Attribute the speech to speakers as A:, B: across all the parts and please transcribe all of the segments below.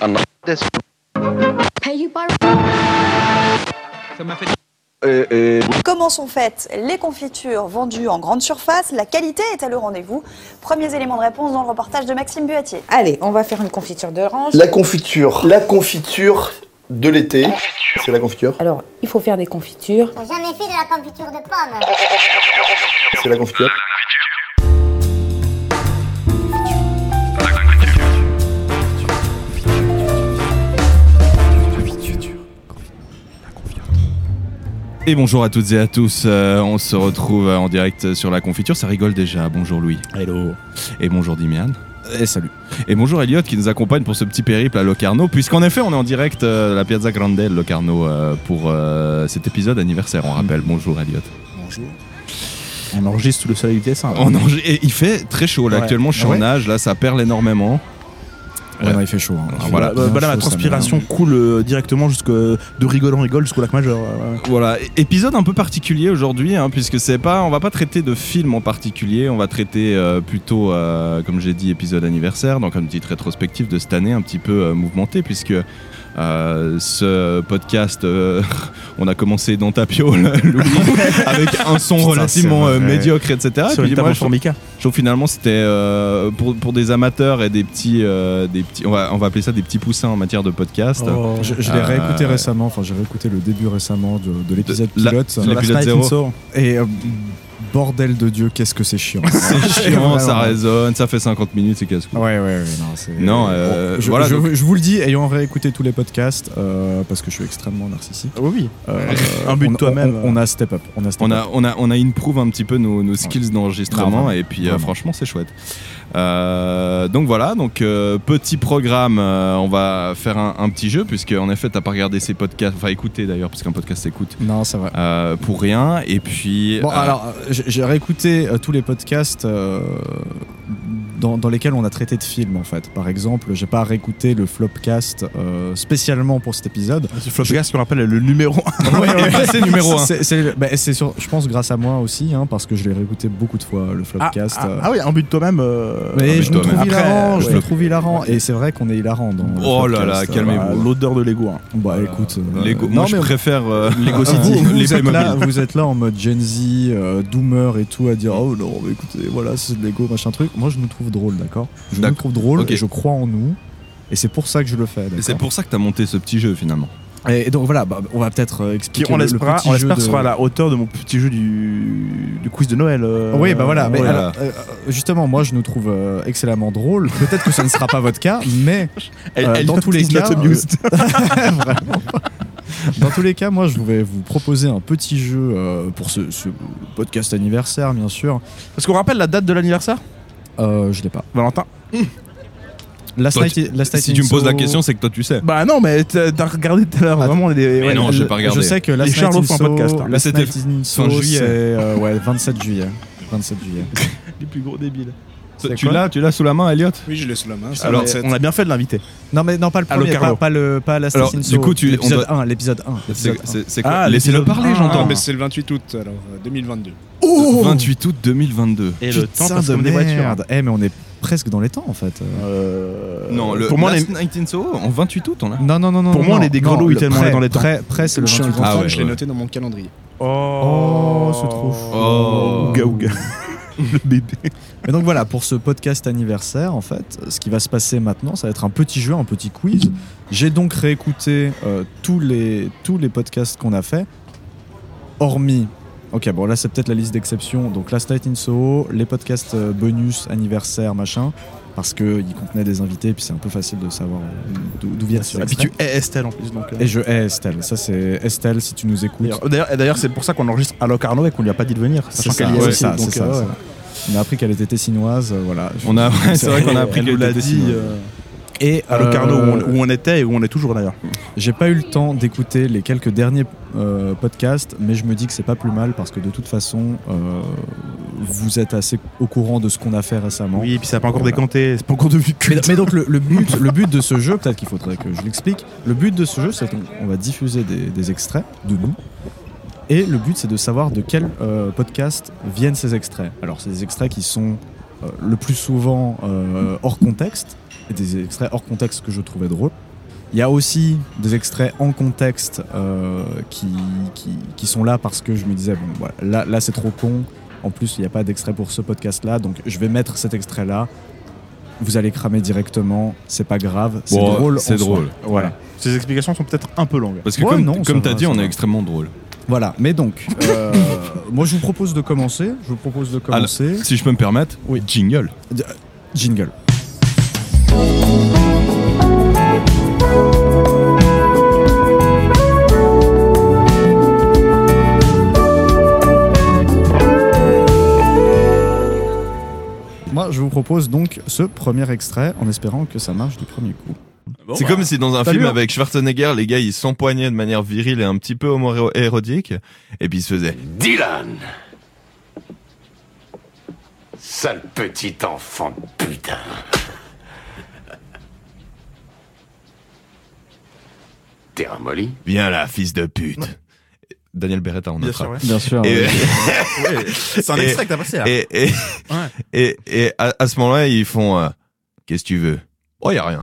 A: annan dess...
B: Pay you by...
C: Ça m'a fait
A: Euh, euh,
D: Comment sont faites les confitures vendues en grande surface La qualité est-elle au rendez-vous Premiers éléments de réponse dans le reportage de Maxime Buatier.
E: Allez, on va faire une confiture d'orange.
F: La confiture. La confiture de l'été. C'est la confiture.
E: Alors, il faut faire des confitures.
G: T'as jamais fait de la confiture de pomme
F: C'est la confiture.
H: Et bonjour à toutes et à tous, euh, on se retrouve euh, en direct sur la confiture, ça rigole déjà. Bonjour Louis.
I: Hello.
H: Et bonjour Dimian.
I: Et salut.
H: Et bonjour Elliot qui nous accompagne pour ce petit périple à Locarno, puisqu'en effet on est en direct euh, à la Piazza Grande Locarno euh, pour euh, cet épisode anniversaire, on rappelle. Bonjour Elliot.
I: Bonjour. On enregistre sous le soleil du Tessin. là.
H: Oh non, j'ai- et il fait très chaud là
I: Ah Ouais.
H: actuellement, je suis
I: Ah ouais
H: en nage, là ça perle énormément.
I: Ouais, non, il fait chaud. hein.
H: Ah, voilà.
I: Bah, bah,
H: Bien
I: là, la
H: chaud, ça,
I: transpiration coule euh, directement jusque de rigole en rigole jusqu'au lac majeur. euh,
H: Voilà, é- épisode un peu particulier aujourd'hui, hein, puisque c'est pas, on va pas traiter de film en particulier, on va traiter euh, plutôt, euh, comme j'ai dit, épisode anniversaire, donc un petit rétrospectif de cette année un petit peu euh, mouvementée, puisque euh, ce podcast, euh, on a commencé dans Tapio, le- Louis, avec un son
I: Putain,
H: relativement
I: c'est
H: euh,
I: vrai.
H: médiocre,
J: Ah,
H: etc. Et
I: sur une
H: puis
I: table
H: moi,
I: en
H: je trouve-
I: formica.
J: Oh.
H: je trouve finalement c'était euh, pour, pour des amateurs et des petits, euh, des petits on, va, on va appeler ça des petits poussins en matière de podcast.
I: Oh.
J: Je, je l'ai
H: Euh,
J: réécouté récemment, enfin j'ai réécouté le début récemment de, de l'épisode
H: la-
J: pilote.
H: de l'épisode
I: Snake
H: zéro.
I: and Saw.
J: Et euh, bordel de Dieu, qu'est-ce que c'est chiant.
H: C'est chiant, ça
J: Vraiment.
H: résonne, ça fait 50 minutes, c'est casse-cou.
J: Ouais, ouais, ouais. Non, c'est-
H: Non, euh,
J: Bon, je,
H: voilà,
J: je-
H: donc-
J: je vous le dis, ayant réécouté tous les podcasts, euh, parce que je suis extrêmement narcissique.
I: Oh oui.
J: euh,
I: Un but
J: on-
I: de toi-même.
J: On, on a step up. On a step
H: On
J: up.
H: a, on, a, on a improve un petit peu nos, nos skills d'enregistrement
J: Vraiment.
H: et puis euh,
J: Vraiment.
H: franchement c'est chouette. Euh, donc voilà, donc euh, petit programme, euh, on va faire un, un petit jeu puisque en effet t'as pas regardé ces podcasts, enfin écouté d'ailleurs parce qu'un podcast s'écoute
J: Non, ça va.
H: euh, pour rien et puis...
J: Bon,
H: euh,
J: alors, euh, j'ai j'ai réécouté euh, tous les podcasts euh, dans, dans lesquels on a traité de films, en fait. Par exemple, j'ai pas réécouté le Flopcast euh, spécialement pour cet épisode.
I: Ce Flopcast qu'on rappelle le numéro 1.
H: ouais. C'est numéro un.
J: C'est- C'est, bah, c'est sur- je pense, grâce à moi aussi, hein, parce que je l'ai réécouté beaucoup de fois, le
I: Ah,
J: Flopcast.
I: ah,
J: euh.
I: ah oui, un but de toi-même. euh,
J: Mais
H: mais
J: je me
H: toi-même.
J: trouve
I: Après,
J: hilarant, je
I: ouais.
J: me trouve hilarant. Et c'est vrai qu'on est hilarant dans. le
H: Oh là
J: Flopcast,
H: là,
J: euh,
H: calmez-vous.
I: Ah, L'odeur de l'ego. hein.
J: Bah écoute. euh,
H: Lego-
J: non,
H: moi je
J: mais-
H: préfère euh, Lego
J: vous,
H: City,
J: Ah, vous
H: les
J: êtes
H: Playmobil.
J: là, vous êtes là en mode Gen Z, euh, Doomer et tout, à dire oh non, mais écoutez, voilà, c'est de l'ego, machin truc. Moi, je nous trouve drôle, d'accord Je nous
H: D'accord.
J: trouve drôle
H: Ok.
J: et je crois en nous. Et c'est pour ça que je le fais.
H: Et C'est
J: d'accord
H: pour ça que t'as monté ce petit jeu finalement.
J: Et, et donc voilà, bah, on va peut-être euh,
I: Qui,
J: expliquer.
I: on
J: le- le
I: l'espère,
J: petit
I: on
J: jeu
I: l'espère
J: de-
I: sera à la hauteur de mon petit jeu du, du quiz de Noël. euh,
J: Oui, bah voilà. Mais
I: ouais.
J: alors, euh, euh, justement, moi, je nous trouve euh, excellemment drôle. Peut-être que ça ne sera pas votre cas, mais
I: Elle-
J: euh,
I: elle
J: dans tous les
I: is not
J: cas, euh,
I: amused.
J: Vraiment pas. Dans tous les cas, moi, je vais vous proposer un petit jeu euh, pour ce, ce podcast anniversaire, bien sûr.
I: Parce qu'on rappelle la date de l'anniversaire,
J: Euh, je l'ai pas.
I: Valentin.
J: Last
H: Toi,
J: Night, i- Last Night
H: Si
J: in
H: tu me poses
J: Soho-
H: la question c'est que toi tu sais.
I: Bah non, mais t'as t'as regardé tout à l'heure.
J: Attends.
I: Vraiment, on est des.
H: Mais
I: ouais,
H: non, j'ai pas regardé.
J: Je sais que Last
I: Les Charlots
J: Night in
I: font un
J: Soho-
I: podcast, hein.
J: Last
H: Mais
J: Night in Soho,
H: juillet.
J: c'est, euh, ouais, 27 juillet. 27 juillet.
I: les plus gros débiles.
J: C'est
H: Tu
J: quoi
H: l'as, tu l'as sous la main Elliot
I: Oui, je l'ai sous la main.
J: c'est
I: Alors,
J: le 27.
I: on a bien fait de l'inviter.
J: Non, mais non, pas le
I: Allo
J: premier,
I: Carlo.
J: pas, pas le, pas Last
H: Alors,
J: Night in
H: du
J: Soho.
H: coup, tu- on
J: l'épisode
H: doit-
J: 1, l'épisode 1. l'épisode
H: C'est-
J: 1.
H: C'est c'est quoi
I: Ah,
H: Laissez-le
I: l'épisode-
H: parler
I: Ah,
H: j'entends.
I: mais
K: C'est le 28 août, alors, euh, 2022.
J: Oh.
H: 28 août 2022.
I: Et
J: Putain
I: le temps passe
J: de
I: comme des voitures.
H: hein.
J: merde. Eh, mais on est presque dans les temps en fait. Euh,
I: Euh,
H: Non, le
I: pour moi, les-
H: Last Night in Soho, en 28 août, on l'a.
J: Non, non, non, non.
I: Pour
J: non,
I: moi, on
J: non,
I: est des
J: non,
I: grelots,
J: le
I: tellement on est
J: près-
I: dans les temps.
J: Près, près, c'est le
K: Je suis un
J: 28
K: grand
H: Ah
K: fan,
H: ouais,
K: je l'ai
H: ouais.
K: noté dans mon calendrier.
I: Oh,
J: c'est trop chou.
H: Oh.
I: Ouga, ouga. le bébé.
J: Et donc voilà, pour ce podcast anniversaire, en fait, ce qui va se passer maintenant, ça va être un petit jeu, un petit quiz. J'ai donc réécouté euh, tous, les, tous les podcasts qu'on a fait, hormis. Ok, bon, là, c'est peut-être la liste d'exceptions. Donc, Last Night in Soho, les podcasts euh, bonus, anniversaire, machin, parce qu'ils contenaient des invités, puis c'est un peu facile de savoir euh, d'où d'où viennent ces
I: Et puis
J: extraits.
I: tu es Estelle en plus. donc, euh.
J: Et je hais Estelle, ça c'est Estelle, si tu nous écoutes.
I: D'ailleurs- D'ailleurs, et d'ailleurs, c'est pour ça qu'on enregistre à Locarno et qu'on lui a pas dit de venir.
J: C'est
I: sachant
J: ça,
I: qu'elle y est
J: c'est
I: aussi,
J: ça,
I: donc,
J: c'est ça,
I: euh,
J: c'est
I: ouais.
J: ça. On a appris qu'elle était tessinoise, euh, voilà.
H: On a, ouais, c'est vrai qu'on a appris
I: Elle
H: qu'elle
I: nous l'a
H: était
I: dit
H: sinon.
I: euh,
J: Et
I: à Locarno où on-
J: euh,
I: où on était et où on est toujours d'ailleurs.
J: J'ai pas eu le temps d'écouter les quelques derniers euh, podcasts, mais je me dis que c'est pas plus mal parce que de toute façon, euh, vous êtes assez au courant de ce qu'on a fait récemment.
I: Oui, et puis ça n'a pas encore
J: Voilà.
I: décanté, c'est pas encore devenu
J: Mais,
I: culte.
J: mais donc le, le but, le but de ce jeu, peut-être qu'il faudrait que je l'explique. Le but de ce jeu, c'est qu'on on va diffuser des, des extraits de nous. Et le but, c'est de savoir de quel euh, podcast viennent ces extraits. Alors, c'est des extraits qui sont euh, le plus souvent euh, hors contexte, et des extraits hors contexte que je trouvais drôles. Il y a aussi des extraits en contexte euh, qui, qui, qui sont là parce que je me disais, bon, voilà, là, là c'est trop con. En plus, il n'y a pas d'extrait pour ce podcast-là, donc je vais mettre cet extrait-là. Vous allez cramer directement, c'est pas grave, c'est
H: Bon,
J: drôle. en
H: c'est
J: soi.
H: drôle.
J: Voilà.
I: Ces explications sont peut-être un peu longues.
H: Parce que
J: Ouais,
H: comme,
J: non,
H: comme
J: ça
H: t'as
J: va,
H: dit,
J: ça
H: on est
J: va.
H: extrêmement drôle.
J: Voilà, mais donc, euh, moi je vous propose de commencer. Je vous propose de
H: Alors,
J: commencer.
H: si je peux me permettre,
J: Oui.
H: jingle.
J: Jingle. Moi, je vous propose donc ce premier extrait en espérant que ça marche du premier coup.
H: c'est comme si dans un
J: salut,
H: film
J: hein.
H: avec Schwarzenegger, les gars ils s'empoignaient de manière virile et un petit peu homo-érodique, et puis ils se faisaient.
A: Dylan Sale petit enfant de putain T'es ramolli
H: Viens là, fils de pute. Daniel Beretta en attrape.
J: Bien sûr.
H: Et,
I: C'est un
H: Et-
I: extrait que t'as passé là.
H: et, et, et, et à, à ce moment-là, ils font euh, Qu'est-ce que tu veux Oh, y a rien.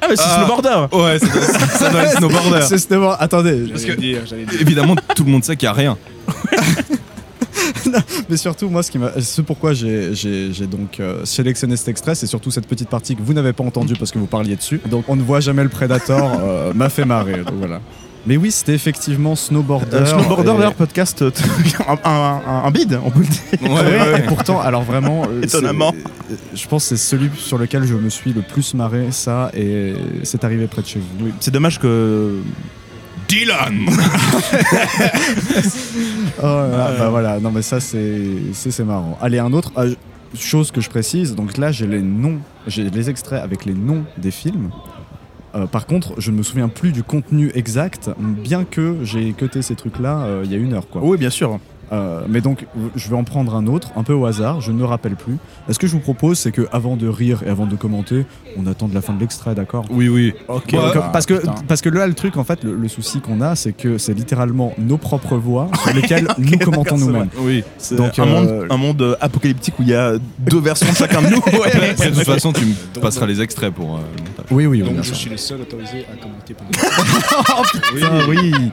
I: Ah, mais c'est
H: Ah.
I: Snowboarder
H: Ouais, ça doit, ça doit être snowboarder.
J: C'est Snowboard. Attendez,
K: J'allais le dire, j'allais le dire.
H: Évidemment, tout le monde sait qu'il y a rien.
J: Mais surtout, moi, ce, qui m'a- ce pourquoi j'ai, j'ai- j'ai donc euh, sélectionné cet extrait, c'est surtout cette petite partie que vous n'avez pas entendue parce que vous parliez dessus. Donc, on ne voit jamais le Predator, euh, m'a fait marrer. Donc voilà. Mais oui, c'était effectivement Snowboarder.
I: Euh, Snowboarder,
J: et-
I: d'ailleurs, podcast. euh, un, un, un- un bide, on peut le dire.
H: Ouais,
J: Ouais,
H: ouais,
J: et pourtant, alors vraiment, euh, c'est-
I: Étonnamment.
J: euh, je pense que c'est celui sur lequel je me suis le plus marré, ça, et c'est arrivé près de chez vous.
I: C'est dommage que.
H: Dylan
J: Oh là là, bah voilà, non mais ça c'est c'est c'est marrant. Allez, un autre euh, chose que je précise, donc là j'ai les noms, j'ai les extraits avec les noms des films. Euh, par contre, je ne me souviens plus du contenu exact, bien que j'ai cuté ces trucs-là euh, il y a une heure quoi.
I: Oui, bien sûr.
J: Euh, mais donc je vais en prendre un autre, un peu au hasard, je ne me rappelle plus. Ce que je vous propose, c'est que avant de rire et avant de commenter, on attend de la fin de l'extrait, d'accord
H: Oui, oui.
J: Ok, d'accord. parce que
I: Ah,
J: parce que là le truc en fait le, le souci qu'on a c'est que c'est littéralement nos propres voix sur lesquelles nous commentons
I: d'accord, c'est
J: nous-mêmes.
H: Oui.
I: C'est
J: Donc,
I: un,
J: euh,
I: monde, un monde euh, apocalyptique où il y a deux versions de chacun de nous.
H: Après, après, de toute façon, tu me
K: Donc,
H: passeras
K: donc.
H: les extraits pour euh, le montage.
J: Oui, oui, oui.
K: Donc
J: bien
K: je
J: sûr.
K: suis le seul autorisé à commenter pendant
I: Oh,
J: Oui, oui.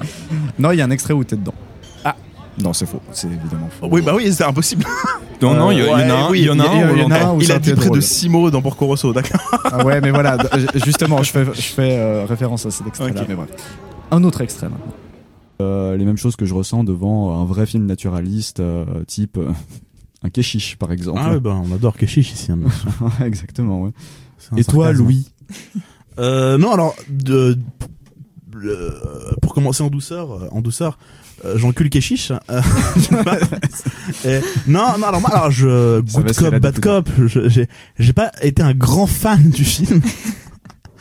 J: Non, il y a un extrait où t'es dedans. Ah. Non, c'est faux. C'est évidemment faux.
I: Oui, bah oui, c'est impossible.
H: Non, Oh, non, il y, en a un.
I: oui,
H: Il y en a un.
J: il y en a
H: on
J: un où
I: il
J: ça
I: a
J: a été
I: dit près
J: drôle.
I: de 6 mots dans Porco Rosso, d'accord
J: Ah ouais, mais voilà. d- j- Justement, je fais, je fais euh, référence à cet extrait-là.
I: Ok.
J: Mais bref. Un autre extrait maintenant. Euh, les mêmes choses que je ressens devant un vrai film naturaliste euh, type un kéchiche par exemple.
K: Ah
I: bah on adore Keshish ici. hein.
J: Exactement. Ouais. Et toi, Louis
I: Euh, non, alors, de, le- pour commencer en douceur, euh, en douceur, euh, j'encule Keshish. euh, d'une part. Et- non, non, alors moi, alors je
J: Ça va,
I: good
J: c'est
I: cop,
J: la
I: bad
J: douce.
I: cop, je- j'ai, j'ai pas été un grand fan du film,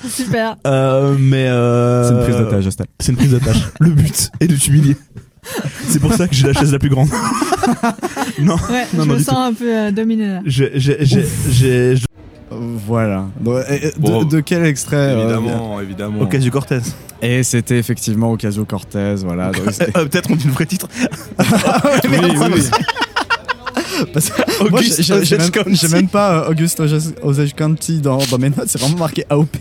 E: Super.
I: euh, mais euh,
J: C'est une prise d'otage, Estelle.
I: C'est une prise d'otage. le but est de t'humilier. C'est pour ça que j'ai la chaise la plus grande. non,
L: Ouais,
I: Non,
L: je
I: non,
L: me
I: du
L: sens
I: tout.
L: un peu euh, dominée là.
I: j'ai, j'ai, j'ai, j'ai, j'ai-
J: Voilà. Donc, euh, euh, de-
H: Bon,
J: de, quel extrait euh,
H: Évidemment, évidemment. Euh,
I: Ocasio Cortez.
J: Et c'était effectivement Ocasio Cortez. Voilà. Donc, c'était-
I: peut-être on dit le vrai titre.
J: oui, oui. Parce que moi, j'ai-
I: Auguste
J: j'ai j'ai même,
I: Osage-County.
J: j'ai même pas euh, Auguste Osage County dans, dans mes notes, c'est vraiment marqué AOP.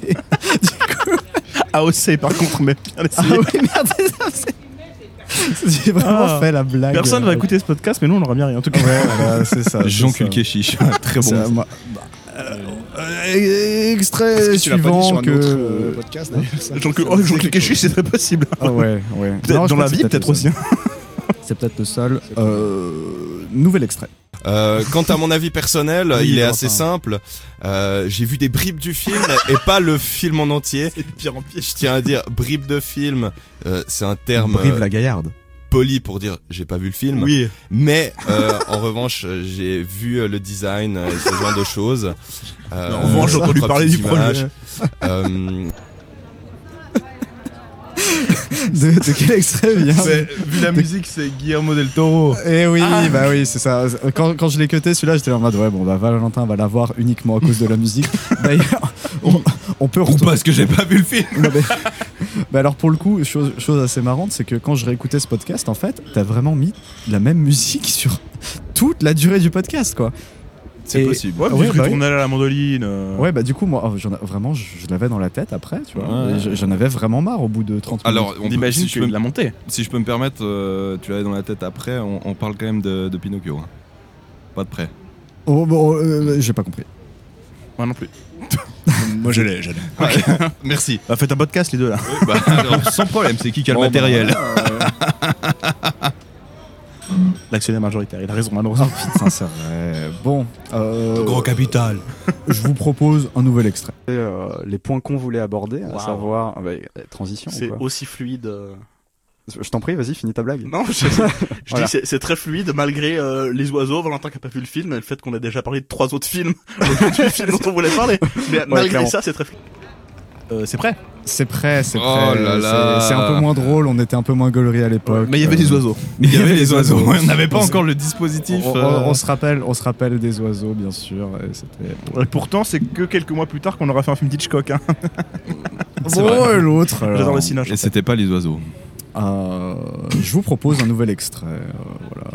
I: AOC par contre, mais bien
J: ah
I: essayé.
J: oui, merde, c'est ça, c'est- J'ai vraiment
I: Ah.
J: fait la blague.
I: Personne
J: euh,
I: va écouter ce podcast, mais nous on l'aura bien rien. En tout cas,
J: Ouais, voilà, c'est ça. c'est
H: Jean
J: ça.
H: Kulkechiche. Très
J: C'est à
H: bon.
J: moi. Bah, Euh, extrait
K: que tu l'as pas dit sur
J: suivant
K: un
J: que.
K: autre euh, podcast d'ailleurs. ça.
I: Jean oh, Jean Luc Eschi, c'est très possible.
J: Ah ouais, ouais.
I: Peut-être
J: Non, je
I: dans
J: crois
I: la
J: que c'est
I: vie, peut-être
J: le
I: aussi. hein.
J: seul. C'est peut-être le seul. Euh, nouvel extrait.
H: Euh, quant à mon avis personnel,
J: Oui,
H: il est
J: Valentin.
H: assez simple. Euh, j'ai vu des bribes du film et pas le film en entier.
I: C'est de pire en pire.
H: Je tiens à dire, bribes de film, euh, c'est un terme euh,
I: Gaillarde.
H: poli pour dire j'ai pas vu le film.
I: Oui.
H: Mais euh, en revanche, euh, j'ai vu euh, le design euh, et ce genre de choses. Euh,
I: en revanche, j'ai
H: trois
I: entendu
H: petites
I: parler du
H: images.
I: projet.
H: Euh,
J: De, de quel extrait vient
I: Vu la musique, c'est Guillermo del Toro.
J: Eh oui, bah oui, c'est ça. Quand, quand je l'ai cuté, celui-là, j'étais en mode, ouais, bon, bah, Valentin va l'avoir uniquement à cause de la musique. D'ailleurs, on, on peut
H: Ou
J: retourner.
H: parce que j'ai pas vu le film.
J: Non, mais, mais alors, pour le coup, chose, chose assez marrante, c'est que quand je réécoutais ce podcast, en fait, t'as vraiment mis la même musique sur toute la durée du podcast, quoi.
H: C'est
J: Et-
H: possible.
J: Ouais,
I: Ouais, ouais,
J: bah oui.
I: tournait à la mandoline. euh.
J: Ouais, bah du coup, moi, oh, j'en a- vraiment, je, je l'avais dans la tête après, tu vois.
H: Ouais.
J: Et je- J'en avais vraiment marre au bout de 30 minutes.
H: Alors, on peut-
I: Imagine
H: si,
I: que
H: je peux,
I: il l'a monté.
H: si je peux me permettre, euh, tu l'avais dans la tête après, on, on parle quand même de, de Pinocchio. hein. Pas de près.
J: Oh, bon, euh, j'ai pas compris.
I: Moi non plus.
K: Moi, je l'ai, je l'ai.
H: Merci.
I: Bah, faites un podcast, les deux là.
H: Bah, alors, sans problème, c'est qui qui a le
J: Bon, bah,
H: matériel
I: L'actionnaire majoritaire, il a raison, malheureusement.
J: Putain, c'est vrai. Bon, euh,
I: capital.
J: je vous propose un nouvel extrait. Euh, les points qu'on voulait aborder, à savoir ah bah, euh, transition. ou
L: C'est
J: quoi
L: aussi fluide. euh.
J: Je t'en prie, vas-y, finis ta blague.
L: Non, je, je
J: Voilà.
L: dis c'est- c'est très fluide malgré euh, les oiseaux. Valentin qui a pas vu le film, et le fait qu'on a déjà parlé de trois autres films au lieu du film dont on voulait parler. Mais malgré
J: clairement.
L: ça, c'est très fluide.
I: c'est prêt.
J: C'est prêt, c'est
H: Oh
J: prêt.
H: là
J: c'est-
H: là.
J: C'est un peu moins drôle. On était un peu moins gaulerie à l'époque.
I: Mais il y avait
J: Euh,
I: des oiseaux.
H: Il y avait les oiseaux.
J: oiseaux.
H: On n'avait pas
J: On-
H: encore le dispositif.
J: On, on-
H: euh,
J: on se rappelle, on se rappelle des oiseaux, bien sûr. et C'était.
I: Et pourtant, c'est que quelques mois plus tard qu'on aura fait un film d'Hitchcock. Hein.
H: C'est vrai.
J: et l'autre. alors.
I: J'adore le cinéma.
H: Et c'était pas les oiseaux.
J: Euh, je vous propose un nouvel extrait. euh, voilà.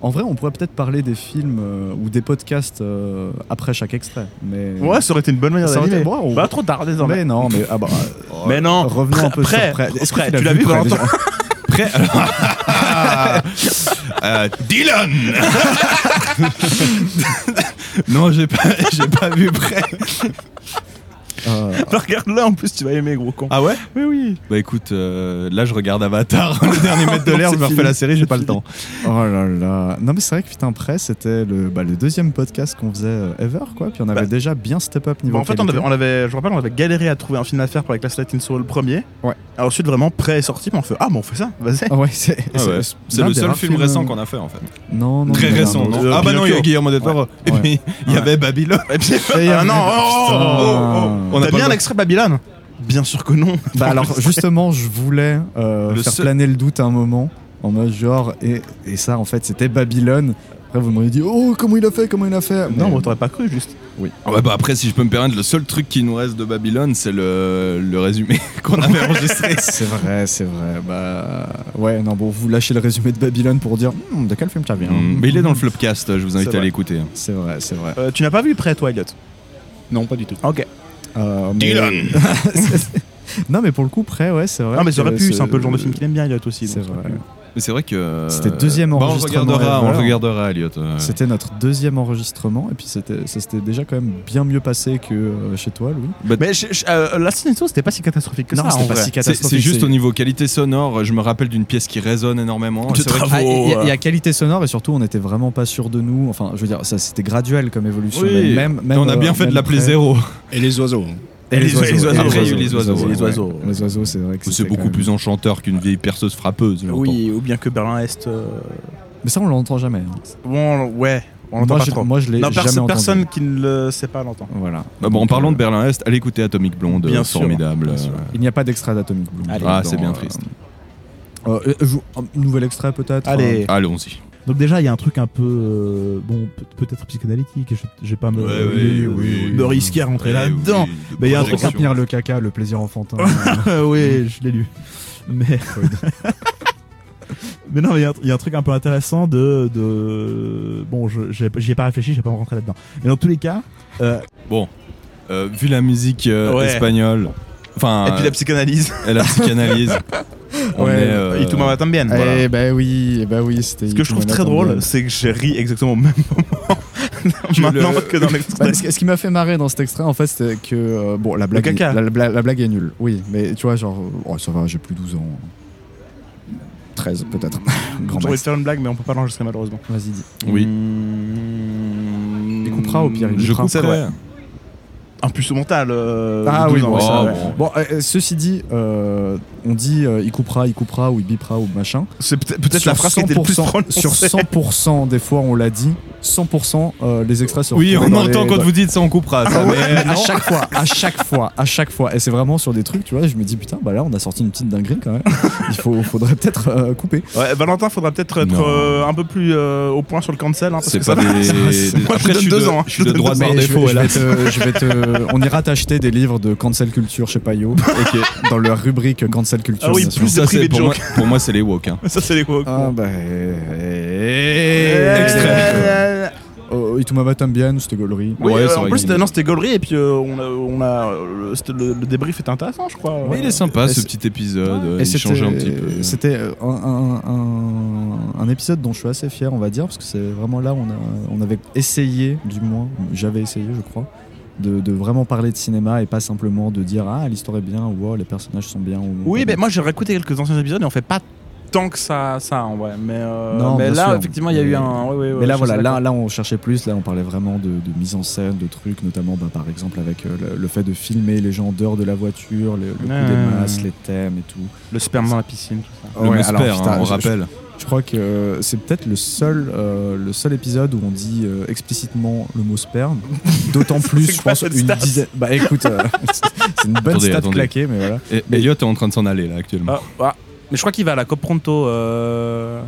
J: En vrai, on pourrait peut-être parler des films euh, ou des podcasts euh, après chaque extrait. Mais
I: Ouais, ça aurait été une bonne manière
J: ça aurait été
I: d'animer.
J: bon, on-
I: Bah, trop tard désormais.
J: mais non, mais ah bah,
I: Mais non.
J: revenons un peu
I: prêt,
J: sur prêt. Est-ce que
I: prêt, tu l'as vu,
J: Prêt,
I: Valentin
J: déjà
H: Prêt
I: Ah.
H: Euh, Dylan Non, j'ai pas, j'ai pas vu prêt.
J: Euh,
I: Bah, Regarde là en plus, tu vas aimer, gros con.
H: Ah ouais
I: oui, oui.
H: Bah écoute, euh, là je regarde Avatar, le dernier maître de
J: Non,
H: l'air,
J: c'est
H: je me refais
J: fini,
H: la série, j'ai
J: c'est
H: pas le
J: fini.
H: temps.
J: Oh là là. Non mais c'est vrai que putain prêt c'était le, bah, le deuxième podcast qu'on faisait euh, ever quoi. Puis on avait
I: Bah.
J: déjà bien step up niveau.
I: Bon, Bah, en fait, on
J: qualité.
I: avait, on avait, je me rappelle, on avait galéré à trouver un film à faire pour la classe latine sur le premier.
J: Ouais.
I: Alors ensuite, vraiment prêt et sorti, mais on fait Ah, mais on fait ça, vas-y.
J: Ah ouais, c'est
H: Ah ouais.
J: c'est-
H: C'est
J: l'un
H: le
J: des
H: seul
J: rares
H: film
J: films,
H: récent
J: euh,
H: qu'on a fait en fait.
J: Non, non,
H: Très
J: il y en a un
H: récent,
J: autre.
H: non
I: Euh,
H: Ah bah non, il y a
I: Pinocchio.
H: Guillermo del Toro. Et
J: Ouais.
H: puis il y
J: Ouais.
H: avait Babylone.
I: Et puis-
J: Et il y
I: Ah
J: avait-
I: non, oh,
J: Putain.
I: oh, oh, oh.
H: On a
I: T'as
H: pas
I: bien
H: le-
I: l'extrait Babylone Bien sûr que non.
J: Bah alors justement, je voulais euh,
H: Le
J: faire
H: seul-
J: planer le doute à un moment, en mode genre, et, et ça en fait c'était Babylone. Après vous m'auriez dit, oh comment il a fait, comment il a fait.
I: Non,
J: Mais-
I: moi, t'aurais pas cru, juste.
H: Ah ouais, bah après, si je peux me permettre, le seul truc qui nous reste de Babylone, c'est le, le résumé qu'on avait enregistré.
J: c'est vrai, c'est vrai. Bah ouais, non bon, vous lâchez le résumé de Babylone pour dire, Hmm, de quel film tu reviens
H: Hum, Mais il est dans le flopcast, je vous invite
J: C'est
H: à
J: vrai.
H: l'écouter.
J: C'est vrai, c'est vrai.
I: Euh, tu n'as pas vu prêt, toi, Elliot
K: Non, pas du tout.
I: Ok.
J: Euh, mais- non mais pour le coup, près, ouais, c'est vrai.
I: Non, Ah, mais
J: que
I: ça aurait pu,
J: ce-
I: c'est un peu le genre de film qu'il aime bien, Elliot aussi.
J: euh, C'est
I: donc.
J: vrai.
H: Mais c'est vrai que.
J: C'était le deuxième
H: Bah,
J: enregistrement
H: On le regardera, on le
J: ever.
H: regardera, Elliot. euh.
J: C'était notre deuxième enregistrement et puis c'était, ça s'était déjà quand même bien mieux passé que euh, chez toi, Louis.
I: Mais je- je- euh, la scène et tout, c'était pas si catastrophique que ça. en vrai.
H: C'est- C'est juste au niveau qualité sonore, je me rappelle d'une pièce qui résonne énormément.
I: De
H: C'est vrai que-
J: Ah, Il y, a-
I: euh.
J: il y a qualité sonore et surtout on n'était vraiment pas sûr de nous. Enfin, je veux dire, ça c'était graduel comme évolution.
H: Oui,
J: mais même, même,
H: on a bien
J: euh,
H: fait de
J: même
H: l'appeler
J: près-
H: zéro.
K: Et les oiseaux. hein.
J: Et les
I: Les oiseaux,
J: oiseaux.
H: après, il y a eu les oiseaux,
J: ouais,
I: les
J: ouais.
I: oiseaux.
J: Les oiseaux, c'est vrai que
H: C'est
J: c'était
H: beaucoup
J: quand même-
H: plus enchanteur qu'une vieille perceuse frappeuse. j'entends.
I: Oui, ou bien que Berlin-Est. euh,
J: Mais ça on l'entend jamais. hein.
I: Bon, ouais, on l'entend
J: moi,
I: pas
J: je,
I: trop.
J: moi je l'ai
I: non,
J: jamais
I: personne,
J: entendu.
I: personne qui ne le sait pas l'entend.
J: Voilà.
H: Ah bon, en parlant de Berlin-Est, allez écouter Atomic Blonde,
I: Bien
H: euh,
I: sûr,
H: formidable.
I: bien sûr.
H: euh,
J: Il n'y a pas d'extrait d'Atomic Blonde.
I: Allez.
H: Ah,
J: dans,
H: c'est bien
J: euh,
H: triste.
J: euh, euh, je- un nouvel extrait peut-être.
I: Allez.
H: Allons-y.
I: Donc déjà, il y a un truc un peu, euh, bon, peut- peut-être psychanalytique, je, je vais pas me, euh,
H: Ouais, ouais, oui.
I: me risquer à
H: Eh
I: rentrer là-dedans. Mais il y a un
J: Euh,
I: truc
J: Pour soutenir le caca, le plaisir enfantin. euh,
I: Euh, oui, je l'ai lu. Mais... Mais non, mais il y a un- il y, a un truc un peu intéressant de... de... Bon, je- j'ai- j'y ai pas réfléchi, je vais pas rentrer là-dedans. Mais dans tous les cas... Euh...
H: Bon, euh, vu la musique euh,
I: Ouais.
H: espagnole, enfin, euh,
I: psychanalyse.
H: et la psychanalyse, on
J: Ouais,
H: est, euh,
I: Et tout m'a bien, voilà.
J: Eh bah oui, eh bah oui, c'était.
I: Ce que je trouve très drôle, c'est que j'ai ri exactement au même moment maintenant
H: le-
I: que dans
J: Bah,
I: l'extrait.
J: ce, ce qui m'a fait marrer dans cet extrait, en fait, c'était que. euh, bon, la blague,
I: caca.
J: La, la- la blague est nulle, oui, mais tu vois, genre, oh, ça va, j'ai plus 12 ans. 13 peut-être. Grand
I: J'aurais
J: max.
I: dû faire une blague, mais on peut pas l'enregistrer malheureusement.
J: Vas-y, dis.
H: Oui.
J: Il coupera au pire, il
H: Je
J: coupera
H: couperai.
J: après.
I: Un puceau mental. euh,
J: Ah
I: de
J: oui,
I: 12 ans,
J: bon,
I: ouais,
J: ça,
H: Oh,
I: ouais.
J: ouais. Bon, euh, euh, ceci dit, euh, on dit euh, il coupera, il coupera, ou il bipera, ou machin.
I: C'est peut-être peut-être
J: Sur
I: la phrase qui était le plus
J: 100%,
I: prononcée.
J: Sur 100% des fois, on l'a dit, 100% euh, les extraits sont
H: Oui, on
J: retrouvés dans
H: entend
J: les- Ah
H: quand
J: dans-
H: vous dites ça, on coupera. ça, mais
J: à chaque fois, à chaque fois, à chaque fois. Et c'est vraiment sur des trucs, tu vois, je me dis putain, bah là on a sorti une petite dinguerie quand même. Il faut, faudrait peut-être euh, couper.
I: Ouais, Valentin, faudra peut-être
H: Non.
I: être euh, un peu plus euh, au point sur le cancel. hein, parce
H: C'est
I: que
H: pas
I: ça,
H: des. des-
I: Moi, je
H: Après,
I: te donne
H: suis
I: deux
H: de-
I: ans, hein.
H: Je suis de droite par
J: Mais je-
H: défaut,
J: je,
H: hélas.
J: vais te, je vais te- on ira t'acheter des livres de cancel culture chez Payot, dans leur rubrique cancel culture.
I: Ah oui,
J: bien sûr. bah,
I: plus de
H: euh, Ça, c'est
I: privés de
H: pour moi,
I: jokes.
H: pour moi, c'est les woke. hein.
I: ça c'est les quoi
J: Ah bah.
H: Extrême.
J: Oh, Itumama t'aimes bien, c'était gaulerie.
I: Oui, euh, en plus, c'était- non, c'était gaulerie, et puis euh, on a, on a, euh, le, c'était- le- le débrief était intéressant, je crois. Euh,
H: Mais il est sympa ce petit épisode, euh, il changeait un petit peu.
J: C'était euh, un, un- un- un épisode dont je suis assez fier, on va dire, parce que c'est vraiment là où on, a- on avait essayé, du moins, j'avais essayé, je crois, de, de vraiment parler de cinéma et pas simplement de dire ah l'histoire est bien, ou wow, les personnages sont bien. Ou,
I: Oui,
J: pas
I: mais
J: bien.
I: moi j'ai réécouté quelques anciens épisodes et on fait pas tant que ça, ça en vrai. Mais, euh,
J: Non,
I: mais
J: bien
I: là,
J: sûr.
I: effectivement, il y a eu
J: Mais-
I: un. ouais, ouais, ouais,
J: mais là,
I: je suis
J: voilà,
I: d'accord.
J: là, là, on cherchait plus. Là, on parlait vraiment de, de mise en scène, de trucs, notamment, bah, par exemple, avec euh, le, le fait de filmer les gens en dehors de la voiture, le, le coup
I: Ouais, ouais,
J: des masses,
I: ouais.
J: les thèmes et tout.
I: Le sperme dans la piscine, tout ça.
H: Le
J: Ouais,
H: Mosper,
J: alors,
H: hein,
J: putain,
H: on
J: je-
H: rappelle.
J: Je, je crois que euh, c'est peut-être le seul, euh, le seul épisode où on dit euh, explicitement le mot sperme. D'autant plus, je
H: quoi
J: pense,
H: cette
J: une
H: stat
J: dizaine. Bah écoute, euh, c'est une bonne
H: Attendez,
J: stat
H: attendez.
J: claquée, mais voilà.
H: Et Elliot est en train de s'en aller là actuellement.
I: Ah, ah. Mais je crois qu'il va à la COP Pronto. euh,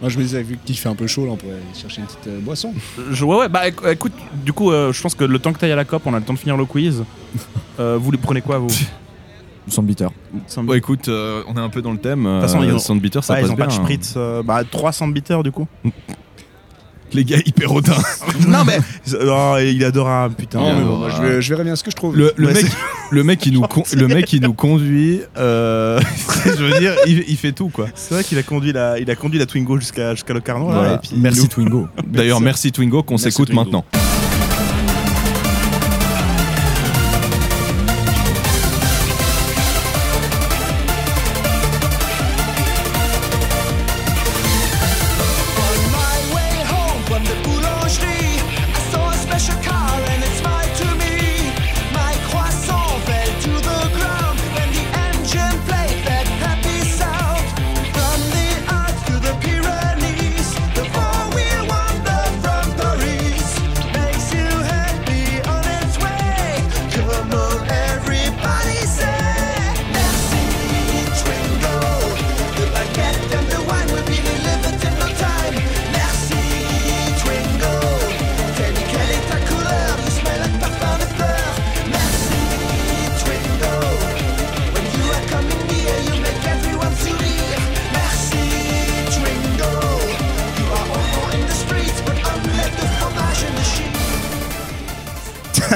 M: Moi, je me disais, vu qu'il fait un peu chaud, là, on pourrait aller chercher une petite euh, boisson.
I: Je, ouais, ouais, bah éc- écoute, du coup, euh, je pense que le temps que t'ailles à la COP, on a le temps de finir le quiz. Euh, vous le prenez quoi, vous
J: Sans bitter.
H: Bon, écoute, euh, on est un peu dans le thème.
I: De
H: euh,
I: toute façon, ils ont-
H: Sandbitter, ça
I: Ouais,
H: passe
I: ils ont pas de
H: bien, hein.
I: spritz. euh, bah, 300 bitters du coup.
H: Les gars hyper hautains.
I: non, mais. Oh, il adorable, putain.
H: Il
M: Non, mais bon,
H: adorable.
M: moi, je, vais, je verrai bien ce que je trouve.
H: Euh, Le, le
M: Ouais,
H: mec,
M: c'est-
H: le mec qui nous, con- le mec qui nous conduit, euh, je veux dire, il, il fait tout quoi.
I: C'est vrai qu'il a conduit la, il a conduit la Twingo jusqu'à jusqu'à le
M: Ah,
I: Carnot. là,
H: Voilà.
I: et puis-
J: Merci
H: nous-
J: Twingo.
H: D'ailleurs, merci Twingo qu'on
M: Merci
H: s'écoute
M: Twingo.
H: maintenant.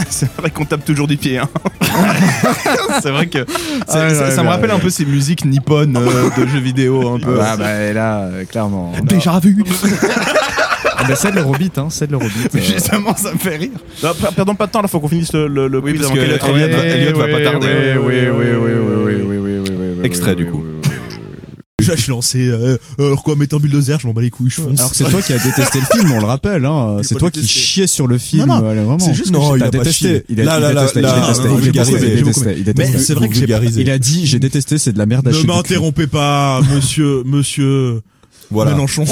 I: c'est vrai qu'on tape toujours du pied. hein.
H: C'est vrai que c'est-
J: ouais,
H: ça,
J: ouais,
H: ça me
J: ouais,
H: rappelle
J: ouais.
H: un peu ces musiques nippones euh, de jeux vidéo un peu.
J: Ah bah et là, euh, clairement.
H: Déjà vu.
J: Ah, bah, c'est de l'Eurobeat, hein, c'est de l'Eurobeat. euh.
H: Justement, ça me fait rire.
I: Non, per- perdons pas de temps, là, faut qu'on finisse le, le, le
H: Oui,
I: quiz
H: parce
I: avant
H: que
I: qu'elle
H: Elliot
N: euh,
I: ait-
H: va- Elliot va pas tarder. hein.
J: Oui, oui, oui, oui, oui, oui, oui, oui, oui, oui,
H: Extrait,
J: oui,
H: du
J: oui,
H: coup.
J: oui, oui, oui.
N: Déjà, je suis lancé. euh, alors quoi, mettre un bulldozer, je m'en bats les couilles, je fonce.
J: Alors que c'est toi qui as détesté le film, on le rappelle. Hein. C'est
N: pas
J: toi qui
N: détesté.
J: chiais sur le film.
N: Non, non,
J: à le moment.
N: c'est juste que j'ai-
J: il
N: t'as
J: a pas
N: détesté.
J: chié. Il a
N: Là,
J: il
N: là, là,
J: détestait, il
N: là,
J: détestait,
N: vous
J: il détestait,
N: vulgarisez,
J: il
N: j'ai beaucoup
J: détestait, il
N: Mais
J: détestait.
N: c'est vrai
J: Vous
N: que j'ai pas-
J: vulgarisez. Il a dit j'ai détesté, c'est de la merde à
N: Ne
J: chier.
N: m'interrompez pas, monsieur, monsieur
H: Voilà.
N: Mélenchon.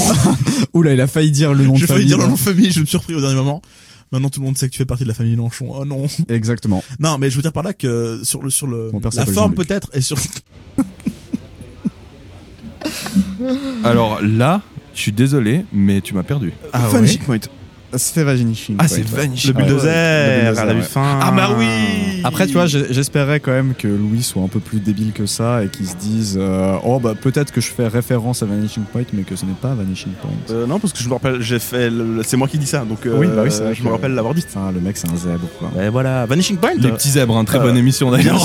J: Oula, il a failli dire le nom de
N: J'ai failli
J: famille.
N: dire le
J: là.
N: nom de famille, je me suis surpris au dernier moment. Maintenant, tout le monde sait que tu fais partie de la famille Mélenchon. Oh non.
J: Exactement.
N: Non, mais je veux dire par là que sur le, sur le,
J: Mon
N: la
J: père s'appelle
N: forme
J: Jean-Luc.
N: peut-être et sur,
H: Alors là, je suis désolé, mais tu m'as perdu.
N: Vanishing
J: C'était Vaginichine.
N: Ah,
I: Ah Le bulldozer, elle a eu faim.
H: Ah bah oui.
J: Après, tu vois, j'ai- j'espérais quand même que Louis soit un peu plus débile que ça et qu'il se dise euh, Oh, bah peut-être que je fais référence à Vanishing Point, mais que ce n'est pas Vanishing Point.
I: Euh, non, parce que je me rappelle, j'ai fait. le- le- C'est moi qui dis ça, donc euh,
J: Oui, bah oui, c'est vrai
I: je
J: que-
I: me rappelle l'avoir dit.
J: Enfin, le mec, c'est un zèbre, quoi.
I: Et voilà, Vanishing Point.
H: Les petits zèbres, hein, très bonne
I: euh,
H: émission d'ailleurs.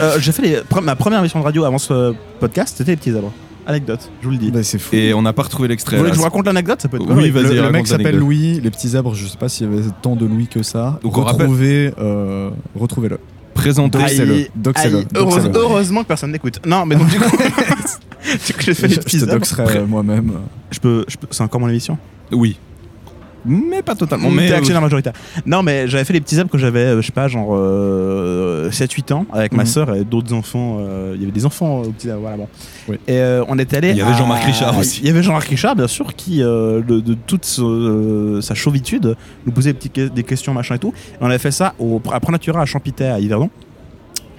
I: Euh, j'ai fait les- pre- ma première émission de radio avant ce podcast, c'était les petits arbres. Anecdote, je vous le dis.
J: Bah, c'est fou.
H: Et on n'a pas retrouvé
I: Vous
H: l'extrait. là.
I: voulez que je vous raconte l'anecdote Ça peut être
H: Oui,
I: cool.
H: vas-y,
J: le, le
H: raconte
J: mec s'appelle
H: l'anecdote.
J: Louis, les petits arbres, je sais pas s'il y avait tant de Louis que ça.
H: Donc, on rappelle-
J: retrouvez, euh, retrouvez-le.
H: Présenté.
J: Doc, c'est le-
I: Aïe,
J: Doc, c'est
I: aïe,
J: le- Doc,
I: heureuse-
J: c'est le-
I: Heureusement que personne n'écoute. Non, mais donc du coup, du coup, j'ai fait les
J: Je, je
I: petits
J: te
I: arbres.
J: doxerai euh, moi-même.
I: Je peux, je peux- c'est encore mon émission.
H: Oui. Mais pas totalement.
I: T'es
H: Mais euh,
I: actionnaire majoritaire. Non, mais j'avais fait les petits arbres que j'avais, euh, je sais pas, genre 7-8 ans, avec ma
J: Mhm.
I: sœur et d'autres enfants. euh, Il y avait des enfants euh, aux petits arbres, voilà, bon.
J: Oui.
I: Et euh, on était allé.
H: Il y avait
I: à-
H: Jean-Marc Richard aussi.
I: Il y avait Jean-Marc Richard, bien sûr, qui, euh, de, de toute ce- sa chauvitude, nous posait des, petites que- des questions, machin et tout. Et on avait fait ça au, à Pranatura à Champité, à Yverdon.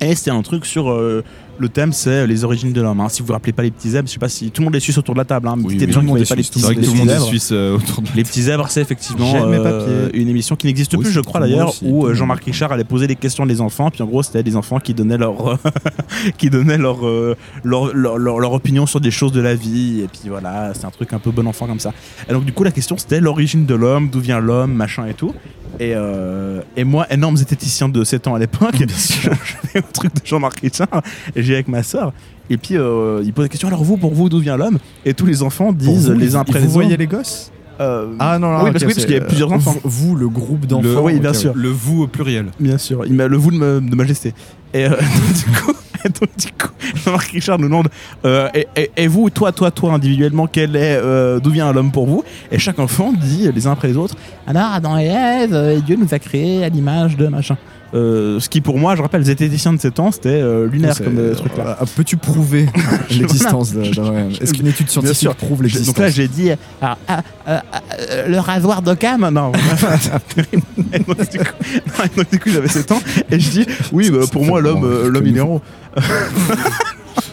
I: Et c'est un truc sur euh, le thème, c'est les origines de l'homme. hein. Si vous vous rappelez pas les petits zèbres, je sais pas si tout le monde est suisse autour de la table. Hein, mais
H: Oui,
I: dites à des
H: oui,
I: gens
H: tout
I: qui
H: le monde
I: voyaient
H: est
I: pas les
H: suisse.
I: petits
H: C'est vrai que tout le
I: les
H: monde est
I: petits zèbres.
H: suisse, euh, autour de la
I: Les petits zèbres, c'est effectivement
H: J'aime mes
I: euh,
H: papiers.
I: une émission qui n'existe
H: Oui,
I: plus, je
H: c'est
I: crois
H: tout le monde
I: d'ailleurs,
H: aussi, tout
I: où
H: le
I: euh,
H: monde.
I: Jean-Marc Richard allait poser des questions des enfants. Puis en gros, c'était des enfants qui donnaient leur qui donnaient leur, euh, leur, leur, leur- leur opinion sur des choses de la vie. Et puis voilà, c'est un truc un peu bon enfant comme ça. Et donc du coup, la question c'était l'origine de l'homme, d'où vient l'homme, machin et tout. Et, euh, et moi, énorme zététicien de 7 ans à l'époque, je fais un truc de Jean-Marc Richard et j'ai avec ma sœur. Et puis euh, il pose la question alors vous, pour vous, d'où vient l'homme Et tous les enfants disent
J: vous,
I: les
J: ils-
I: uns
J: ils
I: après
J: vous
I: les
J: voyez
I: autres.
J: les gosses
I: Euh,
J: Ah non, non,
I: oui,
J: ok,
I: parce, que- oui, parce
J: c'est,
I: qu'il y avait
J: euh,
I: plusieurs enfants.
J: Vous, vous, le groupe d'enfants.
I: Le- oui, bien
J: ok,
I: sûr.
H: Le vous au pluriel.
I: Bien sûr, il m'a le vous de, ma- de majesté. Et euh, du coup, et donc, du coup, Jean-Marc Richard nous demande euh, et, et- et vous, toi, toi, toi, individuellement, quel est, euh, d'où vient l'homme pour vous Et chaque enfant dit euh, les uns après les autres Alors, Adam et Ève, euh, Dieu nous a créés à l'image de machin. Euh, ce qui, pour moi, je rappelle, zététicien de 7 ans, c'était euh, lunaire
J: C'est-
I: comme euh, truc là.
J: Ah, Peux-tu prouver euh, l'existence de- d'un réel Est-ce qu'une étude
I: Bien sûr.
J: scientifique prouve
I: Je-
J: l'existence
I: Donc là, j'ai dit ah, ah, ah, ah, euh, le rasoir d'Occam Non, terrible. Et donc, du coup, non, et donc, du coup, j'avais 7 ans et je dis oui, bah, pour moi, l'homme, euh, l'homme, il est rond.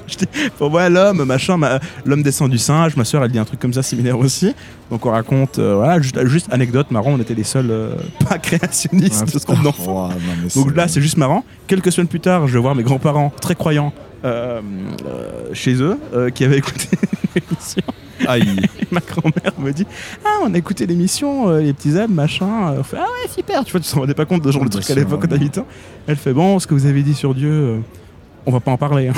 I: Je dis, pour moi, l'homme, machin, ma- l'homme descend du singe. Ma soeur, elle dit un truc comme ça, similaire aussi. Donc, on raconte, euh, voilà, juste, juste anecdote marrant, on était les seuls euh, pas créationnistes
J: Ah, oh,
I: de ce qu'on en fait.
J: Ouah, non, mais
I: Donc là, c'est juste marrant. Quelques semaines plus tard, je vais voir mes grands-parents, très croyants, euh, euh, chez eux, euh, qui avaient écouté l'émission.
H: Aïe.
I: Et ma grand-mère me dit Ah, on a écouté l'émission, euh, les petits âmes, machin. On fait Ah ouais, super Tu vois, tu t'en rendais pas compte de genre le
H: Ah,
J: Bien
H: bah,
I: truc à
J: sûr,
I: l'époque quand t'as
J: ouais.
I: 8 ans. Elle fait Bon, ce que vous avez dit sur Dieu, euh, on va pas en parler. hein.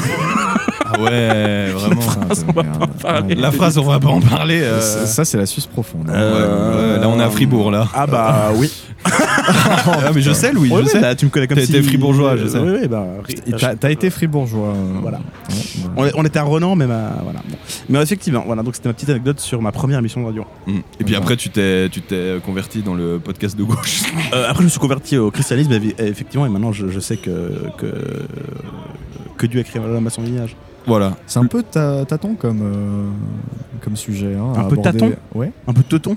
H: Ah ouais, vraiment.
I: phrase, on va pas en parler. Euh,
H: La phrase, on va pas en parler. euh,
J: Ça, ça, c'est la Suisse profonde. hein.
H: ouais, ouais, là, on est à Fribourg, là.
I: Ah bah oui.
H: Ah, mais je sais, Louis,
I: Ouais,
H: je
I: ouais,
H: sais.
I: bah, tu me connais comme
H: T'as
I: si.
H: été fribourgeois, je sais.
I: Oui, oui, bah. ri-
J: Et T'as t'as été fribourgeois. euh,
I: Voilà.
J: ouais, ouais.
I: On est- on était à Renan, mais ma- voilà. bon. Mais effectivement, voilà. Donc c'était ma petite anecdote sur ma première émission de radio.
H: Mm. Et puis après, tu t'es, tu t'es converti dans le podcast de gauche.
I: Euh, après, je me suis converti au christianisme, et- et effectivement, et maintenant je, je sais que, que, que Dieu a créé l'homme à son image.
H: voilà.
J: C'est un peu ta- tâton comme, euh, comme sujet. hein,
I: Un
J: à
I: peu
J: aborder.
I: tâton
J: Ouais.
I: Un peu de teuton.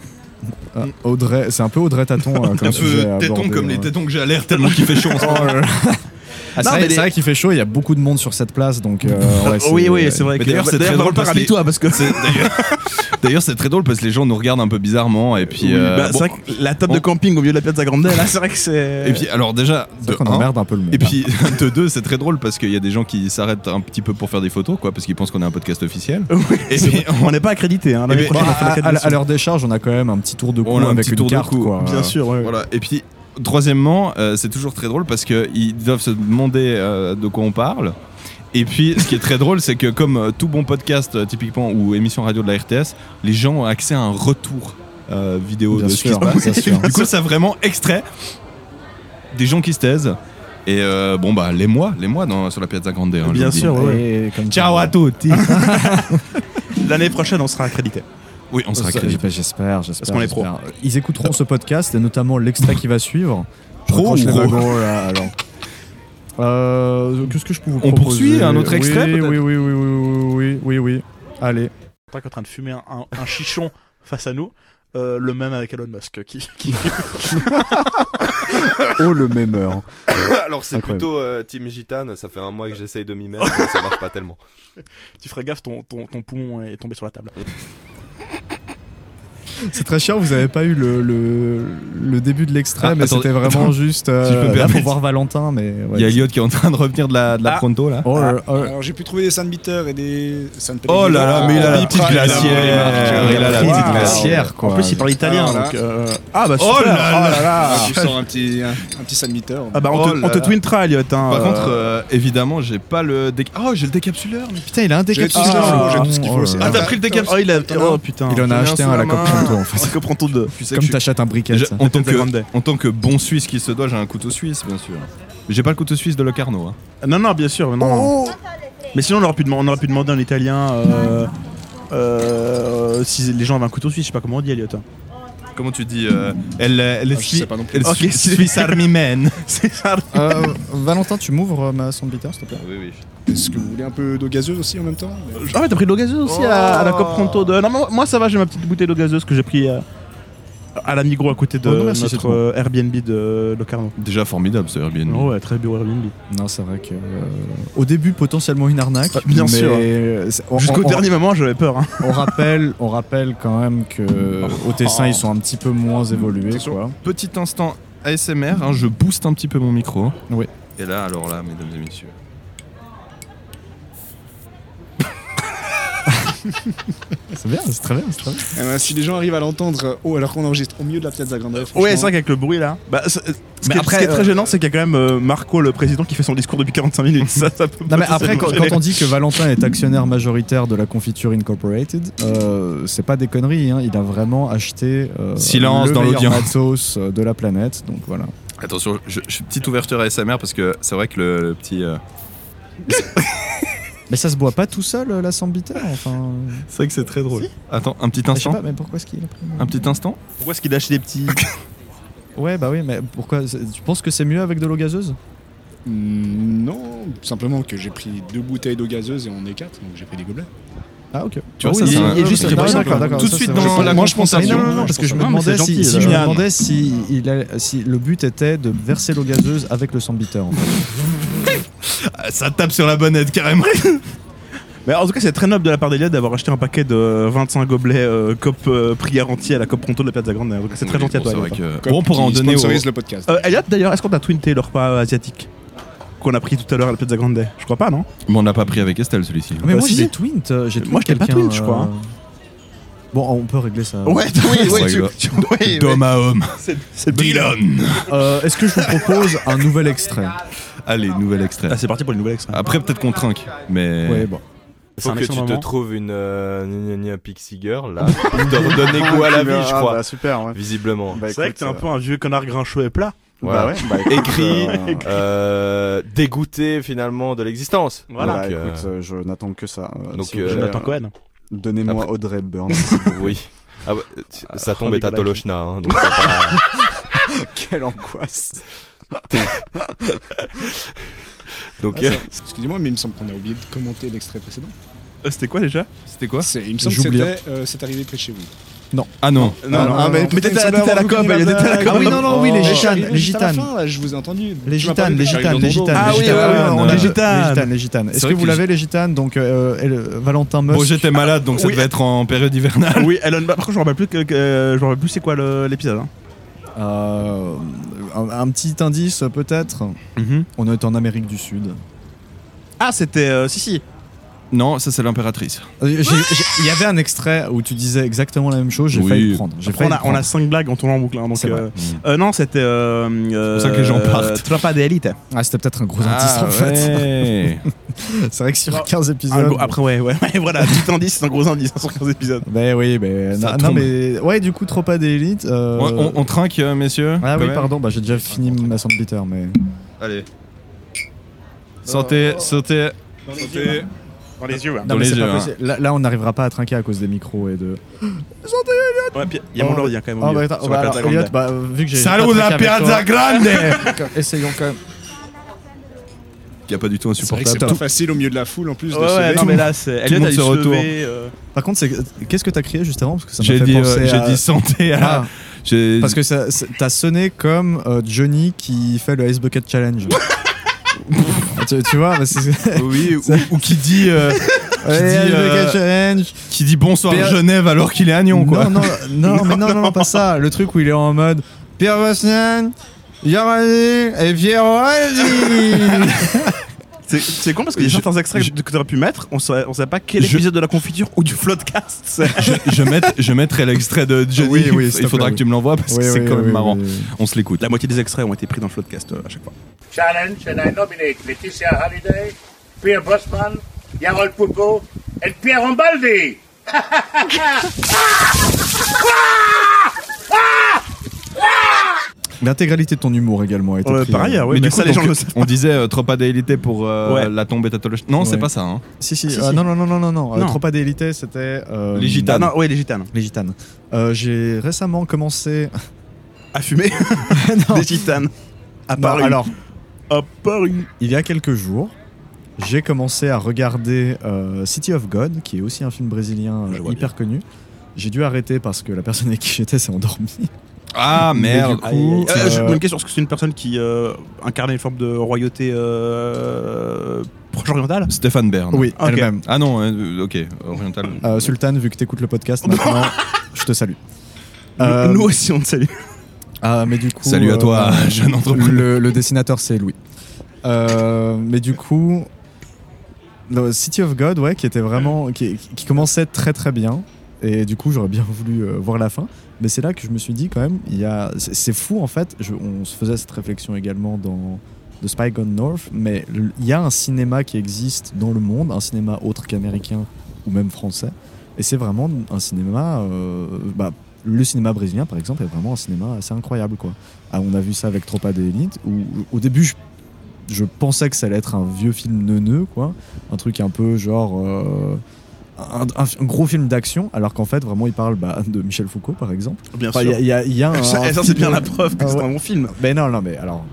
J: Ah, Audrey, c'est un peu Audrey Taton euh, comme
H: un
J: sujet
H: peu
J: à
H: téton
J: aborder, hein. Oh,
H: comme les
J: ouais.
H: tétons que j'ai à l'air tellement qu'il fait chaud en ce moment.
J: Ah, c'est
I: Non,
J: vrai,
I: mais les-
J: c'est vrai qu'il fait chaud, il y a beaucoup de monde sur cette place, donc. euh, ouais,
I: oui, oui, c'est vrai.
H: Mais
I: que-
H: d'ailleurs, Mm. c'est très drôle
I: Barbara,
H: parce que-
I: habille-toi, parce que.
H: C'est- d'ailleurs, d'ailleurs, c'est très drôle parce que les gens nous regardent un peu bizarrement et puis.
I: Oui,
H: euh,
I: bah, c'est
H: bon.
I: vrai que la table de
H: on-
I: camping au milieu de la Piazza Grande, là, c'est vrai que c'est.
H: Et puis, alors déjà, de
J: C'est vrai qu'on
H: un,
J: emmerde un peu le monde.
H: Et puis de deux, c'est très drôle parce qu'il y a des gens qui s'arrêtent un petit peu pour faire des photos, quoi, parce qu'ils pensent qu'on est un podcast officiel.
I: Oui,
H: Et
I: c'est
H: puis,
I: vrai. on n'est pas accrédité. Hein, l'année
H: mais-
J: Bon,
I: prochaine,
J: à,
I: on fait
J: à- à-
I: l'accréditation.
J: à leur décharge, on a quand même un petit tour de cou
H: On a un
J: avec
H: petit
J: une
H: tour de
J: carte,
H: cou,
J: quoi.
I: Bien sûr, ouais.
H: Voilà. Et puis, troisièmement, euh, c'est toujours très drôle parce qu'ils doivent se demander euh, de quoi on parle. Et puis, ce qui est très drôle, c'est que comme euh, tout bon podcast, euh, typiquement, ou émission radio de la RTS, les gens ont accès à un retour euh, vidéo
J: Bien
H: de
J: sûr,
H: ce qui se
J: bien
H: passe.
J: sûr.
H: Du coup, ça vraiment extrait des gens qui se taisent. Et euh, bon, bah, les mois, les mois dans, sur la Piazza Grande. hein, je vous
I: Bien
H: le dis.
I: sûr, ouais.
J: Et comme
H: Ciao à tutti!
I: L'année prochaine, on sera accrédité.
H: Oui, on sera
J: Ça,
H: crédit.
J: J'espère, j'espère.
I: Parce qu'on est pro.
J: j'espère. Ils écouteront ce podcast et notamment l'extrait qui va suivre. Je
H: Pro
J: raccroche
H: ou
J: les
H: gros
J: wagons, là, alors. Euh, Qu'est-ce que je peux vous
H: On
J: proposer
H: poursuit un autre
J: Oui,
H: extrait,
J: oui,
H: peut-être
J: oui, oui, oui, oui, oui, oui, oui. Allez.
I: Pas en train de fumer un, chichon face à nous. euh, le même avec Elon Musk qui,
J: Oh le mémeur.
O: Alors c'est
J: Incroyable.
O: plutôt euh, Team Gitane, ça fait un mois que j'essaye de m'y mettre, mais ça marche pas tellement.
I: tu ferais gaffe ton, ton, ton poumon est tombé sur la table
J: C'est très chiant, vous avez pas eu le, le, le début de l'extrait,
H: Ah,
J: mais
H: attendez,
J: c'était vraiment
H: attends.
J: juste
H: Si je peux me
J: euh, là pour
H: permettre.
J: voir Valentin, mais. ouais.
H: Il y a Elliot qui est en train de revenir de la, de la
K: Ah.
H: pronto là.
J: Oh, là, oh là.
K: Alors j'ai pu trouver des sandbiters et des San
H: Oh là là, mais il a la
K: Ah,
H: petite
K: il a la
H: glacière.
K: marque.
H: Il a la
K: Wow.
H: petite
J: glacière, quoi.
I: en plus il parle italien
K: Ah, voilà.
I: donc euh, ah bah super
H: Oh là là.
K: Ah, tu sens un petit, un, un petit sandbiter.
I: ah bah on,
H: Oh
I: te,
H: là
I: on te
H: là.
I: twintera Elliot hein,
H: Par
I: euh,
H: contre, euh, évidemment, j'ai pas le déc. Oh, j'ai le décapsuleur. mais-
J: Putain, il a un
K: J'ai
I: Ah,
K: tout ce
J: décapsuleur.
K: qu'il faut, j'ai tout ce qu'il
J: Oh
K: faut.
J: là
K: c'est-
J: là.
H: Ah, t'as pris le décap.
I: oh il a
K: T'en as
I: oh
K: un
I: putain
J: Il en a
H: J'ai
J: acheté
H: un
J: un à la
H: sous la
J: Cop
H: main.
J: Pronto, en fait.
I: que prend-on deux
H: Tu sais que
J: Comme
H: je-
J: t'achètes un briquet.
H: je-
J: ça.
H: en, tant
I: Grande.
H: que, en tant que bon Suisse qui se doit, j'ai un couteau suisse, bien sûr. Mais J'ai pas le couteau suisse de Locarno. hein.
I: non non bien sûr non, non. mais sinon on aurait pu demander on aurait pu demander en italien euh, euh, si les gens avaient un couteau suisse je sais pas comment on dit Elliot hein.
H: Comment tu dis euh, Elle, elle,
K: Ah, je sais pas non plus.
H: elle
I: Ok,
H: Swi-
I: c'est-
H: Swiss Army Man.
I: c'est ça
J: Euh, Valentin, tu m'ouvres euh, ma sandbiter, s'il te plaît
H: oui, oui.
K: Est-ce que vous voulez un peu d'eau gazeuse aussi en même temps
I: Oh. ah ouais t'as pris de l'eau gazeuse aussi à, à la COP Pronto de non moi- moi ça va j'ai ma petite bouteille d'eau gazeuse que j'ai pris euh, à la Migros à côté de
J: Oh non, merci, c'est
I: notre
J: trop.
I: euh, Airbnb de Locarno.
H: Déjà formidable ce Airbnb.
I: Oh ouais, très beau Airbnb.
J: Non, c'est vrai que. euh, Bah, au début, potentiellement une arnaque.
I: Ah, bien
J: mais,
I: sûr.
J: euh, c'est- on-
I: Jusqu'au
J: on-
I: dernier
J: on-
I: moment, j'avais peur. hein.
J: On rappelle, on rappelle quand même que au Tessin, ils sont un petit peu moins évolués. Quoi.
H: Petit instant ASMR, hein, je booste un petit peu mon micro. hein.
J: Oui.
H: Et là, alors là, mesdames et messieurs.
J: C'est bien, c'est très bien, c'est très bien.
K: Eh ben, si les gens arrivent à l'entendre, euh, oh, alors qu'on enregistre au milieu de la Piazza Grande.
I: Euh, Ouais, c'est vrai qu'avec le bruit là. Bah, ce, ce qui, est-
K: après,
I: ce qui est très
K: euh,
I: gênant, c'est qu'il y a quand même euh, Marco, le président, qui fait son discours depuis 45 minutes. ça, ça peut
J: Non mais après quand,
I: potentiellement
J: quand on dit que
I: gêner.
J: Valentin est actionnaire majoritaire de la confiture Incorporated, euh, c'est pas des conneries, hein, il a vraiment acheté euh,
H: Silence
J: le
H: dans
J: meilleur
H: l'audience.
J: matos euh, de la planète, donc voilà.
H: Attention, je, je- petite ouverture ASMR parce que c'est vrai que le, le petit. euh,
J: Mais ça se boit pas tout seul euh, la sambita, enfin.
H: C'est vrai que c'est très drôle. Attends, un petit
J: Mais je sais
H: instant.
J: pas, mais pourquoi est-ce qu'il a pris
H: Un petit instant.
I: Pourquoi est-ce qu'il lâche des petits.
J: Ouais bah oui, mais pourquoi c'est- Tu penses que c'est mieux avec de l'eau gazeuse
K: Mm, Non, simplement que j'ai pris deux bouteilles d'eau gazeuse et on est quatre, donc j'ai pris des gobelets.
J: Ah ok.
K: Tu vois,
J: Ah
K: ça,
J: oui,
K: c'est
J: il-
K: un-
J: il est juste
K: c'est
J: il est
K: pas
J: pas-
K: simple.
J: d'accord, d'accord,
K: Tout de
J: ça,
K: suite
J: c'est
K: dans
J: vrai.
K: la
J: Moi, je pense à-
K: confrontation.
J: Mais Non, non, non, parce que je me
K: Non, mais
J: demandais
K: c'est
J: si,
K: gentil,
J: si
K: là.
J: je me
K: Miam.
J: demandais si, il a- si le but était de verser l'eau gazeuse avec le sambiter. En fait.
H: Ah, Ça tape sur la bonnette carrément.
I: Mais en tout cas, c'est très noble de la part d'Eliade d'avoir acheté un paquet de 25 gobelets euh, COP euh, prière entier à la COP Pronto de la Piazza Grande. Donc c'est très
H: Oui,
I: gentil à
H: bon,
I: toi.
H: c'est
I: Eliade.
H: vrai que-
K: Comme
H: Bon, on pourra en
K: qui
H: donner au-
K: sponsorise le podcast.
I: Euh, Eliade, d'ailleurs, est-ce qu'on a twinté le repas euh, asiatique qu'on a pris tout à l'heure à la Piazza Grande Je crois pas, non
H: Mais on n'a pas pris avec Estelle celui-ci. hein.
J: Mais
I: Euh,
J: moi
I: si,
J: j'ai
I: mais-
J: twint, euh, j'ai twint
I: Moi, je l'ai pas
J: quelqu'un,
I: twint, je crois, hein.
J: euh, Bon, on peut régler ça.
I: oui,
H: C'est vrai que- D'homme à homme.
I: C'est
H: Dylan
J: Euh, Est-ce que je vous propose un nouvel extrait
H: Allez, nouvel extrait.
I: Ah, c'est parti pour le nouvel extrait.
H: Après, peut-être qu'on trinque, mais.
J: Ouais, bon.
I: C'est
O: Faut
I: un
O: que tu
I: excellent
O: te
I: moment.
O: trouves une euh, gna gna gna pixie girl là. pour te redonner
K: Ah,
O: goût à la vie, je crois.
K: bah, super, ouais.
O: Visiblement.
K: Bah,
I: C'est vrai que
K: écoute,
I: t'es un
K: euh,
I: peu un vieux connard grincheux et plat. hein,
K: Bah
O: Voilà.
K: ouais, bah écoute,
O: Écrit,
K: euh,
O: euh, dégoûté finalement de l'existence.
I: Voilà.
K: bah
O: Donc, euh,
K: écoute, euh, je n'attends que ça. euh,
O: donc,
K: si vous
O: euh,
K: voulez,
I: Jonathan
K: euh,
I: Cohen.
K: Donnez-moi Audrey Burns. si vous voulez.
O: oui. Ah, bah, tu- ça
I: oh,
O: tombe et t'as
I: Nicolas,
O: Tolochna. Hein, donc t'as pas-
K: Quelle angoisse.
O: donc,
K: Ah,
O: euh,
K: ça- Excusez-moi, mais il me semble qu'on a oublié de commenter l'extrait précédent.
I: Euh, C'était quoi déjà
H: C'était quoi
K: C'est- Il me semble que
J: J'oublie.
K: c'était euh, C'est arrivé près de chez vous.
H: Ah non.
K: Ah, ah, mais
I: hein. mais
K: putain,
I: t'étais à
K: c'est
I: la- t'étais à
K: d'avoir
I: la COP,
K: reconnu
I: Eliade,
K: la
I: t'étais à la
K: blague.
I: COP.
J: Ah oui, non, non, oui, les
K: Oh,
J: gitanes,
K: je suis
J: les
K: juste à la
J: gitanes.
K: fin, là, Je vous ai entendu.
J: Les
K: Tu m'as
J: gitanes,
K: parlé de
J: les
K: Charlie
J: gitanes, les
K: Bordeaux.
J: gitanes,
I: Ah
J: les
I: oui,
J: gitanes.
I: ah oui,
H: on
J: on a-
H: a-
J: les gitanes,
I: gitanes.
J: les gitanes, les gitanes.
H: C'est
J: Est-ce
H: vrai
J: que vous
H: que
J: l'avez les gitanes Donc euh, et le- Valentin Musk.
H: Bon, j'étais malade, donc ça
I: Oui.
H: devait être en période hivernale.
I: oui, Elon, bah, par contre, je me rappelle plus, que, que- je me rappelle plus c'est quoi le- l'épisode. hein.
J: Euh, un, un petit indice peut-être. On est en Amérique du Sud.
I: Ah, c'était. euh, si, si.
H: Non, ça c'est l'impératrice.
J: Euh, j'ai- j'ai- Il y avait un extrait où tu disais exactement la même chose. J'ai
H: Oui.
J: failli le prendre. J'ai
I: Après,
J: failli
I: on,
J: le
I: a, on a
J: prendre.
I: 5 blagues en tournant en boucle. hein, donc,
J: C'est vrai.
I: euh, euh, non, c'était. Euh, c'est
H: pour ça que les gens partent.
I: Trappa d'élite.
J: Ah, c'était peut-être un gros indice en fait.
H: ouais.
J: C'est vrai que sur 15 épisodes.
I: Ah, Euh, Après, ouais, ouais, ouais, voilà. Tout indice, c'est un gros indice hein, sur 15 épisodes.
J: Ben oui, ben
H: Ça
J: non,
H: tombe.
J: mais ouais, du coup, trop pas d'élite. euh,
H: On, on- on trinque, euh, messieurs
J: Ah
H: quand
J: oui,
H: même
J: pardon, bah j'ai déjà fini ma sandbiter, mais.
H: Allez.
J: Euh,
H: Santé, santé.
I: Dans les yeux, ouais.
H: Dans
J: mais
H: les
J: c'est
H: yeux,
J: pas
H: hein.
J: possible. Là, là, on n'arrivera pas à trinquer à cause des micros et de.
I: Ouais, puis il y a mon
J: Oh.
I: ordi hein, quand même. au
J: Ah
I: milieu,
J: bah, attends,
I: sur
J: bah,
I: la
J: alors,
I: Piazza Grande.
J: Elliot, bah, euh, vu que j'ai.
H: Salaud de
J: pas
H: la
J: trinqué avec
H: Piazza Grande
J: toi, Essayons quand même.
H: Qui a pas du tout
K: C'est vrai que c'est
H: insupportable.
K: pas facile au milieu de la foule en plus. de
I: Ouais,
K: se
I: ouais,
K: lever.
I: non, mais là, c'est.
H: le
I: Elliot
H: monde
I: a dû
H: se
I: se
H: retourne.
I: lever, euh,
J: Par contre, c'est- qu'est-ce que t'as crié juste avant Parce que ça m'a
H: J'ai
J: fait
H: dit, euh,
J: penser.
H: j'ai
J: à-
H: dit santé à la-
J: Ah,
H: j'ai-
J: parce que ça- c'est- t'as sonné comme euh, Johnny qui fait le Ice Bucket Challenge. tu, tu vois, bah, c'est.
H: Oui, ou, ou qui dit, euh,
J: Ouais, Ice
H: euh,
J: Bucket Challenge.
H: qui dit bonsoir
J: Pierre-
H: Genève alors qu'il est à Nyon, quoi.
J: Non, non, non, mais non, non, non, pas ça. Le truc où il est en mode Pierre Bosnian, Yaradi et Pierre Oraldi.
I: C'est- C'est con parce qu'il y a
H: Je-
I: certains extraits
H: je-
I: que que t'aurais pu mettre, on saurait, on savait pas quel
H: Je-
I: épisode de la confiture ou du floodcast. c'est.
H: je, je, mett- je mettrai l'extrait de Johnny.
J: Oui, oui, s'il te
H: il faudra
J: plaît,
H: que tu me l'envoies parce que
J: Oui,
H: c'est
J: oui,
H: quand
J: oui,
H: même
J: oui,
H: marrant.
J: oui, oui.
H: On se l'écoute.
I: La moitié des extraits ont été pris dans le floodcast euh, à chaque fois.
P: challenge and I nominate Laetitia Halliday, Pierre Bosman, Yarol Poupeau, and Pierre Rambaldi.
J: L'intégralité de ton humour également a été.
I: Euh,
J: prise.
I: par ailleurs, oui,
H: du
I: mais,
H: coup,
I: ça les gens
H: donc,
I: le savent.
H: on disait euh, trop pas d'élité pour euh,
I: Ouais.
H: la tombe et tatologie. Non, c'est
J: Ouais.
H: pas ça. Hein.
J: Si, si,
I: Si,
J: euh,
I: si.
J: non, non, non, non, non, non. Euh,
I: Non.
J: trop pas d'élité, c'était. euh,
H: Les gitanes.
I: Ah non, ouais, les gitanes.
J: Les gitanes. Euh, J'ai récemment commencé.
I: À fumer
J: Non.
I: Des gitanes. À
J: Non,
I: part une-
J: alors,
I: À part une.
J: il y a quelques jours. J'ai commencé à regarder euh, City of God, qui est aussi un film brésilien euh,
I: Je vois
J: hyper connu. J'ai dû arrêter parce que la personne avec qui j'étais s'est endormie.
H: Ah merde.
J: du coup,
I: Euh,
J: euh,
I: j'ai une question, est-ce que c'est une personne qui euh, incarnait une forme de royauté euh, proche-orientale
H: Stéphane Bern.
J: Oui,
I: Ok.
J: elle-même.
H: Ah non, euh, ok, oriental.
J: Euh, Sultan, vu que t'écoutes le podcast maintenant, je te salue.
I: Nous- nous aussi, on te salue.
J: Ah, mais du coup. euh,
H: Salut à toi, jeune entrepreneur.
J: Le, le dessinateur, c'est Louis. Euh, mais du coup, le City of God, ouais, qui était vraiment, qui, qui commençait très très bien. Et du coup, j'aurais bien voulu euh, voir la fin. Mais c'est là que je me suis dit quand même, il y a, c'est c'est fou en fait. Je- on se faisait cette réflexion également dans The Spy Gone North, mais l- il y a un cinéma qui existe dans le monde, un cinéma autre qu'américain ou même français. Et c'est vraiment un cinéma. euh, bah, le cinéma brésilien, par exemple, est vraiment un cinéma assez incroyable, quoi. Ah, on a vu ça avec Tropa de Elite, où au début, je je pensais que ça allait être un vieux film neuneux, quoi. Un truc un peu genre. euh, un, un- un gros film d'action, alors qu'en fait, vraiment, il parle bah, de Michel Foucault, par exemple.
I: Bien
J: Enfin, il
I: sûr.
J: y a- Il y a, il y a un.
I: Ça-
J: un
I: ça,
J: film-
I: c'est bien la preuve que
J: Ah
I: c'est
J: ouais.
I: un bon film.
J: Mais non, non, mais alors.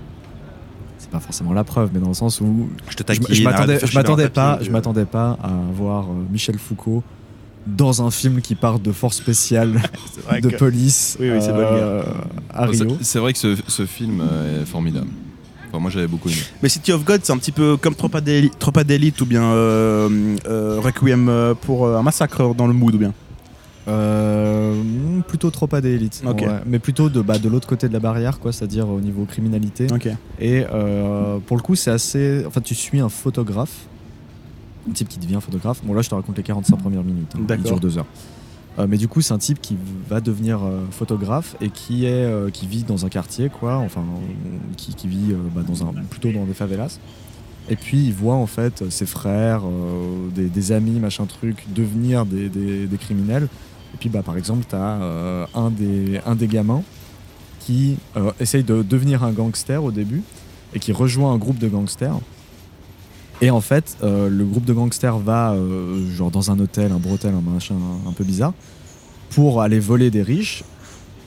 J: C'est pas forcément la preuve, mais dans le sens où.
I: Je
J: je
I: te taquine, arrête de
J: m'attendais,
I: faire
J: je
I: chier dans
J: m'attendais
I: le papier,
J: pas,
I: Dieu.
J: je m'attendais pas à voir euh, Michel Foucault dans un film qui parle de force spéciale,
I: vrai
J: de
I: que-
J: police,
I: Oui, oui, c'est bonne guerre.
J: euh, à
H: C'est-
J: Rio.
H: C'est vrai que ce, ce film euh, est formidable. Enfin, moi j'avais beaucoup aimé.
J: Euh,
I: Mais City of God, c'est un petit peu comme Tropa d'Eli- Tropa d'élite ou bien euh, euh, Requiem euh, pour euh, un massacre dans le mood ou bien.
J: Euh, hmm, plutôt trop pas des élites, en
I: Ok.
J: vrai. mais plutôt de, bah, de l'autre côté de la barrière, quoi, c'est-à-dire au niveau criminalité.
I: Ok.
J: Et euh, pour le coup, c'est assez. Enfin, tu suis un photographe, un type qui devient photographe. Bon, là, je te raconte les 45 premières minutes, hein. il
I: D'accord.
J: dure deux heures. Euh, mais du coup, c'est un type qui va devenir euh, photographe et qui, est, euh, qui vit dans un quartier, quoi, enfin, euh, qui, qui vit euh, bah, dans un, plutôt dans des favelas. Et puis il voit en fait euh, ses frères, euh, des, des amis, machin truc, devenir des, des- des criminels. Et puis bah, par exemple, t'as euh, un, des, un des gamins qui euh, essaye de devenir un gangster au début et qui rejoint un groupe de gangsters. Et en fait, euh, le groupe de gangsters va euh, genre dans un hôtel, un brotel, un machin un peu bizarre, pour aller voler des riches.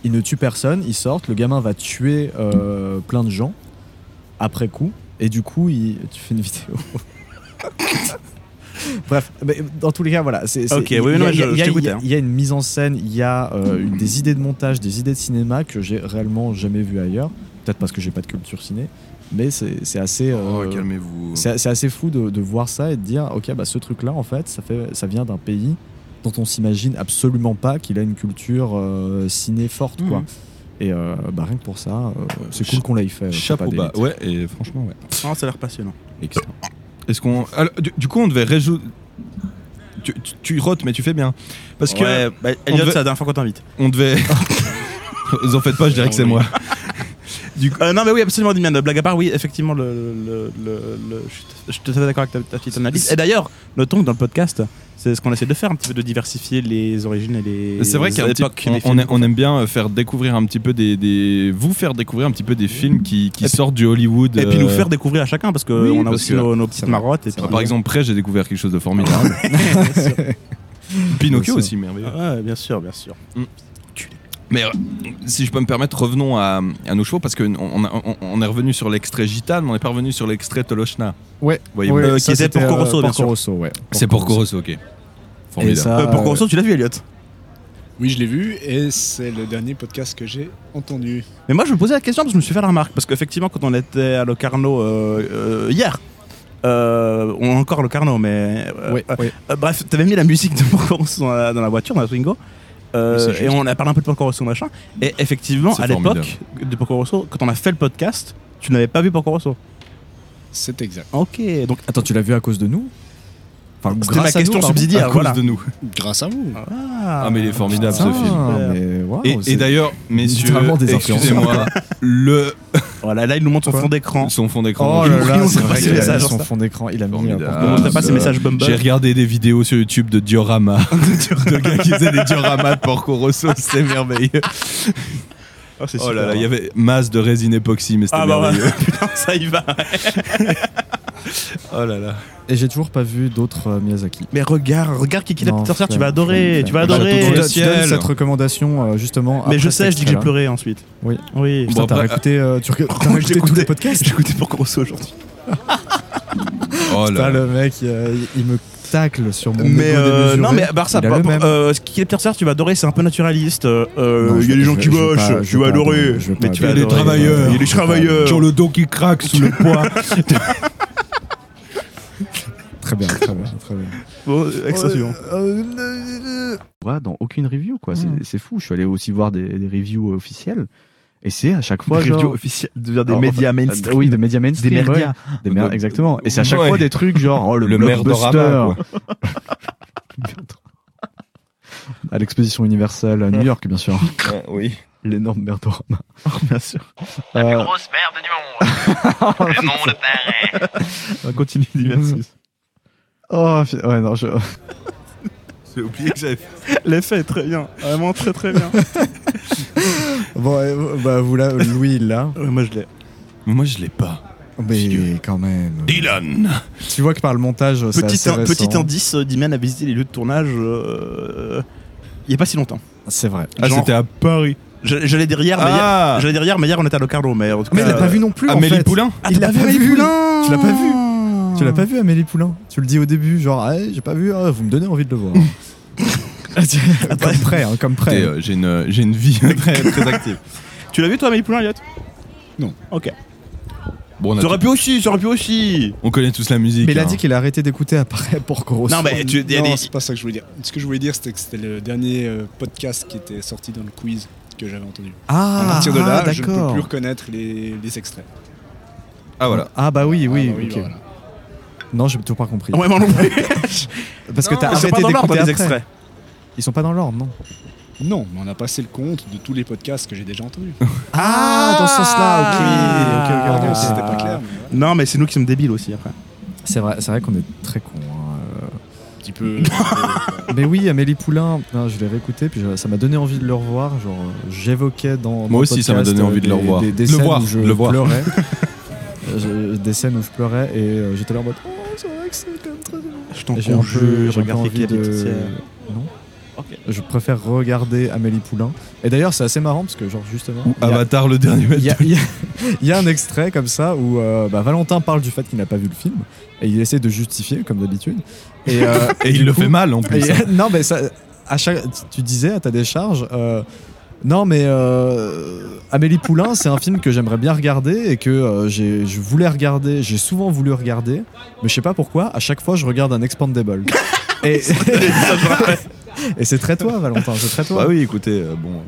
J: Ils ne tuent personne, ils sortent, le gamin va tuer euh, plein de gens après coup, et du coup, il... tu fais une vidéo. Bref, mais dans tous les cas, voilà. c'est- c'est-
I: Ok,
J: il y a-
I: oui, non,
J: il y a-
I: je-
J: il y a-
I: je
J: il
I: t'écoutais,
J: y a-
I: hein.
J: Il y a une mise en scène, il y a euh, une- des idées de montage, des idées de cinéma que j'ai réellement jamais vu ailleurs. Peut-être parce que j'ai pas de culture ciné, mais c'est c'est assez.
H: Oh,
J: euh,
H: calmez-vous.
J: C'est c'est assez fou de, de voir ça et de dire, ok, bah ce truc-là, en fait, ça fait, ça vient d'un pays dont on s'imagine absolument pas qu'il a une culture euh, ciné forte, quoi.
H: Mhm.
J: Et euh, bah rien que pour ça, euh, c'est cool qu'on l'ait fait. euh,
H: Chapeau
J: Copa
H: bas.
J: d'élite.
H: Ouais, et franchement, ouais.
I: Ah, ça a l'air passionnant.
H: Excellent. Est-ce qu'on. alors, Du, du coup, on devait résoudre. Tu, tu, tu rotes, mais tu fais bien. Parce que.
I: Ouais, bah,
H: on
I: Elliot,
H: devait-
I: c'est la dernière fois qu'on t'invite.
H: On devait. Vous en faites pas, je dirais que c'est moi.
I: Du coup- Euh, non, mais oui, absolument, Dimian. Blague à part, oui, effectivement, le, le, le, le- je suis tout- je suis tout à fait d'accord avec ta, ta petite analyse. Et d'ailleurs, notons que dans le podcast, c'est ce qu'on essaie de faire, un petit peu de diversifier les origines et les.
H: C'est vrai
I: les
H: qu'on
I: époques des
H: on,
I: films.
H: a- on aime bien euh, faire découvrir un petit peu des, des- vous faire découvrir un petit peu des films qui, qui sortent du Hollywood.
I: Et puis nous
H: euh,
I: faire découvrir à chacun, parce qu'on
H: oui,
I: a
H: parce
I: aussi
H: que-
I: nos, nos petites
H: c'est vrai.
I: marottes. Et
H: C'est
I: puis-
H: vrai. Bah, Par exemple, Prêt, j'ai découvert quelque chose de formidable. Pinocchio aussi, merveilleux.
I: Ouais, bien sûr, bien sûr.
H: Mais euh, si je peux me permettre, revenons à, à nos chevaux parce qu'on on, a- on- on est revenu sur l'extrait Gitane, mais on n'est pas revenu sur l'extrait Tolochna.
J: Ouais.
H: Voyez-vous.
J: Ouais,
H: Euh,
J: ça,
H: qui était pour
J: c'était, euh,
H: Corosso, bien
J: Porco
H: sûr.
J: Rosso, ouais.
H: C'est pour
J: Porco
H: Corosso, ok. Formidable.
J: ça,
I: Euh, pour
J: euh,
I: Corso, tu l'as vu, Elliot
K: Oui, je l'ai vu et c'est le dernier podcast que j'ai entendu.
I: Mais moi, je me posais la question parce que je me suis fait la remarque. Parce qu'effectivement, quand on était à Locarno euh, euh, hier, euh, on a encore Locarno, mais. euh,
J: Ouais,
I: euh,
J: ouais.
I: euh, bref, t'avais mis la musique de Porcoros dans, la- dans la voiture, dans la Twingo. euh,
J: Oui, c'est
I: et
J: juste.
I: on a parlé un peu de Porco Rosso machin. Et effectivement,
J: C'est
I: à
J: formidable.
I: l'époque de Porco Rosso, quand on a fait le podcast, tu n'avais pas vu Porco Rosso.
K: C'est exact.
I: Ok, donc
J: Attends, tu l'as vu à cause de nous Enfin,
I: C'était
J: grâce
I: ma
J: à
I: question
J: nous, pardon.
I: subsidiaire,
J: À cause
I: voilà.
J: de nous.
K: Grâce à vous.
I: Ah,
H: Ah mais il est formidable
J: putain,
H: ce film.
J: Ah, mais waouh,
H: et
J: c'est
H: et d'ailleurs, messieurs,
J: littéralement des influenceurs.
H: excusez-moi, le
I: Voilà, là il nous montre son fond d'écran.
H: Son fond d'écran.
J: Oh
H: Je
J: là
H: vous prie,
J: là,
H: on
J: c'est
H: s'est
J: vrai
H: passé
J: qu'il
H: les
J: a mis
H: messages.
J: son fond d'écran, il a mis.
H: Formidable.
J: euh, Porco Rosso.
H: J'ai regardé des vidéos sur YouTube de diorama, de gars qui faisaient des dioramas de Porco Rosso, c'est merveilleux.
I: Oh, c'est
H: Oh
I: super,
H: là là, il y
I: hein.
H: avait masse de résine époxy, mais c'était
I: Ah bah ouais,
H: merveilleux.
I: putain, ça y va.
H: Oh là là.
J: Et j'ai toujours pas vu d'autres euh, Miyazaki.
I: Mais regarde, regarde Kiki la
J: Non,
I: petite sorcière, tu vas
J: frère,
I: adorer,
J: frère,
I: tu vas
J: frère.
I: adorer.
J: Tu donnes- Tu donnes cette recommandation euh, justement.
I: Mais
J: après
I: je sais,
J: cet
I: je dis que j'ai
J: extrait-là.
I: pleuré ensuite.
J: Oui.
I: Oui.
J: Putain, t'as écouté, tu reg- t'as
I: Moi,
J: écouté
I: j'écoutais-
J: tous les podcasts
I: J'ai écouté pour Grosso aujourd'hui.
H: Oh
J: Putain,
H: là là.
J: le mec, il, il me tacle sur mon
I: Mais
J: ego
I: euh,
J: démesuré,
I: non, mais à part ça,
J: il a le
I: par-
J: même.
I: euh, ce qui est Peter Sar, tu vas adorer, c'est un peu naturaliste. euh, euh,
J: Non,
I: Il y a
J: je-
I: des gens
J: je-
I: qui
J: je vais
I: bossent,
J: pas- je
I: tu
J: vais
I: vas
J: pas
I: adorer.
J: adorer, je vais
I: Mais
J: pas
I: tu vas
J: adorer. Il y
I: adorer.
J: a des travailleurs.
I: Il y a des travailleurs.
J: Qui ont le dos qui craque sous le poids. Très bien, très bien, très bien.
I: Bon, euh, extrait suivant.
Q: Voilà, dans aucune review, quoi. C'est-
J: Hmm.
Q: C'est fou. Je suis allé aussi voir des, des reviews officielles. Et c'est à chaque fois.
R: Des
Q: genre-
R: reviews officielles, de- des
Q: Alors,
R: médias
Q: enfin,
R: mainstream.
Q: Oui, des médias mainstream.
R: Des
Q: ouais.
R: merdias.
Q: Des mer-
R: Euh,
Q: exactement. Et c'est à chaque
R: ouais.
Q: fois des trucs genre, oh, le,
R: Le
Q: blockbuster.
R: Merdorama,
Q: à l'exposition universelle à New York, bien sûr.
I: Eh,
R: oui.
Q: L'énorme merdorama.
I: bien sûr.
Q: La plus
I: grosse merde du monde. Le monde paraît. On continue diversus.
Q: Oh, fi- ouais, non, je.
I: J'ai oublié que j'avais L'effet est très bien. Vraiment très très bien.
J: Bon, euh, bah, vous là, Louis, il l'a.
I: moi, je l'ai.
J: Moi, je l'ai pas. Mais quand même.
I: Dylan
J: Tu vois que par le montage, c'est
I: Petit,
J: assez
I: in- petit
J: récent.
I: indice, euh, Diman a visité les lieux de tournage euh, il n'y a pas si longtemps.
J: C'est vrai.
I: Ah, c'était à
J: Paris.
I: Je- J'allais dire hier, mais,
J: Ah.
I: hier, j'allais dire hier, mais hier on était à Locarno. Mais, en tout
J: Mais
I: cas,
J: il l'a pas
I: euh,
J: vu non plus. en fait.
I: Ah,
J: il
I: t'as
J: l'a
I: pas vu Amélie Poulain
J: Tu l'as pas vu. Tu l'as pas vu, Amélie Poulain. Tu le dis au début, genre, Ah, j'ai pas vu, ah, vous me donnez envie de le voir. comme prêt, hein, comme prêt.
H: Écoutez, euh, J'ai une, j'ai une vie très, très active.
I: Tu l'as vu toi, Amélie Poulain, Yacht
H: Non.
I: Ok.
H: Bon, on a
I: T'aurais
H: tout-
I: pu aussi, t'aurais pu aussi.
H: On connaît tous la musique.
J: Mais il a
H: hein.
J: dit qu'il a arrêté d'écouter après pour gros.
K: Non, c'est pas ça que je voulais dire. Ce que je voulais dire, c'était que c'était le dernier euh, podcast qui était sorti dans le quiz que j'avais entendu.
J: Ah,
K: à partir de là,
J: ah,
K: je ne peux
J: d'accord.
K: plus reconnaître les, les extraits.
H: Ah voilà.
J: Ah bah oui, oui,
K: Ah bah oui,
J: ok.
K: voilà.
J: Non, j'ai toujours pas compris.
I: Ouais, moi non plus.
J: Parce que
K: Non,
J: t'as
K: ils sont
J: arrêté
K: pas dans l'ordre,
J: d'écouter
K: les
J: après.
K: extraits.
J: Ils sont pas dans l'ordre, non
K: Non, mais on a passé le compte de tous les podcasts que j'ai déjà entendus.
J: Ah, dans ce sens-là, Ah, ok.
K: ok, ok, ok, c'était pas clair, mais
I: Non, mais c'est nous qui sommes débiles aussi après.
J: C'est vrai, c'est vrai qu'on est très cons. hein, euh.
K: petit peu.
J: Mais oui, Amélie Poulain, non, je l'ai réécouté, puis je- ça m'a donné envie de le revoir. Genre, euh, j'évoquais dans. dans
H: Moi aussi,
J: le
H: ça m'a
J: podcast,
H: donné envie
J: euh,
H: de le
J: des-
H: revoir.
J: Des, des
H: Le
J: scènes
H: voir,
J: où je
H: le voir.
J: pleurais. Euh, Je- des scènes où je pleurais et euh, j'étais là en mode. Oh, c'est vrai que c'est quand même très bien.
I: Je t'en
J: Et j'ai un
I: conjure,
J: peu- j'ai un peu
I: regarde
J: envie
I: les
J: de-
I: Laetitia.
J: Non. Je préfère regarder Amélie Poulain. Et d'ailleurs, c'est assez marrant parce que, genre, justement.
H: Ou
J: il y a-
H: Avatar, le dernier
J: il y a- Il y, a- il y a un extrait comme ça où euh, bah, Valentin parle du fait qu'il n'a pas vu le film et il essaie de justifier, comme d'habitude. Et, euh,
H: Et il
J: du
H: le fait mal, en plus,
J: et-
H: hein.
J: non, mais ça, à chaque, tu- tu disais à ta décharge. euh, non mais euh, Amélie Poulain c'est un film que j'aimerais bien regarder et que euh, j'ai- je voulais regarder, j'ai souvent voulu regarder, mais je sais pas pourquoi, à chaque fois je regarde un Expandable. et et c'est très toi Valentin, c'est très toi.
H: Bah oui, écoutez, euh, bon.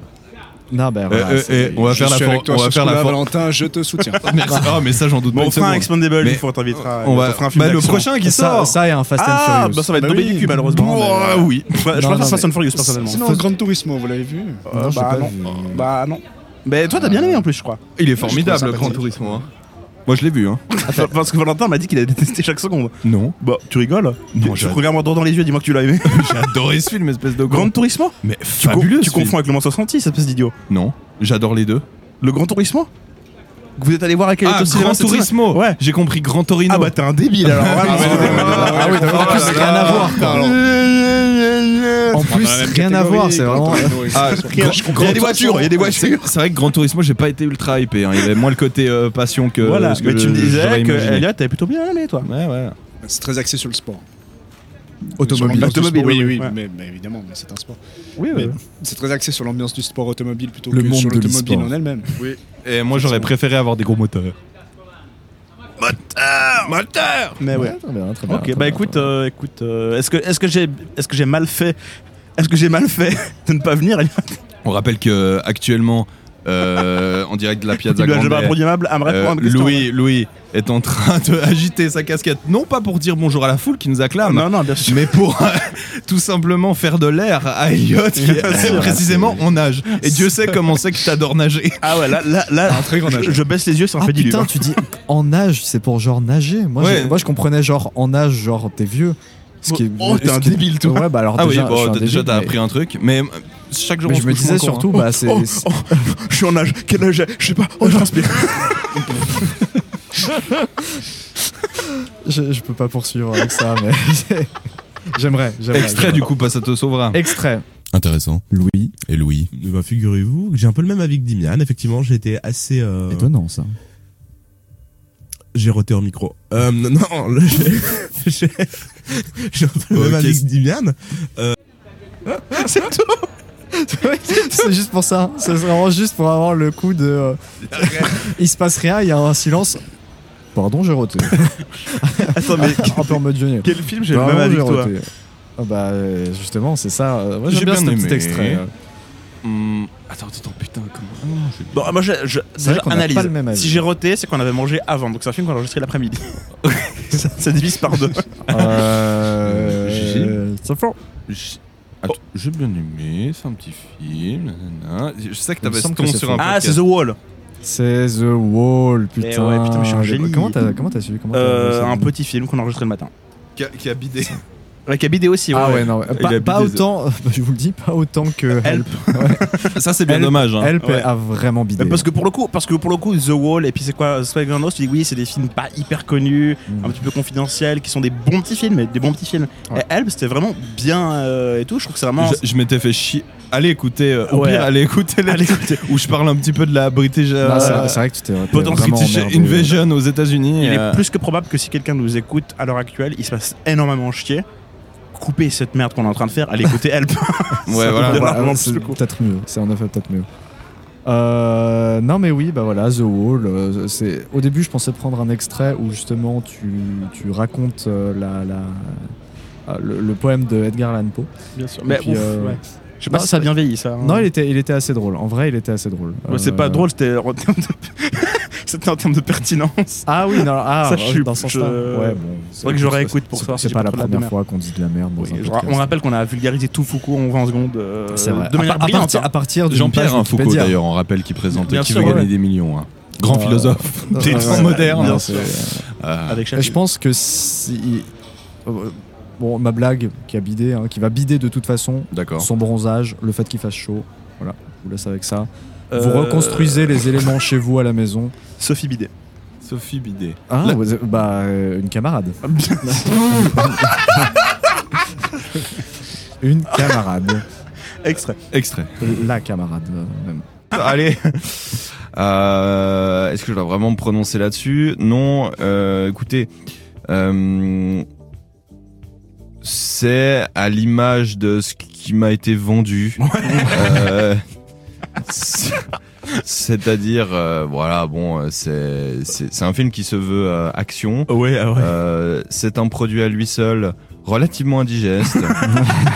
J: Non, ben voilà,
H: Euh, euh,
J: c'est-
H: eh, on va
J: je
H: faire la
J: suis
H: for-
J: avec toi
H: on
J: sur
H: va
J: ce
H: faire la
J: coup-là,
H: for-
K: Valentin, je te soutiens.
J: bah.
H: Merci. Ah, mais ça, j'en doute
I: Bon,
H: pas.
I: on
H: une
I: fera un
H: seconde.
I: Expandable,
H: Mais-
I: il faut qu'on t'invitera.
H: On va.
I: on fera un film
H: Bah, le
I: d'action.
H: prochain qui
I: Ça-
H: sort.
I: ça et un Fast and
H: Ah,
I: Furious.
H: bah, ça va être
I: Bah
H: tombé
I: oui.
H: du cul, malheureusement.
I: Bon,
H: mais-
I: ah oui. Je préfère
H: Non, non,
I: Fast
H: mais-
I: and Furious, personnellement.
K: Sinon, Gran Turismo, vous l'avez vu
I: Euh, bah, non. bah non. Mais toi, t'as bien aimé en plus, je crois.
H: Il est formidable, le Grand Tourisme. hein. Moi, je l'ai vu. Hein.
I: Parce que Valentin m'a dit qu'il a détesté chaque seconde.
H: Non.
I: Bah, tu rigoles
H: Non,
I: Tu
H: j'ai-
I: regardes-moi droit dans les yeux, dis-moi que tu l'as aimé.
H: J'ai adoré ce film, espèce de
I: Grand Tourisme
H: Mais
I: Tu, co-
H: fabuleux. ce
I: tu
H: film.
I: confonds avec le Mans 66, espèce d'idiot.
H: Non, j'adore les deux.
I: Le Grand Tourisme Vous êtes allé voir à quel
H: Ah, Grand Turismo
I: Ouais.
H: J'ai compris Grand Torino.
I: Ah bah, t'es un débile alors. vraiment.
J: Ah oui, en plus, rien à voir. quoi. En plus, rien à voir, c'est vraiment.
H: Ah,
I: Il y a des
H: Grand- Grand-
I: voitures, il y a des voitures.
H: C'est c'est vrai que Grand Turismo, j'ai pas été ultra hypé. hein. Il y avait moins le côté euh, passion que.
I: Voilà,
H: ce que
I: mais tu me
H: je- j'aurais
I: disais que
H: imaginé.
I: Elliot, t'avais plutôt bien aimé, toi.
H: Ouais, ouais.
K: C'est très axé sur le sport.
I: Automobile.
K: Sur l'ambiance du
I: Automobile,
K: sport, oui,
I: oui,
K: oui,
I: ouais.
K: mais, mais évidemment, mais c'est un sport.
I: Oui,
K: Mais
I: oui.
K: C'est très axé sur l'ambiance du sport automobile plutôt
H: Le
K: que
H: monde
K: sur
H: de
K: l'automobile
H: l'e-sport.
K: en elle-même. Oui.
H: Et moi, j'aurais préféré avoir des gros moteurs.
I: Moteur Mais ouais.
J: Ouais, très bien, Ah, ben, très bien,
I: Ok,
J: très
I: bah
J: bien,
I: écoute, euh, écoute, euh, est-ce que est-ce que j'ai est-ce que j'ai mal fait Est-ce que j'ai mal fait de ne pas venir Elliot
H: On rappelle que actuellement, euh, en direct de la Piazza
I: Il doit- je
H: Grande, Euh,
I: vais répondre aimable à me répondre à une question,
H: Louis, Louis est en train de agiter sa casquette, non pas pour dire bonjour à la foule qui nous
I: Ah,
H: acclame, mais pour euh, tout simplement faire de l'air à Elliot qui
I: Bien
H: est
I: sûr.
H: précisément en nage. Et Dieu sait comment c'est que t'adores nager.
I: Ah ouais, là, là, là je, je baisse les yeux, c'est un
J: Ah
I: peu dilué.
J: putain, tu dis en nage, c'est pour genre nager. Moi,
I: Ouais.
J: j'ai- moi je comprenais genre en nage, genre t'es vieux. Ce qui est,
H: Oh, t'es
J: ce
H: un
J: qui est-
H: débile, toi.
J: Ouais, bah alors
H: ah oui,
J: déjà, je suis
H: bon,
J: un
H: t'as- déjà
J: débile,
H: t'as
J: mais-
H: appris un truc, mais euh, chaque jour
J: Mais
H: on
J: je me
H: se couche
J: disais
H: moins con,
J: surtout,
H: hein.
J: bah, c'est-
H: Oh,
J: c'est-
H: oh,
I: Je suis en nage, quel âge j'ai Je sais pas, oh je transpire.
J: Je, je peux pas poursuivre avec ça, mais j'ai- j'aimerais. j'aimerais,
H: Extrait
J: j'aimerais.
H: du coup, pas ça te sauvera.
J: Extrait.
S: Intéressant.
J: Louis.
S: Et Louis. Bah, figurez-vous que j'ai un peu le même avis que Dimian. Effectivement, j'étais assez. euh,
J: Étonnant ça.
R: J'ai roté au micro. Euh, non, le- j'ai j'ai un problème
J: Ok.
R: avec Dimian. Euh,
J: C'est tout C'est juste pour ça. hein. C'est vraiment juste pour avoir le coup de. euh, il se passe rien, il y a un silence. Pardon, j'ai roté.
I: Attends, mais-
J: Un peu en mode Johnny.
I: Quel film j'ai le
J: Pardon,
I: même avis que toi.
J: roté. Ah bah, euh, justement, c'est ça. Euh, Moi, j'aime
I: J'ai
J: bien,
I: bien
J: ce petit
I: aimé.
J: extrait. hein.
H: Hum, attends, attends, putain, comment. Ah, j'ai-
I: Bon, moi, je, je-
J: C'est vrai
I: déjà,
J: qu'on a
I: analyse.
J: pas le même avis.
I: Si j'ai roté, c'est qu'on avait mangé avant. Donc, c'est un film qu'on a enregistré l'après-midi. ça, ça divise par deux.
J: Euh,
H: J'ai- J'ai Attends, j'ai bien aimé, c'est un petit film. nanana. Je sais que
J: Il me
H: t'avais ce
J: semble
H: ton
J: que c'est
H: sur
J: faux.
H: un
J: Ah,
H: podcast.
J: c'est The Wall. C'est The Wall, putain.
I: Mais Eh ouais, putain, mais je suis un génie.
J: Comment t'as comment t'as suivi comment t'as-
I: Euh,
J: ça-
I: Un petit film qu'on a enregistré le matin.
O: Qui a, qui a bidé.
I: Ouais, qui a bidé aussi.
J: Ah ouais, non, pas, pas autant, je vous le dis, pas autant que Help. Ouais.
H: Ça, c'est bien
J: Help-
H: dommage, hein.
J: Help
I: Ouais.
J: a vraiment bidé.
I: Mais Parce que pour le coup, parce que pour le coup, The Wall et puis c'est quoi, Swag and House, tu dis oui, c'est des films pas hyper connus,
J: Mm.
I: un petit peu confidentiels, qui sont des bons petits films, mais des bons petits films. Et Help, c'était vraiment bien euh, et tout. Je trouve que c'est vraiment.
H: Je, je m'étais fait chier. Allez écouter, euh, au
I: Ouais.
H: pire, allez écouter la où je parle un petit peu de la British.
J: Non,
I: euh,
J: c'est vrai- c'est vrai que tu t'es- t'es
H: Potential
J: vraiment
H: British
J: emmerdé.
H: Invasion aux États-Unis.
I: Il
H: euh,
I: est plus que probable que si quelqu'un nous écoute à l'heure actuelle, il se fasse énormément chier. Coupez cette merde qu'on est en train de faire, allez écouter Help.
J: Ça
I: Ça
J: peut-
I: vous donnera
J: ouais,
I: vraiment
J: Ah, c'est
I: plus le coup.
J: peut-être mieux. C'est en effet peut-être mieux. Euh, non mais oui, bah voilà, The Wall. euh, c'est au début, je pensais prendre un extrait où justement tu, tu racontes euh, la, la- euh, le, le poème de Edgar Allan Poe.
I: Bien sûr.
J: Et
I: Mais
J: puis,
I: ouf,
J: euh,
I: ouais. Je sais pas
J: non,
I: si ça a
J: c'est-
I: bien vieilli ça. hein.
J: Non, il était, il était assez drôle. En vrai, il était assez drôle.
I: Ouais, C'est
J: Euh,
I: pas drôle, c'était en termes de- c'était en termes de pertinence.
J: Ah oui, non, ah,
I: ça, je suis.
J: dans ce
I: je-
J: sens-là. Ouais, bon,
I: c'est vrai que je
J: écoute,
I: réécoute pour
J: c'est-
I: savoir si
J: C'est
I: j'ai
J: pas
I: pas
J: la
I: trop de la
J: première
I: merde.
J: fois qu'on dit de la merde. dans un
I: Je-
J: podcast.
I: on rappelle qu'on a vulgarisé tout Foucault en 20 secondes. euh,
J: C'est vrai.
I: De manière
J: À par- à
I: brillante. hein.
J: partir- à partir d'une
H: Jean-Pierre
J: page
H: hein, Foucault
J: Wikipédia.
H: d'ailleurs, on rappelle qui présente
J: Bien
H: et qui
J: sûr,
H: veut
J: ouais.
H: gagner des millions. hein. Grand
J: Euh,
H: philosophe
J: euh,
H: des temps
J: ouais,
H: modernes.
J: bien sûr.
H: Euh,
J: Et je pense que si. euh, Bon, ma blague qui a bidé, hein, qui va bider de toute façon.
H: D'accord.
J: Son bronzage, le fait qu'il fasse chaud. Voilà, je vous laisse avec ça. Vous
I: Euh,
J: reconstruisez les éléments chez vous à la maison.
I: Sophie Bidet.
H: Sophie Bidet.
J: Ah, vous- bah, euh, une camarade. une camarade.
I: Extrait.
H: Extrait.
J: La camarade, euh, même.
H: Allez. Euh, Est-ce que je dois vraiment me prononcer là-dessus Non. euh, écoutez, euh, c'est à l'image de ce qui m'a été vendu. Euh, c'est- C'est-à-dire, euh, voilà, bon, euh, c'est- c'est c'est un film qui se veut euh, action.
I: Oh, ah,
H: Euh, c'est un produit à lui seul relativement indigeste,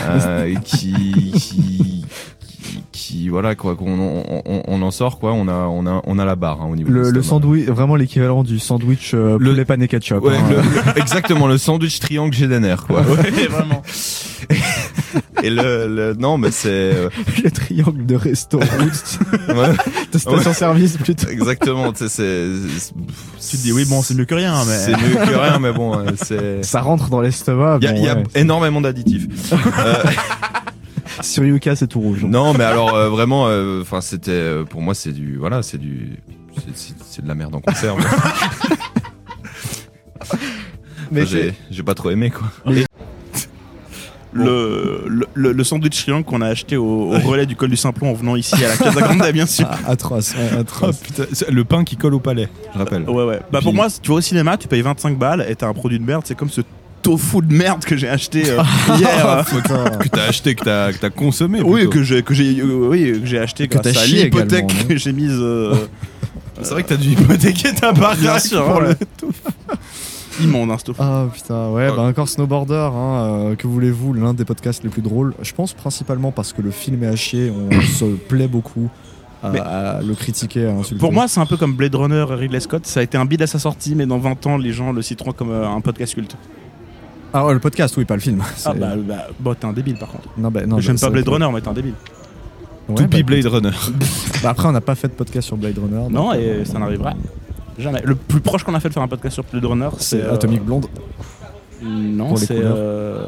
H: euh, qui, qui, qui- qui- voilà quoi, qu'on on, on- on en sort quoi. On a, on a, on a la barre hein, au niveau.
Q: Le,
H: du
Q: le
H: stomac.
Q: sandwich, vraiment l'équivalent du sandwich euh, poulet pané ketchup.
H: Ouais,
Q: hein.
H: le- exactement, le sandwich triangle GDNR, quoi.
Q: Ouais,
H: vraiment. Et le, le- non, mais c'est. euh,
Q: Le triangle de resto
H: ouais.
Q: de station service plutôt.
H: Exactement, tu sais, c'est. c'est-
I: Tu te dis, oui, bon, c'est mieux que rien, mais.
H: C'est mieux que rien, mais bon, euh, c'est.
Q: Ça rentre dans l'estomac.
H: Il y a,
Q: bon,
H: il y a
Q: ouais.
H: énormément d'additifs. Euh,
Q: Sur Yuka, c'est tout rouge. hein.
H: non, mais alors euh, vraiment, enfin, c'était euh, pour moi, c'est du, voilà, c'est du, c'est- c'est c'est de la merde en conserve.
Q: Mais
H: Enfin, j'ai j'ai pas trop aimé quoi.
I: Le, le- le, le sandwich triangle qu'on a acheté au, au relais du col du Simplon en venant ici à la Casa Grande, bien sûr.
J: atroce, ouais, atroce.
H: le pain qui colle au palais, je rappelle.
I: Ouais, ouais. Bah, pour
H: Puis-
I: moi, si tu vas au cinéma, tu payes 25 balles et t'as un produit de merde, c'est comme ce tofu de merde que j'ai acheté euh, hier.
J: Oh,
I: euh,
H: que t'as acheté, que t'as que t'as consommé.
I: oui,
H: plutôt.
I: que j'ai, que j'ai, euh, oui, que j'ai acheté
H: Que
I: grâce
H: t'as
I: à
H: chié
I: l'hypothèque
H: également, non
I: que j'ai mise. euh,
H: C'est vrai que t'as dû hypothéquer ta baraque
I: Bien sûr,
H: pour
I: ouais.
H: le
I: Immonde, hein, ce tofu.
J: Ah putain, ouais, bah encore Snowboarder, hein, euh, que voulez-vous, l'un des podcasts les plus drôles. Je pense principalement parce que le film est à chier, on se plaît beaucoup à,
I: Mais-
J: à le critiquer, à insulter.
I: Pour moi, c'est un peu comme Blade Runner et Ridley Scott. Ça a été un bide à sa sortie, mais dans 20 ans, les gens le citeront comme euh, un podcast culte.
J: Ah ouais, le podcast, oui, pas le film.
I: Ah
J: C'est-
I: bah, bah, bah, t'es un débile par contre.
J: Non, bah, non,
I: J'aime
J: bah,
I: pas
J: ça-
I: Blade Runner, mais t'es un débile.
J: Ouais,
H: To
J: bah,
H: be Blade Runner.
J: bah, après, on n'a pas fait de podcast sur Blade Runner. donc,
I: Non, et
J: euh,
I: ça n'arrivera jamais. Le plus proche qu'on a fait de faire un podcast sur Blade Runner, c'est. euh,
J: C'est euh, Atomic Blonde.
I: Non,
J: Pour les
I: c'est.
J: couleurs.
I: Euh...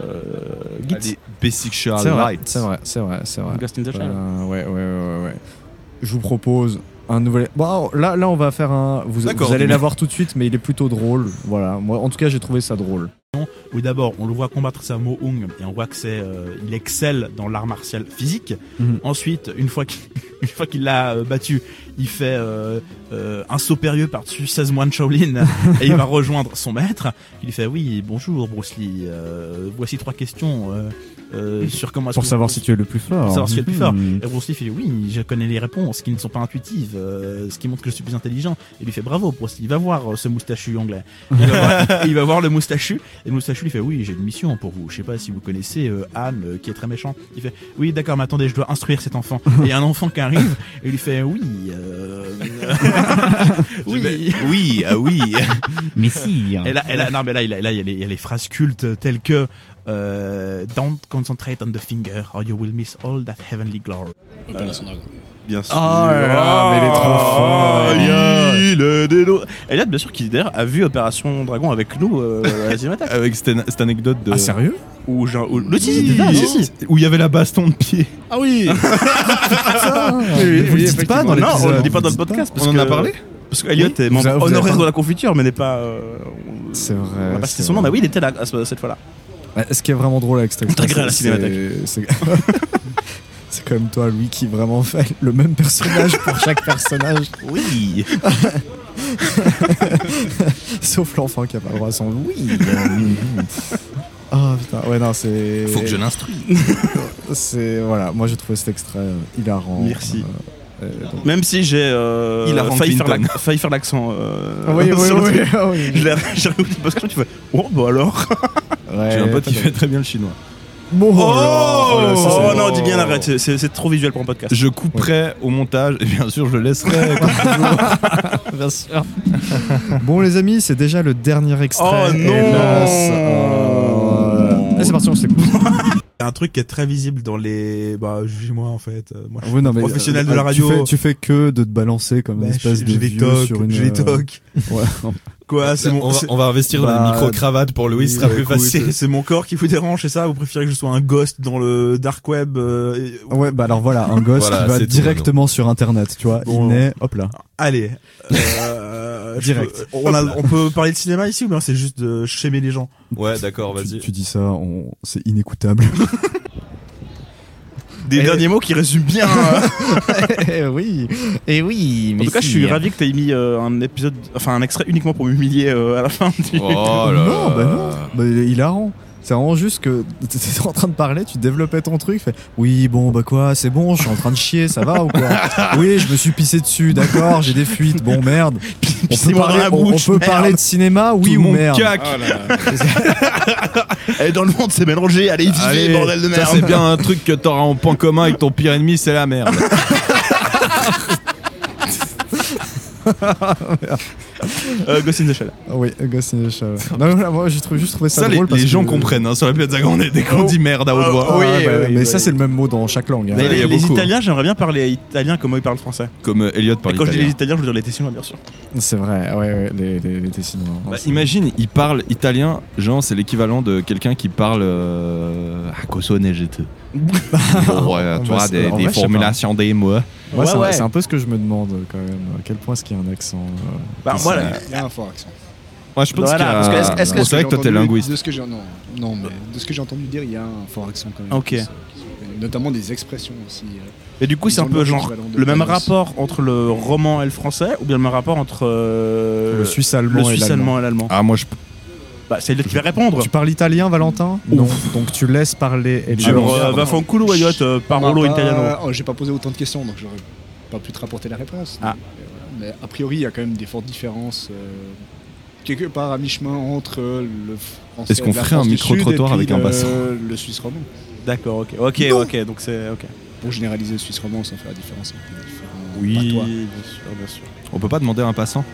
I: Git.
H: Allez, Basic Charles
J: C'est vrai,
H: Wright.
J: c'est vrai, c'est vrai, c'est vrai.
I: Ghost in the Shell.
J: Euh, ouais, ouais, ouais, ouais. Je vous propose un nouvel. Bon, là, là, on va faire un. Vous,
I: D'accord,
J: vous allez
I: dis-moi.
J: l'avoir tout de suite, mais il est plutôt drôle. Voilà. Moi, en tout cas, j'ai trouvé ça drôle.
I: Oui, d'abord, on le voit combattre Samo Hung et on voit que c'est, euh, il excelle dans l'art martial physique.
J: Mhm.
I: Ensuite, une fois qu'il une fois qu'il l'a euh, battu, il fait euh, euh, un saut périlleux par-dessus 16 moines Shaolin et il va rejoindre son maître. Il lui fait oui, bonjour Bruce Lee, euh, voici trois questions euh, euh, sur comment est-ce
J: Pour
I: que-
J: savoir si tu es le plus fort.
I: Pour savoir si tu es le plus fort.
J: Mhm.
I: Et Bruce Lee fait oui, je connais les réponses qui ne sont pas intuitives, euh, ce qui montre que je suis plus intelligent. Et lui fait bravo Bruce Lee, va voir euh, ce moustachu anglais. Il va voir, il va voir le moustachu et le moustachu lui fait oui, j'ai une mission pour vous. Je sais pas si vous connaissez euh, Anne euh, qui est très méchant. Il fait oui, d'accord, mais attendez, je dois instruire cet enfant. Et il y a un enfant qui arrive et lui fait oui, euh, oui,
S: Oui, ah oui. Mais si.
I: et là, et là- non, mais là, il a- là, il y a les- il y a les phrases cultes telles que euh, Don't concentrate on the finger or you will miss all that heavenly glory.
H: Bien
I: sûr. Ah, mais il est trop fort. Il est des no- Et là, bien sûr, qu'il d'ailleurs, a vu Opération Dragon avec nous euh, à la Cinémathèque.
H: Ah, Avec cette, cette anecdote de.
I: Ah, sérieux Où, genre, où- le- si, si,
H: Oui.
I: ah, si, si.
H: Où il y avait la baston de pied.
I: Ah oui Ah,
J: Ah,
H: Mais vous le dites pas dans
I: Non, on
H: l'épisode.
I: le dit pas dans le
H: Vous le dites
I: podcast.
H: pas.
I: parce
H: On en a
I: que-
H: parlé
I: Parce que Elliot
H: Oui.
I: est
H: Vous
I: membre
H: avez- vous avez
I: honoraire
H: pas-
I: de la confiture, mais n'est pas. euh,
J: C'est vrai.
I: on va pas
J: c'est
I: citer son nom,
J: vrai.
I: mais oui, il était là à ce- cette fois-là.
J: Ouais, Ce qui est vraiment drôle avec cet extrait,
I: Intégré à la
J: c'est-
I: cinémathèque.
J: c'est- C'est quand même toi, Louis, qui vraiment fait le même personnage pour chaque personnage.
I: Oui.
J: Sauf l'enfant qui a pas le droit à son oui. Ah putain, ouais non c'est.
I: Faut que je l'instruis.
J: c'est voilà, moi j'ai trouvé cet extrait euh, hilarant.
I: Merci.
J: Euh, euh, donc-
I: Même si j'ai euh,
J: Il a rendu
I: failli, faire
J: Clinton.
I: l'ac- failli faire l'accent. euh,
J: Ah oui, oui,
I: sur le
J: oui,
I: truc.
J: ah oui.
I: Je l'ai- J'ai réécouté parce que tu fais Oh, bah alors
J: J'ai un pote qui fait
H: très bien le chinois.
J: Bon,
I: Oh,
J: oh là, ça, c'est-
I: Oh, non, dis bien, arrête, c'est- c'est c'est trop visuel pour un podcast.
H: Je couperai au montage et bien sûr je le laisserai. comme toujours.
J: Bien sûr. bon les amis, c'est déjà le dernier extrait.
I: Oh, non.
J: hélas. Oh. Allez, c'est parti, on s'écoute.
I: Il y a un truc qui est très visible dans les. Bah, jugez-moi en fait. Euh, Moi, je suis
J: Ouais, non,
I: un
J: mais,
I: professionnel
J: euh,
I: de la
J: tu
I: radio.
J: fais- Tu fais, que de te balancer comme
I: Bah,
J: une espèce
I: j'ai-
J: de
I: j'ai des
J: vieux
I: tocs,
J: sur une.
I: j'ai des
J: euh,
I: tocs.
J: Ouais.
I: Quoi, c'est mon.
H: On va-
I: c'est-
H: on va investir dans les micro-cravates pour Louis, ce sera
I: bah,
H: plus
I: écoute,
H: facile.
I: C'est c'est mon corps qui vous dérange, c'est ça Vous préférez que je sois un ghost dans le dark web euh, et-
J: Ouais, bah alors voilà, un gosse
I: Voilà,
J: qui va
I: c'est tout,
J: directement sur internet, tu vois.
I: Bon.
J: Il naît, hop là.
I: Allez. euh, je
J: Direct.
I: peux- on, a-
J: Hop là.
I: on peut parler de cinéma ici ou bien c'est juste de chémer les gens
H: Ouais, d'accord, vas-y.
J: Tu dis ça, on... c'est inécoutable.
I: Des derniers mots qui résument bien.
J: eh oui, eh oui.
I: En tout cas, je suis ravi que t'aies mis euh, un épisode, enfin un extrait uniquement pour m'humilier euh, à la fin. Du...
H: Oh
J: non, bah non, bah, il est hilarant. C'est vraiment juste que t'étais en train de parler, tu développais ton truc, fais oui bon bah quoi c'est bon je suis en train de chier ça va ou quoi oui je me suis pissé dessus d'accord j'ai des fuites bon merde on peut
I: Pissez-moi dans
J: parler
I: la
J: on- on
I: bouche,
J: peut
I: merde.
J: parler de cinéma oui
I: Tout le
J: ou
I: monde
J: merde
I: caque. Et dans le monde, c'est mélangé. Allez, vivez,
H: Allez,
I: bordel de
H: ça,
I: merde.
H: c'est bien un truc que t'auras en point commun avec ton pire ennemi, c'est la merde.
J: Ah, bah,
I: Euh, Ghost in the Shell.
J: Ah oui Ghost in the Shell. Non, mais voilà, moi j'ai trouvé- juste trouvé ça,
H: Ça, les,
J: drôle parce
H: les gens
J: que-
H: comprennent. Hein, sur la Pentagon, dès qu'on dit merde à haute voix.
J: Ah, bah, mais ça c'est le même mot dans chaque langue. hein.
I: Mais les, les Italiens, j'aimerais bien parler italien comme eux, ils parlent français.
H: Comme euh, Elliot
I: Et
H: parle
I: quand je dis les
H: italien.
I: Italiens, je veux dire les Tessinois, bien sûr.
J: C'est vrai, ouais, ouais, les, les, les Tessinois.
H: Bah, imagine, il parle italien, genre c'est l'équivalent de quelqu'un qui parle euh, à Cossonne GT. Bon, ouais,
J: En
H: tu
J: vrai,
H: vois,
J: c'est-
H: des,
J: en
H: des
J: vrai, je sais
H: formulations des mots.
J: Moi, c'est un- c'est un, peu ce que je me demande quand même. À quel point est-ce qu'il y a un accent euh,
I: Bah,
J: qui
I: moi,
J: se-
I: là,
K: Il y a un fort accent.
H: Moi, je pense
J: Voilà,
H: qu'il y a-
J: parce que est-ce- est-ce
H: Bon, c'est vrai que toi, t'es
K: j'ai entendu-
H: linguiste.
K: De ce que j'ai non, non, mais de ce que j'ai entendu dire, il y a un fort accent quand même.
I: Ok.
K: qui se- qui se- Notamment des expressions aussi. euh,
I: Et du coup,
K: qui
I: c'est un
K: ont
I: peu
K: leur
I: genre
K: équivalent de
I: le même
K: balance.
I: rapport entre le roman et le français, ou bien le même rapport entre euh,
J: Le suisse-allemand
I: le
J: et
I: suisse-allemand
J: l'allemand.
I: et l'allemand.
H: Ah, moi je.
I: Bah, c'est Elliot qui va répondre.
J: Tu parles italien, Valentin Non. Donc tu laisses parler Elliot.
I: Alors, euh, va faire un culo, Elliot, euh, parolo
K: On m'a pas-
I: italiano.
K: oh, j'ai pas posé autant de questions, donc j'aurais pas pu te rapporter la réponse.
I: Ah.
K: Mais, euh, mais a priori, il y a quand même des fortes différences. euh, quelque part à mi-chemin entre euh, le français.
H: Est-ce qu'on
K: de la
H: ferait
K: France
H: un
K: du
H: micro-trottoir
K: Sud et puis
H: avec un
K: le-
H: bassin
K: Le suisse roman.
I: D'accord, ok. Ok,
K: Non.
I: ok, donc c'est. Ok.
K: Pour généraliser le suisse roman sans faire la différence entre les différents
H: Oui.
K: patois.
I: Bien sûr, bien sûr.
H: On peut pas demander à un passant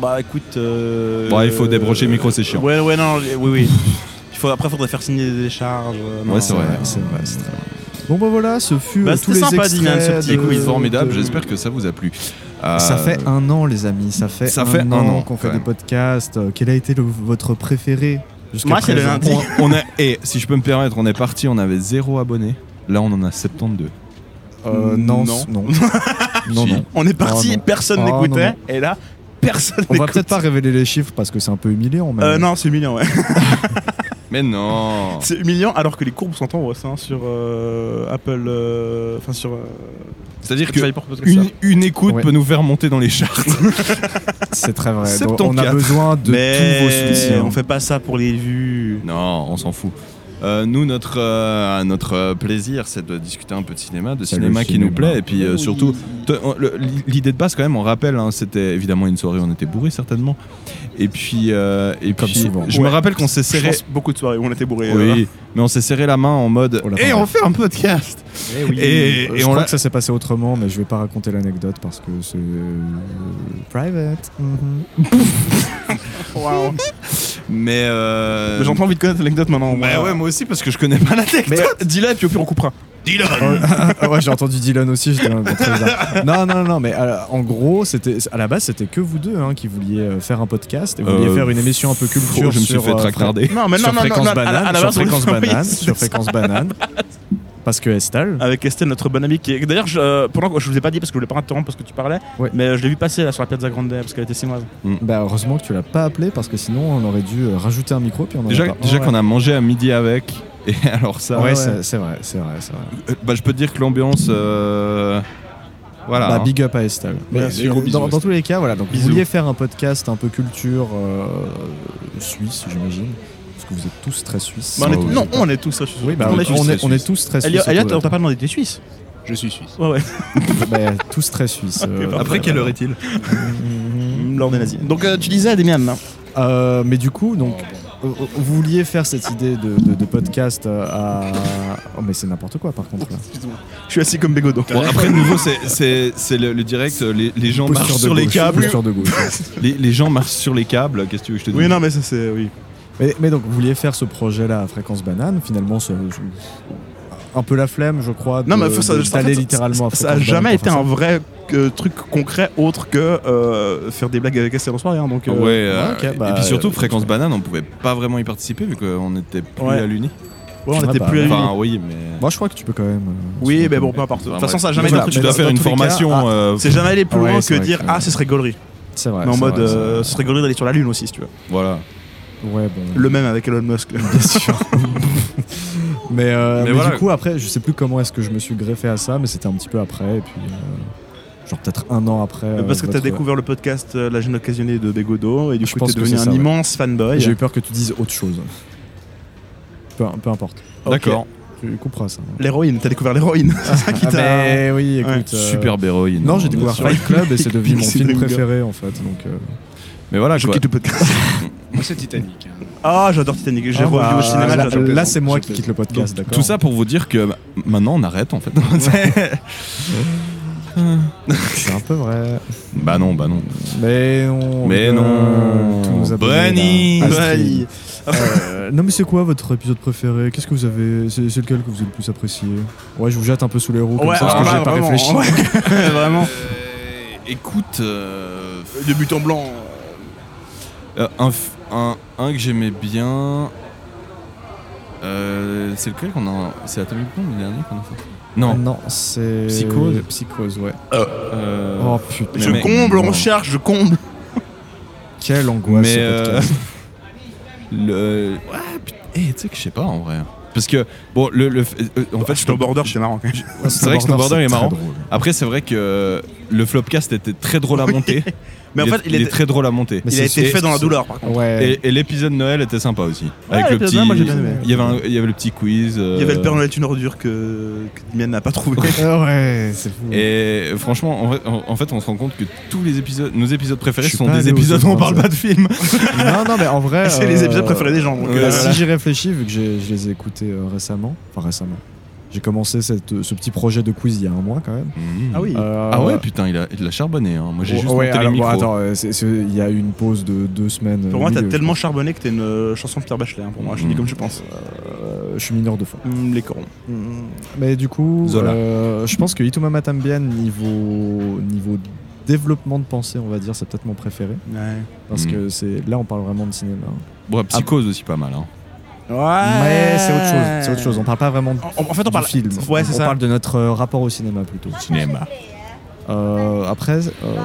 I: Bah écoute. euh,
H: Bon, Bah, il faut débrocher le micro, c'est chiant.
I: Ouais, ouais, non, oui, oui. Il faut, après, faudrait faire signer des décharges. euh, non,
H: Ouais, c'est vrai.
J: C'est vrai, c'est très bien. Bon, bah voilà, ce fut
I: Bah,
J: euh,
I: c'était
J: tous les
I: sympa,
J: extraits
I: Dylan, ce
J: de-
I: petit quiz
H: Formidable,
J: de-
H: j'espère que ça vous a plu.
J: Euh, Ça
H: Euh,
J: fait un an, les amis. Ça fait,
H: ça
J: un,
H: fait un
J: an,
H: an,
J: qu'on
H: quand
J: fait
H: même.
J: des podcasts. Euh, Quel a été le- votre préféré jusqu'à présent
H: On, on a, et si je peux me permettre, on est parti, on avait zéro abonné. Là, on en a 72.
J: Euh, non,
H: Non.
J: c- non. non,
H: Si.
J: non.
I: On est parti,
J: Ah, non.
I: personne
J: Ah,
I: n'écoutait,
J: non,
I: et là, personne
J: On va
I: n'écoute.
J: peut-être pas révéler les chiffres parce que c'est un peu humiliant. mais-
I: Euh, non, c'est humiliant, ouais.
H: Mais non
I: C'est humiliant alors que les courbes sont en hausse hein, sur euh, Apple. euh, Enfin, sur. euh,
H: C'est-à-dire que
I: Spotify pour podcast.
H: une, une écoute peut nous faire monter dans les charts.
J: C'est très vrai. Donc,
H: 74.
J: on a besoin de tous vos soutiens.
I: on fait pas ça pour les vues.
H: Non, on s'en fout. Euh, nous, notre, euh, notre euh, plaisir, c'est de discuter un peu de cinéma, de
J: C'est
H: cinéma
J: le
H: qui
J: cinéma.
H: nous plaît, et puis euh,
J: Oui.
H: surtout, te- on- le- l'idée de base, quand même, on rappelle, hein, c'était évidemment une soirée, où on était bourrés certainement, et puis, euh, et puis
I: souvent.
H: je
I: Ouais.
H: me rappelle qu'on s'est
I: Je
H: serré,
I: pense beaucoup de soirées où on était bourrés. euh,
H: oui, mais on s'est serré la main en
J: Oh
H: mode, et on fait un podcast.
J: Eh oui.
H: Et-
J: Euh,
H: et
J: je
H: on
J: crois
H: l'a-
J: que ça s'est passé autrement, mais je vais pas raconter l'anecdote parce que c'est euh, private.
H: Mhm.
I: Waouh.
H: Mais, euh,
I: Mais J'en prends envie de connaître l'anecdote maintenant.
H: Bah ouais, moi aussi, parce que je connais pas l'anecdote.
J: euh,
I: Mais dis-la et puis au pire on coupera.
H: Dylan
J: Ah ouais, j'ai entendu Dylan aussi. j'étais un peu très bizarre. non, non, non, mais euh, en gros, c'était à la base, c'était que vous deux hein, qui vouliez euh, faire un podcast et vous vouliez
H: Euh,
J: faire une émission un peu culture.
H: oh, je me suis
J: sur,
H: fait
J: euh,
H: traquenarder.
J: fra-
I: Non, mais non,
J: sur
I: non, non,
J: fréquence
I: non, à la-
J: banane,
I: à la
J: sur
I: base, on-
J: fréquence
I: oui,
J: banane,
I: c'est
J: sur
I: ça.
J: fréquence banane. Parce que Estal.
I: Avec Estelle, notre bonne amie, qui est- d'ailleurs, je, euh, pendant que je vous ai pas dit parce que je voulais pas interrompre parce que tu parlais, mais euh, je l'ai vu passer là sur la Piazza Grande parce qu'elle était chinoise.
J: Bah heureusement que tu l'as pas appelé parce que sinon on aurait dû euh, rajouter un micro puis on en
H: Déjà,
J: a pas.
H: déjà qu'on a Ah mangé à midi avec, et alors ça.
J: Ouais, c'est- c'est vrai, c'est vrai, c'est vrai.
H: Euh, Bah, je peux te dire que l'ambiance. euh, Voilà.
J: Bah,
H: hein.
J: big up à Estelle. Mais,
H: Ouais,
J: euh,
H: gros bisous,
J: dans, dans
H: Estelle.
J: tous les cas, voilà. Donc, vous
H: Bisous.
J: vouliez faire un podcast un peu culture euh, suisse, j'imagine. Parce que vous êtes tous très suisses.
I: Bah, on est-
J: Ouais,
I: non,
J: ouais.
I: on est tous très suisses.
J: Oui, bah,
I: on,
J: on,
I: est tous
J: on
I: très
J: est, on est tous très
I: Elliot-
J: suisses.
I: Elliot,
J: autour de
I: on t'a
J: la
I: pas demandé, t'es suisse
K: Je suis suisse.
I: Ouais, ouais.
J: table. Bah, tous très suisses. euh,
I: Après, quelle heure est-il L'heure des nazis. Donc, euh, tu disais à
J: Euh, mais du coup, donc, euh, vous vouliez faire cette idée de, de- de podcast euh, à. Oh, mais c'est n'importe quoi par contre. là.
I: Je suis assis comme Bégodo.
H: Bon, après, de nouveau, c'est- c'est c'est le, le direct. Les, les gens
J: Posture
H: marchent
J: de
H: sur les
J: gauche,
H: câbles.
J: posture de gauche.
H: les, les gens marchent sur les câbles. Qu'est-ce que tu veux que je te dise
I: Oui, non, mais ça, c'est. Oui.
J: Mais, mais donc, vous vouliez faire ce projet-là à fréquence banane, finalement, ce- ce- un peu la flemme, je crois. De,
I: Non, mais ça,
J: de
I: ça-
J: s'aller
I: ça-
J: Euh, littéralement à
I: ça a
J: Fréquence Banane
I: jamais
J: pour
I: été
J: faire
I: un
J: ça.
I: vrai euh, truc concret autre que euh, faire des blagues avec Estelle en soirée. hein, donc, euh,
H: Ouais, euh,
I: ok, bah,
H: et puis surtout,
I: euh,
H: Fréquence Banane, on pouvait pas vraiment y participer vu qu'on n'était plus
I: Ouais.
H: à l'Uni.
I: Ouais, on
J: Ah
I: était
J: bah,
I: plus à l'Uni.
H: Enfin, oui, mais.
J: Moi, je crois que tu peux quand même. euh,
I: Oui, mais bon, peu importe. De toute
H: Enfin,
I: façon, ça a
H: bref.
I: jamais
H: Voilà,
I: été-
H: mais Tu dois
I: dans-
H: faire
I: dans
H: une
I: tous les cas,
H: formation,
I: ah,
H: euh,
I: C'est jamais aller plus
J: Ouais,
I: loin
J: c'est
I: que
J: vrai
I: dire
J: que-
I: Ah, ce serait gaulerie.
J: C'est vrai.
I: Mais en
J: c'est
I: mode
J: vrai, c'est
I: euh,
J: vrai.
I: Ce serait gaulerie d'aller sur la Lune aussi, si tu veux.
H: Voilà.
J: Ouais, bon.
I: Le même avec Elon Musk.
J: Bien sûr. mais euh,
I: Mais
J: mais
I: voilà.
J: du coup, après, je sais plus comment est-ce que je me suis greffé à ça, mais c'était un petit peu après, et puis. euh, genre peut-être un an après. euh,
I: Parce que t'as
J: votre-
I: découvert le podcast euh, La gêne occasionnée de Bégodo et du
J: Je
I: coup
J: pense
I: t'es
J: que
I: devenu
J: c'est
I: un
J: ça, ouais.
I: immense fanboy.
J: J'ai eu peur que tu dises autre chose. Peu, peu importe.
I: Ok. D'accord.
J: Tu couperas ça.
I: L'héroïne, t'as découvert l'héroïne. c'est ça qui
J: Ah
I: t'a.
J: mais oui, écoute.
I: Ouais.
J: euh,
H: Superbe héroïne.
J: Non,
H: hein,
J: j'ai
H: bien
J: découvert
H: sûr. Ah,
J: Fight Club et c'est devenu mon
I: Pixie
J: film
I: Dream Girl.
J: préféré en fait. Donc, euh,
H: Mais voilà,
I: Je
H: quoi.
I: quitte le podcast.
K: Moi, c'est Titanic. hein.
I: Ah, j'adore Titanic. J'ai
J: Ah,
I: revu
J: bah,
I: au cinéma.
J: là-
I: j'adore.
J: Là, c'est moi qui quitte le podcast, d'accord.
H: Tout ça pour vous dire que maintenant, on arrête en fait.
J: C'est un peu vrai.
H: bah non, bah non.
J: Mais non.
H: Mais
J: euh,
H: non.
J: tous nos abonnés,
H: Bunny,
J: là. Astrid.
H: Bunny. Ah.
J: Euh, Non, mais c'est quoi votre épisode préféré Qu'est-ce que vous avez C'est c'est lequel que vous avez le plus apprécié Ouais, je vous jette un peu sous les roues comme
I: Ouais,
J: ça parce que
H: ah,
I: alors
J: j'ai
I: là,
J: pas
I: vraiment,
J: réfléchi.
I: ouais. Vraiment.
H: Euh, écoute. euh,
I: De but en blanc.
H: Euh, un, f- un, un que j'aimais bien. Euh, c'est lequel qu'on a. C'est Atomic Bomb le dernier qu'on a fait Non.
J: Non, c'est.
H: Psychose
J: Psychose, ouais.
H: Euh,
J: Oh putain.
I: Je
H: mais-
I: comble, on
H: non.
I: cherche, je comble.
J: Quelle angoisse
H: Mais.
J: ce
H: euh,
J: podcast.
H: le. Ouais, putain. Eh, tu sais que je sais pas en vrai. Parce que, bon, le. le f- euh, en fait, je peux-
I: Snowboarder, c'est marrant.
H: C'est vrai que Snowboarder
J: c'est
H: est marrant.
J: très drôle.
H: Après, c'est vrai que le flopcast était très drôle à monter.
I: Mais en
H: Il est-
I: fait, il
H: il est
I: était-
H: très drôle à monter.
I: Il a été fait dans la douleur, par contre.
J: Ouais.
H: Et, et l'épisode Noël était sympa aussi.
I: Ouais,
H: Avec le
I: l'épisode
H: petit.
I: Noël, moi, j'ai bien aimé.
H: Il y avait un- il y avait le petit quiz.
I: Il y avait le
H: euh,
I: Père Noël est une ordure que, que Diane n'a pas trouvé.
J: Ah ouais, c'est fou.
H: Et franchement, en, vrai- en- en fait, on se rend compte que tous les épisodes, nos épisodes préférés
J: Je suis
H: sont
J: pas
H: des
J: allé aux
H: épisodes où on parle
J: autres,
H: pas de films.
J: non, non, mais en vrai.
I: C'est les épisodes préférés des gens, donc,
J: euh,
I: euh,
J: Si
I: voilà.
J: j'y réfléchis, vu que j'ai- je les ai écoutés euh, récemment, enfin récemment, j'ai commencé cette- euh, ce petit projet de quiz il y a un mois quand même.
H: Mmh.
I: Ah oui.
J: Euh,
H: Ah ouais, putain, il a, il a charbonné. hein. Moi, j'ai juste
J: ouais,
H: monté
J: alors,
H: les
J: bon,
H: micros.
J: attends, euh, c'est- c'est- il y a eu une pause de deux semaines.
I: Pour
J: euh,
I: moi, t'as
J: milieu, je Mm.
I: tellement charbonné que t'es une euh, chanson de Pierre Bachelet, hein, pour moi. Je dis comme je pense.
J: crois. Euh, je suis mineur de fond.
I: Mm, les corons.
J: Mais du coup,
H: Zola.
J: euh, je pense que Ituma Matambien, niveau, niveau développement de pensée, on va dire, c'est peut-être mon préféré.
I: Ouais.
J: Parce
H: Mhm.
J: que c'est là, on parle vraiment de cinéma.
H: Bon,
J: Ah,
H: Psychose aussi pas mal. hein.
J: Mais c'est autre chose, c'est autre chose. On parle pas vraiment de,
I: En, en fait, on
J: du
I: parle.
J: film.
I: Ouais, c'est
J: on
I: ça.
J: parle de bah.
H: Bah.
J: notre euh, rapport au cinéma plutôt.
H: Cinéma.
J: Euh, après, euh,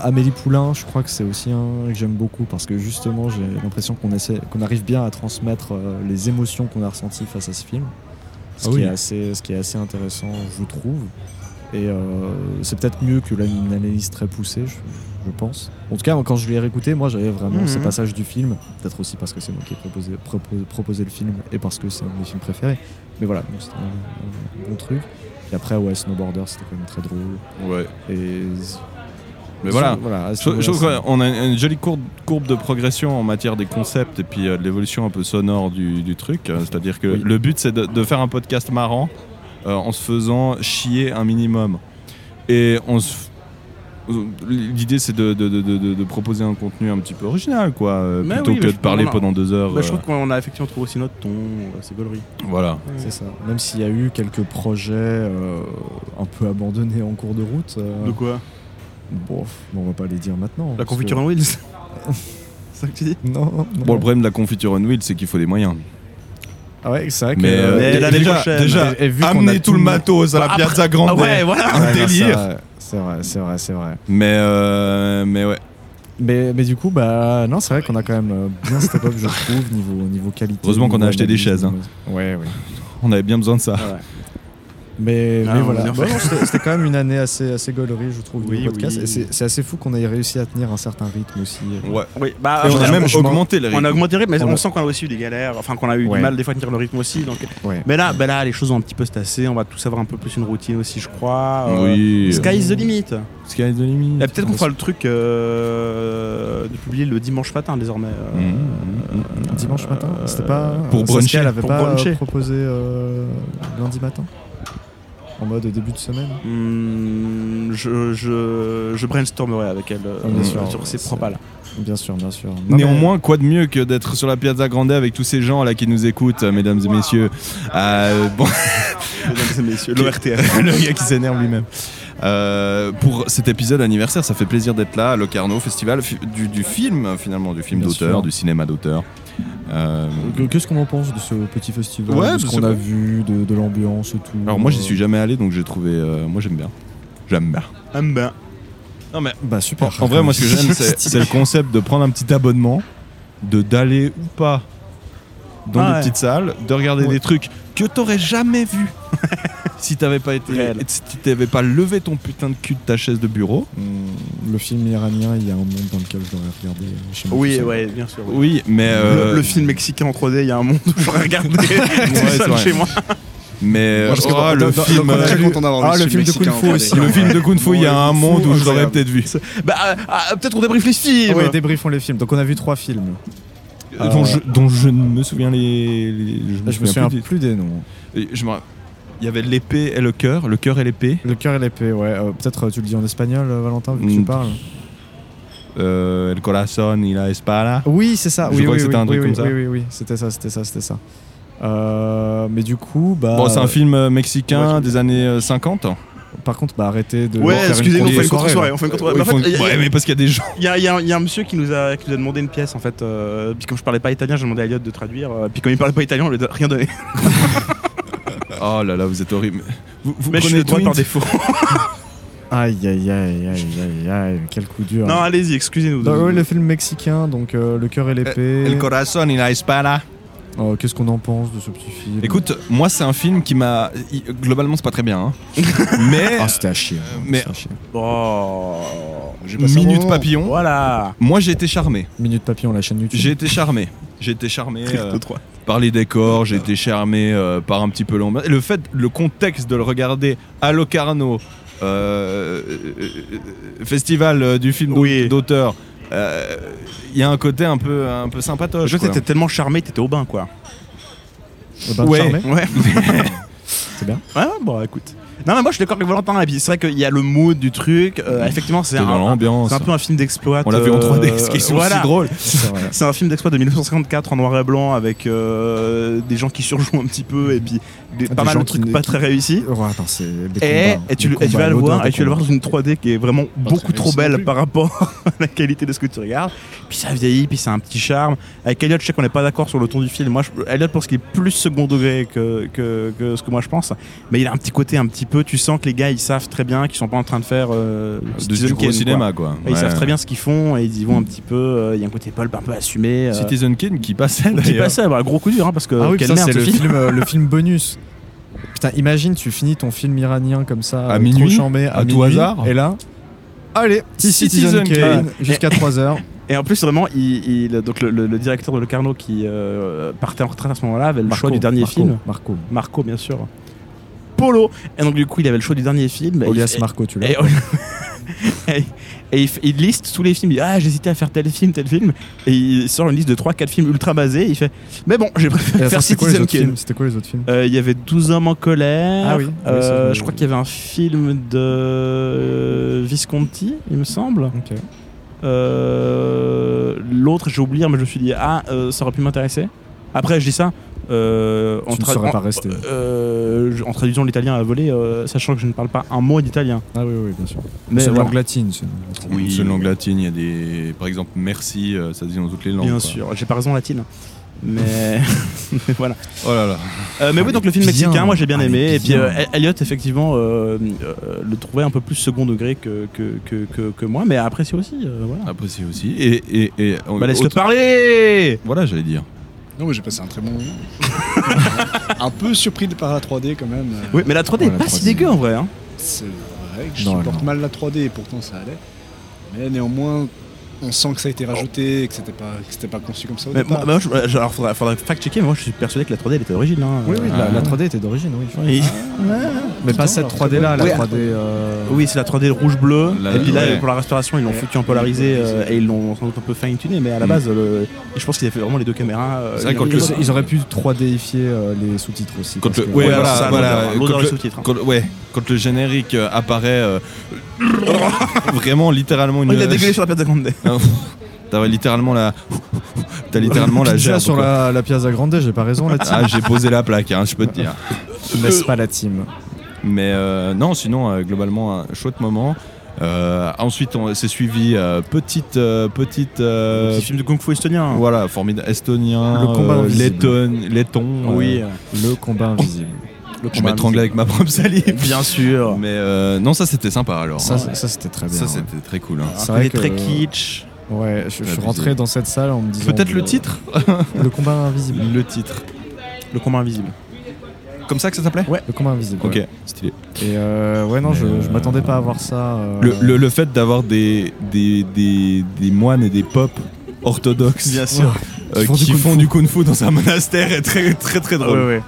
J: Amélie Poulain, je crois que c'est aussi un que j'aime beaucoup parce que justement, j'ai l'impression qu'on essaie, qu'on arrive bien à transmettre euh, les émotions qu'on a ressenties face à ce film. Ce,
T: Ah
J: qui
T: oui.
J: est assez, ce qui est assez intéressant, je trouve. Et euh, c'est peut-être mieux que là, une analyse très poussée, je, je pense. En tout cas, quand je l'ai réécouté, moi, j'avais vraiment
T: Mhm.
J: ces passages du film. Peut-être aussi parce que c'est moi qui ai proposé, propo- proposé le film et parce que c'est un de mes films préférés. Mais voilà, donc c'était un, un bon truc. Et après, ouais, Snowboarder, c'était quand même très drôle.
H: Ouais.
J: Et
H: Mais voilà,
J: à ce
H: je, je trouve
J: niveau-là, c'est-
H: qu'on a une jolie courbe, courbe de progression en matière des concepts et puis euh, de l'évolution un peu sonore du, du truc. Euh, C'est-à-dire que le but, c'est de, de faire un podcast marrant euh, en se faisant chier un minimum. Et on se f- L'idée, c'est de, de- de- de- de- de proposer un contenu un petit peu original, quoi, euh,
I: Mais
H: plutôt
I: oui,
H: que
I: mais
H: de
I: je-
H: parler
I: on a-
H: pendant deux heures.
I: Bah, je
H: euh,
I: trouve qu'on a effectivement trouvé aussi notre ton, euh, c'est gaulerie.
H: Voilà.
J: C'est ça. Même s'il y a eu quelques projets euh, un peu abandonnés en cours de route. euh,
I: De quoi
J: Bon, f- bon, on va pas les dire maintenant.
I: La
J: parce
I: confiture
J: que-
I: en wheels C'est ça que tu dis
J: Non, non.
H: Bon, le problème de la confiture on wheel, c'est qu'il faut des moyens.
J: Ah ouais, c'est vrai que.
H: Mais, euh,
J: Et-
H: déjà-
J: et vu-
H: déjà- déjà,
J: et vu qu'on
H: amener
J: a
H: tout le matos à la Piazza Grande.
J: Ah, bah, ouais, voilà.
H: Un
J: Ouais, non,
H: délire.
J: c'est vrai, C'est vrai, c'est vrai, c'est vrai.
H: Mais, euh, mais ouais.
J: Mais, mais du coup, bah non, c'est vrai qu'on a quand même euh, bien step up, je trouve, niveau, niveau qualité.
H: Heureusement qu'on a
J: niveau
H: acheté des
J: analyse,
H: chaises. hein.
J: Ouais, ouais.
H: On avait bien besoin de ça.
J: Mais,
H: Ah,
J: mais
H: on
J: voilà,
H: les a
J: Bon,
H: fait.
J: non, c'était c'était quand même une année assez, assez gaulerie, je trouve,
H: Oui,
J: du podcast.
H: oui.
J: Et c'est- c'est assez fou qu'on ait réussi à tenir un certain rythme aussi. euh,
H: Ouais. Ah,
I: Oui, bah,
J: Et
I: je
J: on a
I: dirais,
J: même
I: franchement,
J: augmenté le
I: On
J: rythme.
I: a augmenté le rythme, mais
J: On
I: on,
J: a-
I: sent qu'on a aussi eu des galères, enfin qu'on a eu
J: Ouais.
I: du mal des fois à tenir le rythme aussi. Donc...
J: Ouais.
I: Mais là, bah là, les choses ont un petit peu se tasser, on va tous avoir un peu plus une routine aussi, je crois.
H: Oui. Euh,
I: Sky is the limit.
H: Sky is the limit.
I: Et Eh, peut-être qu'on fera le truc euh, de publier le dimanche matin désormais. euh,
H: Mm.
J: Dimanche matin C'était pas.
I: Pour
J: euh,
I: bruncher,
J: Saskia, elle avait
I: pour
J: pas euh,
I: bruncher.
J: proposé euh, lundi matin En mode début de semaine
I: hmm, je, je, je brainstormerai avec elle euh,
J: Ah, bien sûr,
I: sur ces
J: c'est-
I: propos là.
J: Bien sûr, bien sûr. Non,
H: Néanmoins, quoi de mieux que d'être sur la Piazza Grande avec tous ces gens là qui nous écoutent, euh, mesdames et messieurs. Euh, bon.
I: Mesdames et messieurs,
H: l'ORTF. le gars qui s'énerve lui-même. Euh, pour cet épisode anniversaire, ça fait plaisir d'être là, à Locarno, festival fi- du, du film, euh, finalement, du film
J: Bien
H: d'auteur,
J: sûr.
H: du cinéma d'auteur. Euh,
J: mais- Qu'est-ce qu'on en pense de ce petit festival
H: Ouais,
J: De
H: je
J: ce
H: sais
J: qu'on a
H: pas.
J: vu, de, de l'ambiance et tout
H: alors, moi, j'y
J: euh,
H: suis jamais allé, donc j'ai trouvé. euh, moi, j'aime bien. J'aime bien.
I: Ah, ben,
H: Non, mais.
J: Bah, super.
H: En vrai, moi, ce que j'aime, c'est c'est le concept de prendre un petit abonnement, de d'aller ou pas dans
I: Ah
H: des
I: ouais.
H: petites salles, de regarder
I: Ouais.
H: des trucs que t'aurais jamais vu si t'avais pas été,
I: Réel.
H: si t'avais pas levé ton putain de cul de ta chaise de bureau.
J: Hmm, Le film iranien, il y a un monde dans lequel je l'aurais regardé euh, chez moi.
I: Oui,
J: tout seul.
I: ouais, bien sûr.
H: Oui, mais
I: Le-
H: euh,
I: le, film mexicain en 3D, il y a un monde où j'aurais regardé tout
H: Ouais, c'est
I: seul
H: vrai.
I: chez moi.
H: Mais
I: Moi, je serais
H: oh,
I: pas-
H: le
I: dans-
H: film,
I: dans- dans-
H: euh,
I: très content d'avoir vu
H: ah,
I: ce
H: le
I: film
H: film de Kung
I: mexicain
H: Fu
I: en
H: aussi. hein.
I: 3D.
H: Le film de Kung Fu, il y a un monde où je l'aurais
J: incroyable.
H: peut-être vu.
I: Bah, euh, ah, peut-être on débriefe les films.
J: Ouais, débriefons les films. Donc, on a vu trois films.
H: Euh, dont, je, dont je ne me souviens les, les-
I: Ah,
H: je me
J: Je me
H: souviens
J: souviens
H: plus
J: plus des noms.
H: Et je me ra- Il y avait l'épée et le cœur, le cœur et l'épée.
J: Le cœur et l'épée, ouais. Euh, Peut-être euh, tu le dis en espagnol, euh, Valentin, vu que tu
H: Mm.
J: parles.
H: Euh, el corazón y la espada.
J: Oui, c'est ça.
H: Je
J: oui,
H: crois
J: oui,
H: que c'était
J: oui,
H: un truc
J: oui,
H: comme
J: oui,
H: ça.
J: Oui, oui, oui, c'était ça, c'était ça, c'était ça. Euh, mais du coup, bah.
H: Bon, c'est un film euh, mexicain des années euh, 50.
J: Par contre, bah arrêtez de.
I: Ouais,
J: faire
I: excusez-nous, on fait une
J: contre-soirée,
I: contre-soirée.
J: là.
I: on fait une contre-soirée.
H: Ouais,
I: Mais en
H: ils font-
I: fait, il y a-
H: ouais, mais parce qu'il y a des gens.
I: Il y a, il y a un- il y a un monsieur qui nous a, qui nous a demandé une pièce en fait. euh, puis comme je parlais pas italien, j'ai demandé à Elliot de traduire. euh, puis comme il parlait pas italien, on lui a rien donné.
H: Oh là là, vous êtes horrible. Vous, vous
I: Mais je suis
H: prenez
I: le droit
H: Twint
I: par défaut.
J: Aïe, aïe, aïe, aïe, aïe, aïe, quel coup dur.
I: non, allez-y, excusez-nous.
J: Donc, Bah, ouais, le film mexicain, donc euh, Le cœur et l'épée.
H: El corazón y la espada.
J: Euh, Qu'est-ce qu'on en pense de ce petit film
H: Écoute, moi c'est un film qui m'a. il- Globalement, c'est pas très bien. hein. mais.
J: Ah, c'était à chier.
I: euh,
H: mais.
J: passé un
H: Minute
J: moment.
H: papillon.
I: Oh. Voilà.
H: Moi j'ai été charmé.
J: Minute Papillon, la chaîne YouTube.
H: J'ai été charmé. J'ai été charmé
J: Triste
H: euh,
J: trois.
H: par les décors, j'ai été charmé euh, par un petit peu l'ambiance. Et Le fait, le contexte de le regarder à Locarno, euh, euh, euh, festival euh, du film d'au- d'auteur, euh, il y a un côté un peu, un peu sympatoche.
I: Je
H: quoi.
I: t'étais tellement charmé, t'étais au bain quoi.
J: Au bain de
I: hein. ouais.
J: charmé
I: Ouais.
J: c'est bien.
I: Ouais, bon, écoute. Non, mais moi je suis d'accord avec Valentin. Et puis c'est vrai qu'il y a le mood du truc. euh, effectivement, c'est
H: T'es
I: un,
H: dans l'ambiance.
I: c'est un peu un film d'exploit.
H: On l'a vu en
I: euh,
H: 3D, ce qui est aussi
I: voilà.
H: drôle.
I: C'est un film d'exploit de 1954 en noir et blanc avec euh, des gens qui surjouent un petit peu et puis des- pas
J: Ah, Des
I: mal
J: gens
I: de
J: qui
I: trucs
J: ne-
I: pas
J: qui-
I: très réussis.
J: Ouais, Oh, attends, c'est des
I: Et,
J: combats,
I: Eh, et tu,
J: des
I: le- et tu
J: combats,
I: vas le voir,
J: l'odeur
I: et
J: des
I: tu vas le voir
J: combats.
I: dans une 3D qui est vraiment beaucoup
J: très
I: trop
J: réussi non
I: belle
J: plus.
I: par rapport à la qualité de ce que tu regardes. Puis ça vieillit, puis c'est un petit charme. Avec Elliot, je sais qu'on n'est pas d'accord sur le ton du film. Moi, je, Elliot pense qu'il est plus second degré que, que, que ce que moi je pense. sens. Mais il a un petit côté un petit peu, tu sens que les gars ils savent très bien qu'ils sont pas en train de faire euh,
H: du
I: Citizen
H: gros
I: Kane,
H: cinéma, quoi.
I: Et Ils
H: Ouais.
I: savent très bien ce qu'ils font et ils y vont un petit peu. euh, Il y a un côté pulp un peu assumé. euh,
H: Citizen Kane qui passait
I: qui
H: d'ailleurs.
I: passait, bah, gros coup dur hein, parce que
J: Ah oui,
I: quelle
J: putain,
I: merde
J: c'est
I: ce
J: le
I: film.
J: film, euh, le film bonus. Putain, imagine, tu finis ton film iranien comme ça,
H: À
J: euh,
H: minuit,
J: trop chambé, à,
H: à tout
J: minuit,
H: hasard.
J: Et là, allez, petit Citizen, Kane, jusqu'à 3h.
I: Et en plus, vraiment, il, il- donc le, le- le directeur de Locarno qui euh, partait en retraite à ce moment-là avait le
J: Marco,
I: choix du dernier
J: Marco,
I: film.
J: Marco.
I: Marco, bien sûr. Polo. Et donc, du coup, il avait le choix du dernier film.
J: Olias
I: Et- et-
J: Marco, tu l'as.
I: Bah,
J: Eh,
I: Et, et- et il, f- il liste tous les films. Il dit Ah, j'hésitais à faire tel film, tel film. Et il sort une liste de 3-4 films ultra basés. Il fait Mais bon, j'ai
J: Et
I: préféré
J: attends,
I: faire
J: c'était quoi les
I: Citizen
J: autres
I: Kane.
J: films C'était quoi les autres films
I: Euh, Il y avait 12 hommes en colère.
J: Ah oui, oui, ça,
I: Euh,
J: je me-
I: je crois qu'il y avait un film de Visconti, il me semble. Euh, L'autre, j'ai oublié, mais je me suis dit, ah, euh, ça aurait pu m'intéresser. Après, je dis ça. euh, en
J: Tu ne
I: tra-
J: saurais
I: en-
J: pas rester.
I: euh, je- en traduisant l'italien à voler, euh, sachant que je ne parle pas un mot d'italien.
J: Ah oui, oui, bien sûr.
I: Mais
J: C'est une
I: voilà.
J: langue latine. c'est-
H: Oui, c'est une langue latine. Il y a des. Par exemple, merci, euh, ça se dit dans toutes les langues.
I: Bien
H: quoi.
I: sûr, j'ai pas raison latine. Mais mais voilà.
H: Oh là là.
I: Euh, mais oui, donc le film
H: Bien,
I: mexicain, moi j'ai bien
H: allez,
I: aimé. Et puis
H: bien.
I: euh, Elliot, effectivement, euh, euh, le trouvait un peu plus second degré que, que, que, que, que moi, mais apprécié aussi. euh, voilà.
H: Apprécié aussi. Et. et, et
I: Bah,
H: Ah,
I: laisse-le
H: autre-
I: parler
H: Voilà, j'allais dire.
K: Non, mais j'ai passé un très bon moment. un peu surpris de par la 3D quand même. euh,
I: Oui, mais la 3D est pas si dégueu en vrai. hein.
K: C'est vrai que je
I: Non,
K: supporte
I: non.
K: mal la 3D et pourtant ça allait. Mais néanmoins, on sent que ça a été rajouté et que c'était pas, que c'était pas conçu comme ça au
I: Mais
K: départ.
I: moi, bah, moi, je- je- alors faudrait, faudrait fact-checker, mais moi je suis persuadé que la 3D elle était d'origine. Hein.
J: Oui, Ah, oui, la-
I: Euh,
J: la 3D était d'origine, Ah. oui.
I: Oui.
J: Mais pas cette 3D là, la
I: Oui.
J: 3D. euh,
I: Oui, c'est la 3D rouge-bleu.
J: La-
I: Et puis là,
J: ouais.
I: pour la restauration, ils l'ont foutu en polarisé euh, et ils l'ont sans doute un peu fine-tuné. Mais à la
J: Mm.
I: base, le- je pense qu'ils avaient fait vraiment les deux caméras. euh,
J: C'est vrai
I: bien
J: qu'ils-
I: rigolo.
J: ils auraient pu 3Difier euh, les sous-titres aussi.
H: Quand
J: parce
H: le,
J: que-
H: ouais, voilà, voilà,
I: l'odeur
H: quand
I: des
H: le-
I: sous-titres, hein.
H: quand- ouais, quand le générique euh, apparaît, euh, vraiment littéralement une.
I: Oh, il a dégueulé sur la Piazza
H: euh,
I: Grande.
H: T'as littéralement la. T'as littéralement la euh.
J: Pizza
H: gerbe.
J: sur
H: quoi.
J: la, la Piazza Grande, j'ai pas raison là
H: Ah, j'ai posé la plaque, hein, je peux te dire.
J: N'est-ce pas la team
H: Mais euh, non, sinon, euh, globalement, un chouette moment. Euh, ensuite, on s'est suivi euh, petite. euh, petite euh,
I: Petit film de kung-fu estonien. hein.
H: Voilà, formidable. Estonien,
J: Le combat
H: euh,
J: invisible.
H: letton, letton,
I: Oui.
H: euh,
J: Le combat invisible.
H: je m'étrangle avec ma propre salive.
I: Bien sûr.
H: Mais euh, non, ça c'était sympa alors.
J: Ça,
H: hein.
J: c'est- ça, c'était très bien,
H: Ça
J: ouais.
H: c'était très cool. hein.
I: Ah,
J: C'est vrai que- Ouais, je, je suis
H: Abusé.
J: rentré dans cette salle en me disant.
H: Peut-être le
J: euh,
H: titre
J: Le combat invisible.
H: Le titre.
I: Le combat invisible.
H: Comme ça que ça s'appelait
J: Ouais, le combat invisible.
H: Ok,
J: ouais.
H: stylé.
J: Et euh, ouais, non, je, je m'attendais pas à voir ça. euh,
H: Le, le- le fait d'avoir des, des, des, des moines et des popes orthodoxes
I: Bien sûr.
H: euh,
I: Qui
H: qui
I: font du kung
H: font
I: fu.
H: du kung fu dans un monastère est très très très drôle.
I: Ouais, ouais.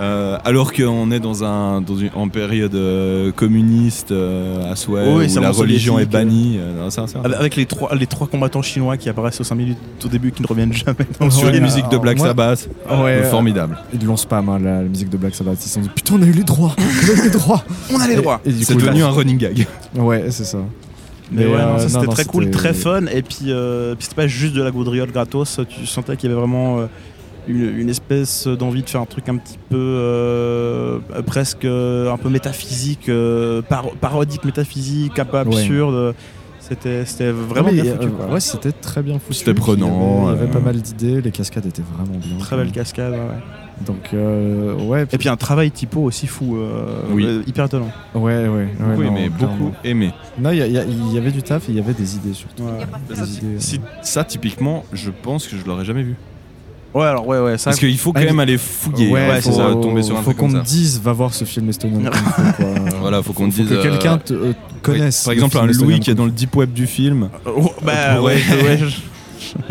H: Euh, alors qu'on est dans un dans une en période euh, communiste euh, à souhait
I: Oh oui, c'est
H: où la
I: vraiment
H: religion est
I: soviétique,
H: bannie.
I: euh.
H: euh, non, ça, ça.
I: Avec- Avec les trois, les trois combattants chinois qui apparaissent aux 5 minutes au début qui ne reviennent jamais dans
H: Sur
I: le
H: les
I: film.
H: musiques de Black
J: moi-
H: Sabbath,
J: Ah ouais,
H: euh,
J: euh,
H: formidable.
J: Ils l'ont spam, hein, la, la musique de Black Sabbath. Ils se sont dit putain, on a eu les droits. On a eu les droits.
I: On a les
J: Et-
I: droits.
J: et du
H: C'est
J: coup,
H: devenu
J: ils-
H: un running gag.
J: Ouais, c'est ça.
I: Mais ouais, non,
J: euh,
I: ça
J: non,
I: c'était
J: non,
I: très cool,
J: c'était-
I: très fun. Et puis, euh, puis c'était pas juste de la gaudriole gratos. Tu sentais qu'il y avait vraiment euh, une, une espèce d'envie de faire un truc un petit peu euh, euh, presque euh, un peu métaphysique, euh, paro- parodique, métaphysique, un peu
J: Ouais.
I: absurde. C'était c'était vraiment
J: Ah, mais,
I: bien foutu.
J: euh,
I: quoi.
J: ouais, c'était très bien foutu.
H: C'était
J: Puis
H: prenant,
J: Il y avait, il y avait
H: euh,
J: pas mal d'idées. Les cascades étaient vraiment bien.
I: Très belle cascade. ouais.
J: Donc euh, ouais.
I: Et puis un travail typo aussi fou, euh,
H: Oui.
I: euh, hyper étonnant.
J: Ouais, ouais. ouais,
H: Beaucoup
J: non,
H: aimé,
J: clairement.
H: beaucoup aimé.
J: Non, il y, a- il y a- il y avait du taf et il y avait des idées surtout.
H: Ça,
J: Des idées,
H: si- ça, typiquement, je pense que je l'aurais jamais vu.
I: Ouais, alors ouais, ouais, ça.
H: Parce qu'il faut quand
J: Ah,
H: même
J: il-
H: aller fouiller
J: Ouais,
H: pour
J: faut,
H: euh, tomber sur un
J: faut
H: truc
J: qu'on
H: comme
J: me
H: ça.
J: dise va voir ce film estonien. Kung Fu, quoi.
H: Voilà, faut qu'on
J: Faut-
H: te
J: faut
H: dise.
J: que
H: euh,
J: quelqu'un te- euh, connaisse
H: Par
J: le
H: exemple,
J: film
H: un Louis
J: estonien
H: qui est dans le deep web du film.
I: Oh, bah
H: Euh,
I: ouais,
H: pour-
I: ouais. je-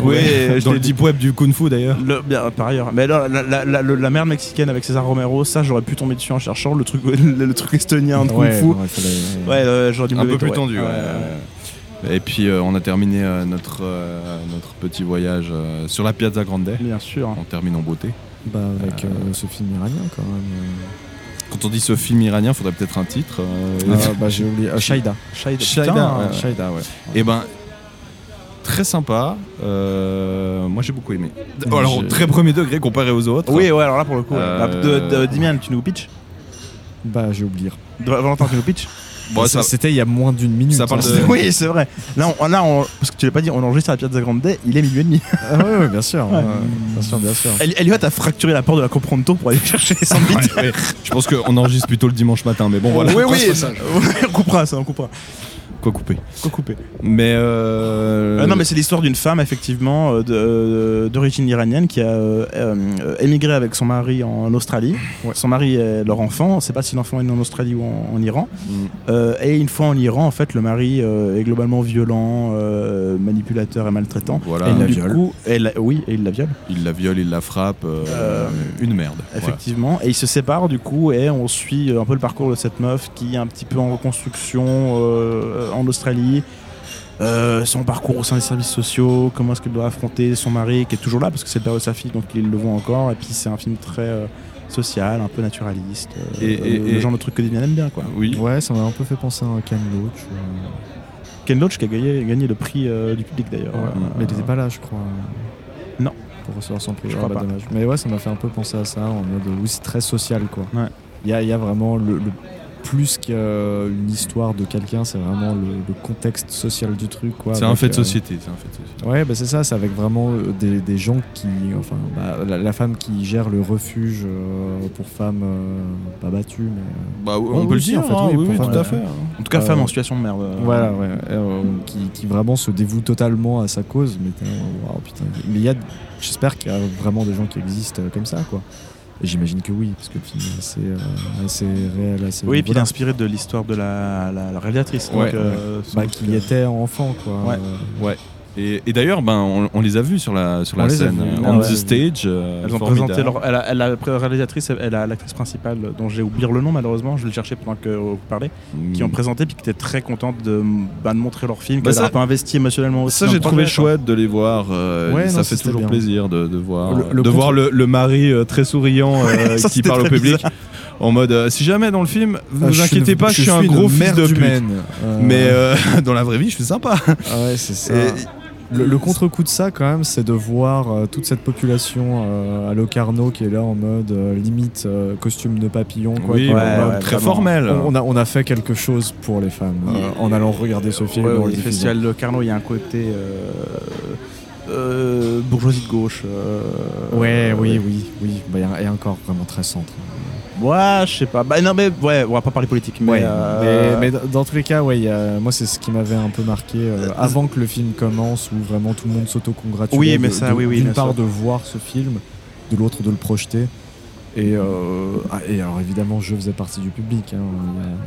I: Ouais, je
H: dans
I: l'ai
H: le
I: dit.
H: deep web du kung fu d'ailleurs.
I: Le, bien, par ailleurs. Mais alors, la, la, la- le- la merde mexicaine avec César Romero, ça j'aurais pu tomber dessus en cherchant le truc, le, le truc estonien de
J: Ouais,
I: Kung
J: non,
I: Fu.
J: il fallait-
I: Ouais, euh, j'aurais dû me
H: Un peu
I: lever
H: plus
I: tôt,
H: tendu, ouais.
I: Ouais,
H: Et puis euh, on a terminé euh, notre, euh, notre petit voyage euh, sur la Piazza Grande.
I: Bien sûr.
H: On termine en beauté.
J: Bah, avec euh, ce film iranien quand même.
H: Quand on dit ce film iranien, faudrait peut-être un titre. euh,
J: Ah, bah j'ai oublié. Euh, Shaida.
I: Shaida,
H: Shaida,
J: Putain,
I: euh,
H: ouais.
J: Shaida, ouais.
H: Et ben, très sympa. Euh, moi, j'ai beaucoup aimé.
J: Moi,
H: Alors,
J: j'ai-
H: très premier degré comparé aux autres.
I: Oui, ouais, alors là pour le coup.
H: Euh,
I: ouais. De, de- Dimian, tu nous pitches
J: Bah j'ai oublié.
I: De- Valentin, tu nous pitches
H: Bon, ça-
J: C'était il y a moins d'une minute.
H: Ça parle
J: hein.
H: de-
I: Oui, c'est vrai. Là, on, là on- parce que tu l'as pas dit, on enregistre à la Piazza Grande, il est minuit et demi.
J: Ah ouais, ouais, bien sûr. euh, bien sûr, bien sûr.
I: El- Elliot a fracturé la porte de la Compronto pour aller chercher les sandwichs.
H: Ouais, ouais. Je pense qu'on enregistre plutôt le dimanche matin, mais bon voilà.
I: Oui,
H: Quoi
I: oui,
H: ce passage.
I: on coupera ça, on coupera.
H: Quoi couper
I: Quoi couper
H: Mais euh...
I: Euh, non, mais c'est l'histoire d'une femme, effectivement, euh, de- euh, d'origine iranienne qui a euh, euh, émigré avec son mari en Australie. Son mari et leur enfant. On ne sait pas si l'enfant est né en Australie ou en, en Iran.
H: Mm.
I: Euh, et une fois en Iran, en fait, le mari euh, est globalement violent, euh, manipulateur et maltraitant.
H: Voilà.
I: Et
H: Il la
I: du
H: viole.
I: coup, elle- oui, et il la viole.
H: Il la viole, il la frappe, euh,
I: Euh,
H: une merde.
I: Effectivement. Et ils se séparent du coup et on suit euh, un peu le parcours de cette meuf qui est un petit peu en reconstruction euh, en Australie. Euh, son parcours au sein des services sociaux, comment est-ce qu'elle doit affronter son mari qui est toujours là parce que c'est le père de sa fille donc ils le voient encore. Et puis c'est un film très euh, social, un peu naturaliste. euh,
H: Et- et-
I: le
H: et-
I: genre de truc que Damien aime bien quoi.
H: Oui.
J: Ouais, ça m'a un peu fait penser à un Ken Loach. euh.
I: Ken Loach qui a gagné, gagné le prix euh, du public d'ailleurs.
J: Ouais, mais il était pas là, je crois.
I: Non.
J: Pour recevoir son prix.
I: Je
J: Ah,
I: crois
J: bah,
I: pas.
J: dommage. Mais ouais, ça m'a fait un peu penser à ça, en mode euh, oui, c'est très social, quoi.
I: Ouais.
J: Il y a, il y a vraiment le, le- plus qu'une histoire de quelqu'un, c'est vraiment le, le contexte social du truc, quoi.
H: C'est un
J: avec,
H: fait de
J: euh,
H: société, c'est un fait de société.
J: Ouais, bah c'est ça, c'est avec vraiment euh, des, des gens qui. Enfin, bah, la, la femme qui gère le refuge euh, pour femmes euh, pas battues, mais. euh,
H: Bah, on
J: oui,
H: peut le
J: si,
H: dire, hein, oui,
J: pour
H: oui,
J: femmes,
H: tout à
J: euh,
H: fait, hein.
I: En tout cas, femmes en situation de merde, euh.
J: Voilà, ouais. euh, qui, qui vraiment se dévoue totalement à sa cause. Mais t'es là, waouh, putain. Mais il y a. J'espère qu'il y a vraiment des gens qui existent euh, comme ça, quoi. Et J'imagine que oui, parce que le film est assez, euh, assez réel, assez.
I: Oui, et puis il est
J: voilà.
I: inspiré de l'histoire de la, la- la réalisatrice.
J: Ouais,
I: donc, euh,
J: ouais.
I: sans
J: Bah,
I: doute
J: qui
I: que-
J: était enfant, quoi.
I: Ouais.
J: Euh,
H: Ouais. Et, et d'ailleurs, ben, on, on les a vus sur la, sur
J: On
H: la
J: les a
H: scène,
J: vus.
H: euh,
J: Ah
H: on
J: ouais.
H: the stage. euh,
I: Elles ont
H: formidable.
I: présenté leur. Elle a, elle a- la réalisatrice, elle a l'actrice principale, dont j'ai oublié le nom malheureusement, je vais le chercher pendant que euh, vous parlez,
J: Mm.
I: qui ont présenté puis qui étaient très contentes de, bah, de montrer leur film,
H: Bah,
I: qu'elles
H: ça-
I: ça... pas investi émotionnellement aussi.
H: Ça,
I: dans
H: j'ai
I: le
H: trouvé
J: hein.
I: projet,
H: chouette de les voir. euh, ça
I: Ouais, non,
H: fait
I: c'était
H: toujours
I: bien.
H: plaisir de, de voir,
I: Le-
H: euh,
I: le
H: de
I: contre-
H: voir le, le mari euh, très souriant euh,
I: Ça,
H: qui
I: c'était
H: parle au
I: très
H: public.
I: bizarre.
H: En mode, euh, si jamais dans le film, vous,
J: Ah,
H: vous
J: je suis
H: inquiétez
J: une-
H: pas, je,
J: je
H: suis un
J: suis une
H: gros fils
J: merde
H: de pute.
J: humaine. Euh.
H: Mais euh, dans la vraie vie, je suis sympa.
J: Ah ouais, c'est ça. Le, le contre-coup de ça, quand même, c'est de voir euh, toute cette population euh, à Locarno qui est là en mode euh, limite euh, costume de papillon. Quoi,
H: Oui,
J: Quand
H: ouais,
J: même,
H: ouais,
J: euh,
H: très
J: vraiment,
H: formel.
J: On, on a, on a fait quelque chose pour les femmes euh, en allant regarder ce film.
I: Ouais,
J: en
I: ouais,
J: le
I: le
J: diffusant.
I: festival de Carnot, il y a un côté euh, euh, bourgeoisie de gauche. euh,
J: Ouais,
I: euh,
J: oui, oui, oui. Bah, il y a- il y a encore vraiment très centre.
I: Ouais, je sais pas. Bah non, mais ouais, on va pas parler politique. Mais,
J: Ouais,
I: euh,
J: mais, mais dans- dans tous les cas, ouais, il y a- moi c'est ce qui m'avait un peu marqué euh, avant que le film commence, où vraiment tout le monde s'auto-congratulait.
I: Oui, mais
J: de-
I: ça,
J: de-
I: oui, oui,
J: D'une
I: bien
J: part
I: sûr.
J: de voir ce film, de l'autre de le projeter. Et, euh, ah, et alors évidemment, je faisais partie du public. hein,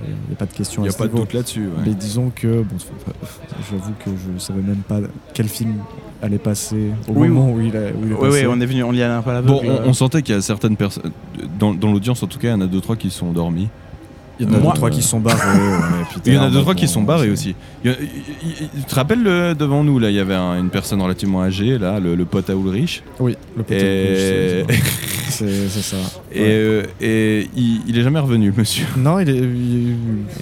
J: Il n'y a, pas de question.
H: Il y
J: à
H: a
J: ce
H: pas de
J: niveau.
H: doute là-dessus, ouais.
J: Mais disons que, bon, c'est- euh, j'avoue que je savais même pas quel film allait passer au
I: Oui,
J: moment
I: oui.
J: où il, a, où il est
I: Oui,
J: passé.
I: oui, on est venu, on y allait un peu à l'aveugle.
H: Bon, on,
I: euh.
H: on sentait qu'il y a certaines personnes. Dans, dans l'audience, en tout cas, il y en a deux, trois qui sont endormis.
J: Il y en a
H: Euh,
J: deux, trois qui sont barrés, ouais, puis
H: Il y en a
J: t'es
H: deux,
J: là,
H: trois
J: bon,
H: qui sont barrés aussi. Il y a- il- il- il- Tu te rappelles le- devant nous, là, il y avait un- une personne relativement âgée, là, le, le pote à Ulrich.
J: Oui, le pote à
H: Et-
J: Ulrich, C'est c'est ça.
H: Et, euh, et il, il est jamais revenu, monsieur.
J: Non, il est. il-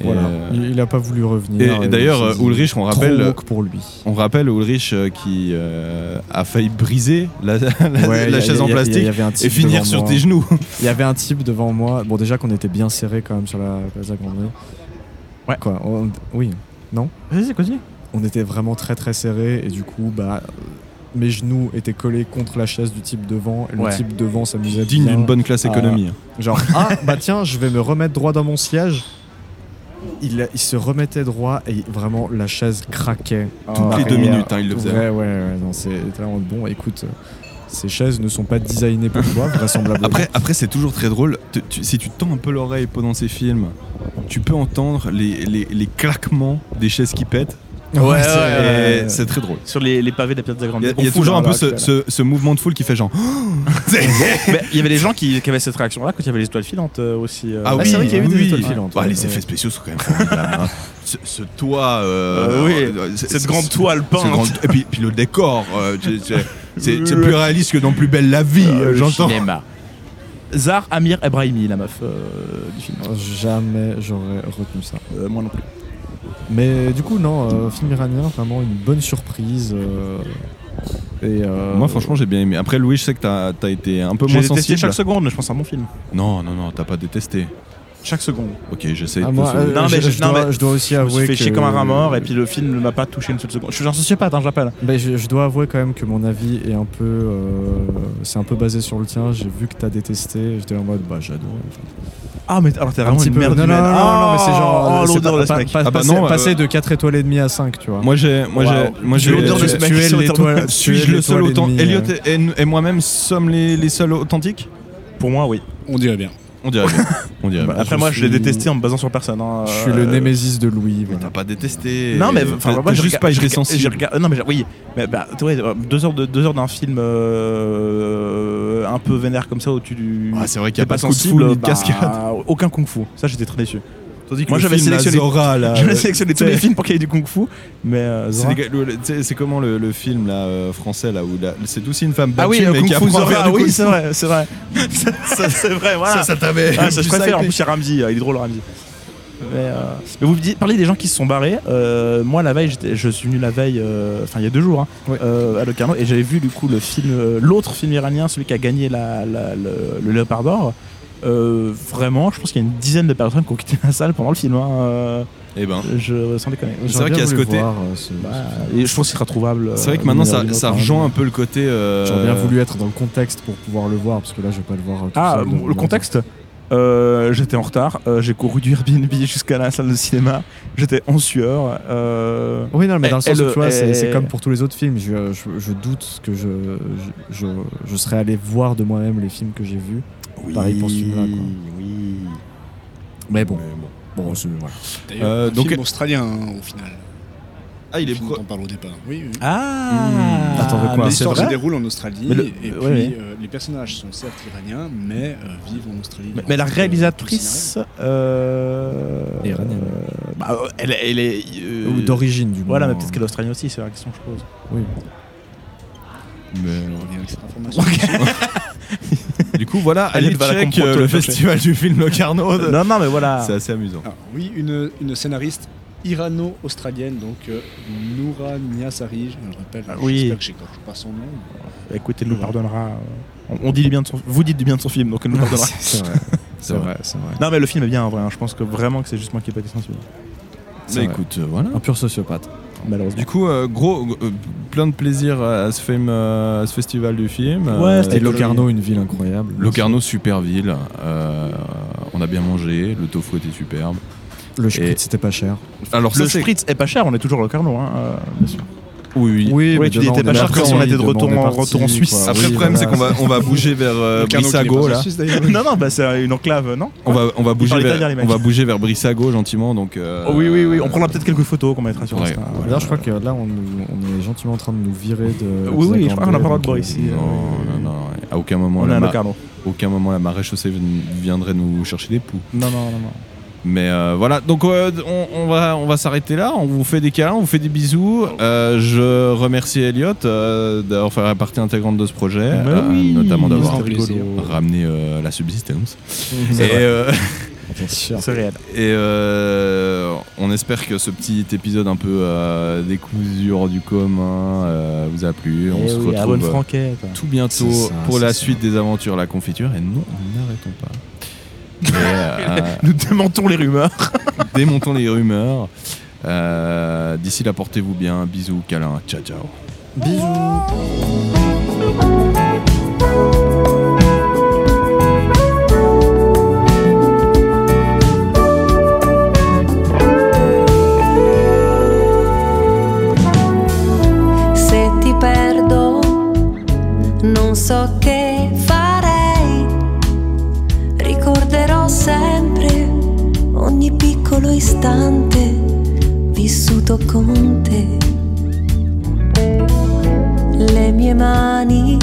J: voilà.
H: euh,
J: Il, il a pas voulu revenir.
H: Et, et d'ailleurs,
J: il
H: euh,
J: s'est dit,
H: Ulrich, on rappelle.
J: Trop woke pour lui.
H: On rappelle Ulrich euh, qui euh, a failli briser la, la- la
J: Ouais, y a-
H: chaise
J: y a-
H: en
J: y a-
H: plastique
J: y avait un type
H: et finir
J: devant
H: sur
J: moi.
H: tes genoux.
J: Il y avait un type devant moi. Bon, déjà qu'on était bien serré quand même sur la Plaza Grande.
I: Ouais.
J: Quoi on- Oui. Non
I: Vas-y, continue.
J: On était vraiment très très serré et du coup, bah. euh, Mes genoux étaient collés contre la chaise du type devant et le
H: Ouais.
J: type devant s'amusait
H: Digne
J: bien
H: d'une bonne classe
J: à-
H: économie.
J: Genre, ah bah tiens, je vais me remettre droit dans mon siège. Il, il se remettait droit et vraiment la chaise craquait.
H: Toutes
J: Tout
H: les deux
J: derrière.
H: minutes, hein, il le faisait.
J: Ouais, ouais, ouais. Non, c'est t'es là en mode, bon, écoute, euh, ces chaises ne sont pas designées pour toi, vraisemblablement.
H: Après, après c'est toujours très drôle. Tu- tu- si tu tends un peu l'oreille pendant ces films, tu peux entendre les, les- les claquements des chaises qui pètent.
I: Ouais, ouais,
H: Et
I: ouais, ouais, ouais.
H: c'est très drôle.
I: Sur les, les pavés de la Piazza Grande.
H: Il y a,
I: On
H: il y a
I: fout
H: toujours
I: là,
H: un peu
I: là,
H: ce,
I: actuellement.
H: ce- ce mouvement de foule qui fait genre. oh
I: Mais Il y avait des gens qui, qui avaient cette réaction là quand il y avait les étoiles filantes euh, aussi. euh.
H: Ah oui,
I: c'est vrai qu'il y avait
H: oui.
I: des étoiles filantes.
H: Bah,
I: ouais.
H: les effets spéciaux sont quand même formidables. hein. ce, ce toit.
I: Euh, oui,
H: c'est-
I: cette
H: c'est-
I: grande
H: c'est-
I: toile
H: ce
I: peinte.
H: grand- et puis, puis le décor. euh, c'est- c'est- c'est c'est plus réaliste que dans Plus Belle la Vie,
I: Euh,
H: euh,
I: le
H: j'entends.
I: cinéma. Zar Amir Ebrahimi, la meuf euh, du film. Euh,
J: Jamais j'aurais retenu ça.
I: moi non plus.
J: Mais du coup, non, euh, film iranien, vraiment une bonne surprise. euh, et, euh,
H: Moi, franchement, j'ai bien aimé. Après, Louis, je sais que t'as as été un peu
I: J'ai
H: moins
I: détesté
H: sensible.
I: chaque seconde, mais je pense que c'est un bon film.
H: Non, non, non, t'as pas détesté.
I: Chaque seconde.
H: Ok, j'essaie
J: Ah,
H: de
J: moi,
H: sauver.
J: euh,
I: non, mais
J: je-
I: je,
J: je
I: non,
J: dois-
I: mais
J: je dois aussi
I: me
J: avouer
I: suis fait chier
J: que-
I: comme un rat mort et puis le film ne m'a pas touché une seule seconde. Je suis un sociopathe, hein, je rappelle.
J: Ben, je, je dois avouer quand même que mon avis est un peu. euh, c'est un peu basé sur le tien. J'ai vu que t'as détesté. J'étais en mode, bah j'adore.
I: Ah, mais t- alors t'es vraiment
J: un petit
I: une
J: peu.
I: merde
J: Non, non,
I: humaine. Ah,
J: non, non, non, mais c'est genre.
I: Oh,
J: euh, c'est
I: l'odeur
J: pas-
I: de ce
J: pas-
I: mec.
J: pas-
H: Ah bah
J: passer-
H: non, euh,
J: passer de 4 étoiles et demie à 5, tu vois.
H: Moi j'ai, moi
J: Waouh.
H: j'ai, moi j'ai.
J: Tu es l'odeur de ce mec
H: tu
J: qui
H: es
J: sort de
H: l'étoile.
J: moi.
H: Suis-je
J: Tu es
H: le seul
J: l'étoile
H: authentique
J: ennemie,
H: Elliot et, et moi-même sommes les, les seuls authentiques
I: Pour moi, oui.
K: On dirait bien.
H: On dirait bien. On dirait
I: Bah,
H: bien.
I: Après, moi, je l'ai
J: suis-
I: détesté en me basant sur personne. hein.
J: Je suis le
I: Euh,
J: némésis de Louis.
H: Mais t'as pas détesté.
I: Non mais
H: T'as-
I: enfin moi
H: t'as
I: je
H: juste
I: rega-
H: pas
I: je
H: été
I: rega- je
H: sensible.
I: rega- non mais je- oui mais bah tu vois, euh, deux heures de deux heures d'un film euh, un peu vénère comme ça où tu du
H: Ah, c'est vrai qu'il y a
I: t'es
H: pas de coup de foule ni de
I: bah,
H: cascade.
I: aucun kung fu ça j'étais très déçu
H: Tandis que
I: moi
H: le
I: j'avais
H: film, là,
I: sélectionné
H: Zora, là,
I: j'avais
H: euh,
I: sélectionné tous
H: t'sais.
I: les films pour qu'il y ait du kung fu mais euh,
H: C'est
I: Zora-
H: des gars- le- le- tu sais, C'est comment le, le film là euh, français là où la- c'est aussi une femme
I: ah oui
H: battue,
I: euh,
H: mais
I: kung
H: qui
I: fu
H: apprend à faire
I: Zora
H: du
I: oui
H: kung
I: c'est
H: fu.
I: vrai c'est vrai ça, ça, c'est vrai voilà
H: Ça, ça t'avait-
I: Ah, ça,
H: tu
I: je préfère en
H: savais.
I: plus c'est Ramzi euh, il est drôle Ramzi Mais, euh, mais vous me dites- parlez des gens qui se sont barrés. Euh, moi, la veille, j'étais- je suis venu la veille, euh, enfin il y a deux jours, hein, euh, à Locarno, et j'avais vu du coup le film, euh, l'autre film iranien, celui qui a gagné la, la- le, le Léopard d'Or. Euh, vraiment, je pense qu'il y a une dizaine de personnes qui ont quitté la salle pendant le film. Hein, euh,
H: Eh ben.
I: je sans déconner.
H: C'est vrai qu'il y a ce côté.
J: euh,
I: Bah, et je pense qu'il sera trouvable.
H: C'est vrai que
I: euh,
H: maintenant
I: d'une
H: ça,
I: manière ou d'une
H: ça
I: autre, hein.
H: rejoint un peu le côté. euh,
J: J'aurais bien voulu être dans le contexte pour pouvoir le voir, parce que là, je vais pas le voir. euh, tout
I: Ah,
J: seul
I: bon,
J: dans
I: le
J: dans-
I: contexte Euh, J'étais en retard, euh, j'ai couru du Airbnb jusqu'à la salle de cinéma, j'étais en sueur. euh,
J: Oui, non, mais
I: et-
J: dans le
I: et
J: sens où, tu vois, c'est
I: et-
J: c'est comme pour tous les autres films. Je, je- je doute que je, je, je, je serais allé voir de moi-même les films que j'ai vus. Pareil pour ce film-là. Oui. Mais bon. bon. c'est- voilà.
K: D'ailleurs,
J: Euh,
K: un
J: donc-
K: film australien hein, au final.
H: Ah, il est
K: pro. On parle au départ. Oui, oui.
I: Ah
J: Mmh. Attends, de quoi,
K: mais
J: c'est
K: L'histoire se
J: vrai
K: déroule en Australie
I: Mais le-
K: et puis
I: ouais, ouais.
K: euh, les personnages sont certes iraniens mais euh, vivent en Australie.
I: Mais, mais la
K: Donc, euh,
I: réalisatrice. euh,
J: Iranienne.
I: euh, bah, euh, elle, elle est. euh,
J: Ou d'origine, du
I: Voilà,
J: moins.
I: mais peut-être qu'elle est australienne aussi, c'est la question que je pose.
J: Oui. Euh,
K: on revient avec cette information.
I: Ok.
H: Du coup, voilà, allez
I: Elle va la
H: check
I: comprendre,
H: euh,
I: toi,
H: le
I: le chercher.
H: festival du film Locarno. de-
I: Non, non, mais voilà.
H: C'est assez amusant.
K: Alors, Ah, oui, une, une scénariste irano-australienne, donc euh, Noura Niasari, je le rappelle,
I: oui.
K: j'espère que j'écorche pas son nom.
I: Écoutez, elle nous pardonnera. euh, On, on dit du bien de son, vous dites du bien de son film, donc elle nous pardonnera.
J: C'est vrai. C'est vrai, c'est vrai.
I: Non, mais le film est bien en vrai. hein. Je pense que vraiment que c'est juste moi qui ai pas été sensible.
H: Bah écoute, euh, voilà.
J: Un pur sociopathe.
I: Malheureusement.
H: Du coup, euh, gros, euh, plein de plaisir à ce, film, euh, à ce festival du film. Euh,
J: Ouais, c'était Locarno, une ville incroyable.
H: Locarno, super ville. Euh, on a bien mangé, le tofu était superbe.
J: Le Spritz,
H: Et-
J: c'était pas cher.
H: Alors,
I: le
H: ça, c'est-
I: Spritz est pas cher, on est toujours le Carnot, hein, euh, bien sûr.
H: Oui,
J: Oui, mais
I: tu
J: demain,
I: n'étais
J: on
I: pas
J: est
I: cher
J: parti,
I: quand on était de retour
J: demain, on
I: en,
J: est parti,
I: retour en Suisse.
J: quoi.
H: Après, le problème, c'est qu'on va, on va bouger vers euh,
K: Locarno qui n'est pas
H: Brissago,
K: en
H: là.
K: Suisse, d'ailleurs.
I: non, non, bah c'est une enclave, euh, non
H: On va, on va
I: Ils
H: bouger
I: parlent
H: vers,
I: italien, les mecs.
H: on va bouger vers Brissago gentiment, donc. euh,
I: Oh, Oui, oui, oui, on prendra peut-être quelques photos qu'on mettra sur
H: Ouais,
I: Insta.
H: voilà.
J: D'ailleurs, je crois que là, on, nous- on est gentiment en train de nous virer de.
I: Oui, oui, je crois qu'on a pas le droit de
J: donc,
I: boire
J: euh,
I: ici.
H: Non, non, non. ouais. À aucun moment,
I: On est
H: la
I: à
H: ma-
I: Locarno.
H: aucun moment, la marée chaussée viendrait nous chercher des poux.
I: Non, non, non, non.
H: Mais euh, voilà, donc euh, on, on va, on va s'arrêter là. On vous fait des câlins, on vous fait des bisous. Euh, je remercie Elliot euh, d'avoir fait partie intégrante de ce projet,
I: Bah
H: euh,
I: oui,
H: notamment d'avoir
I: c'était rigolo.
H: ramené euh, la subsistance.
I: C'est
H: et
I: vrai.
H: euh,
J: Bien sûr.
I: C'est réel.
H: et euh, on espère que ce petit épisode un peu euh, décousu hors du commun euh, vous a plu. On
I: Eh
H: se
I: oui, à bonne
H: retrouve euh,
I: franquette.
H: tout bientôt
I: C'est ça,
H: pour
I: c'est
H: la
I: ça.
H: suite des aventures la confiture. Et non, nous n'arrêtons pas. Mais, euh,
I: Nous démentons les rumeurs.
H: démontons les rumeurs. Euh, D'ici là, portez-vous bien. Bisous, câlins. Ciao, ciao.
U: Se ti perdo, non so che farei. Ricorderò sempre ogni piccolo istante vissuto con te. Le mie mani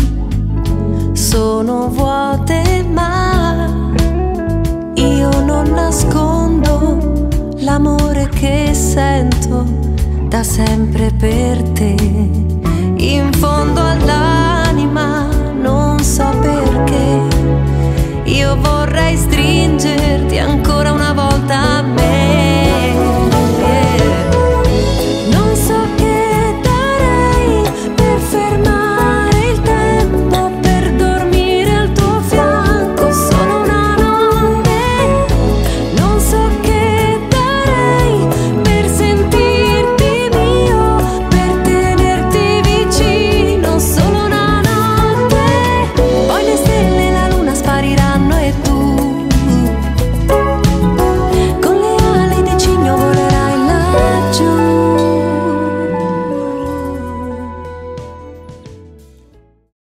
U: sono vuote, ma io non nascondo l'amore che sento da sempre per te in fondo al lago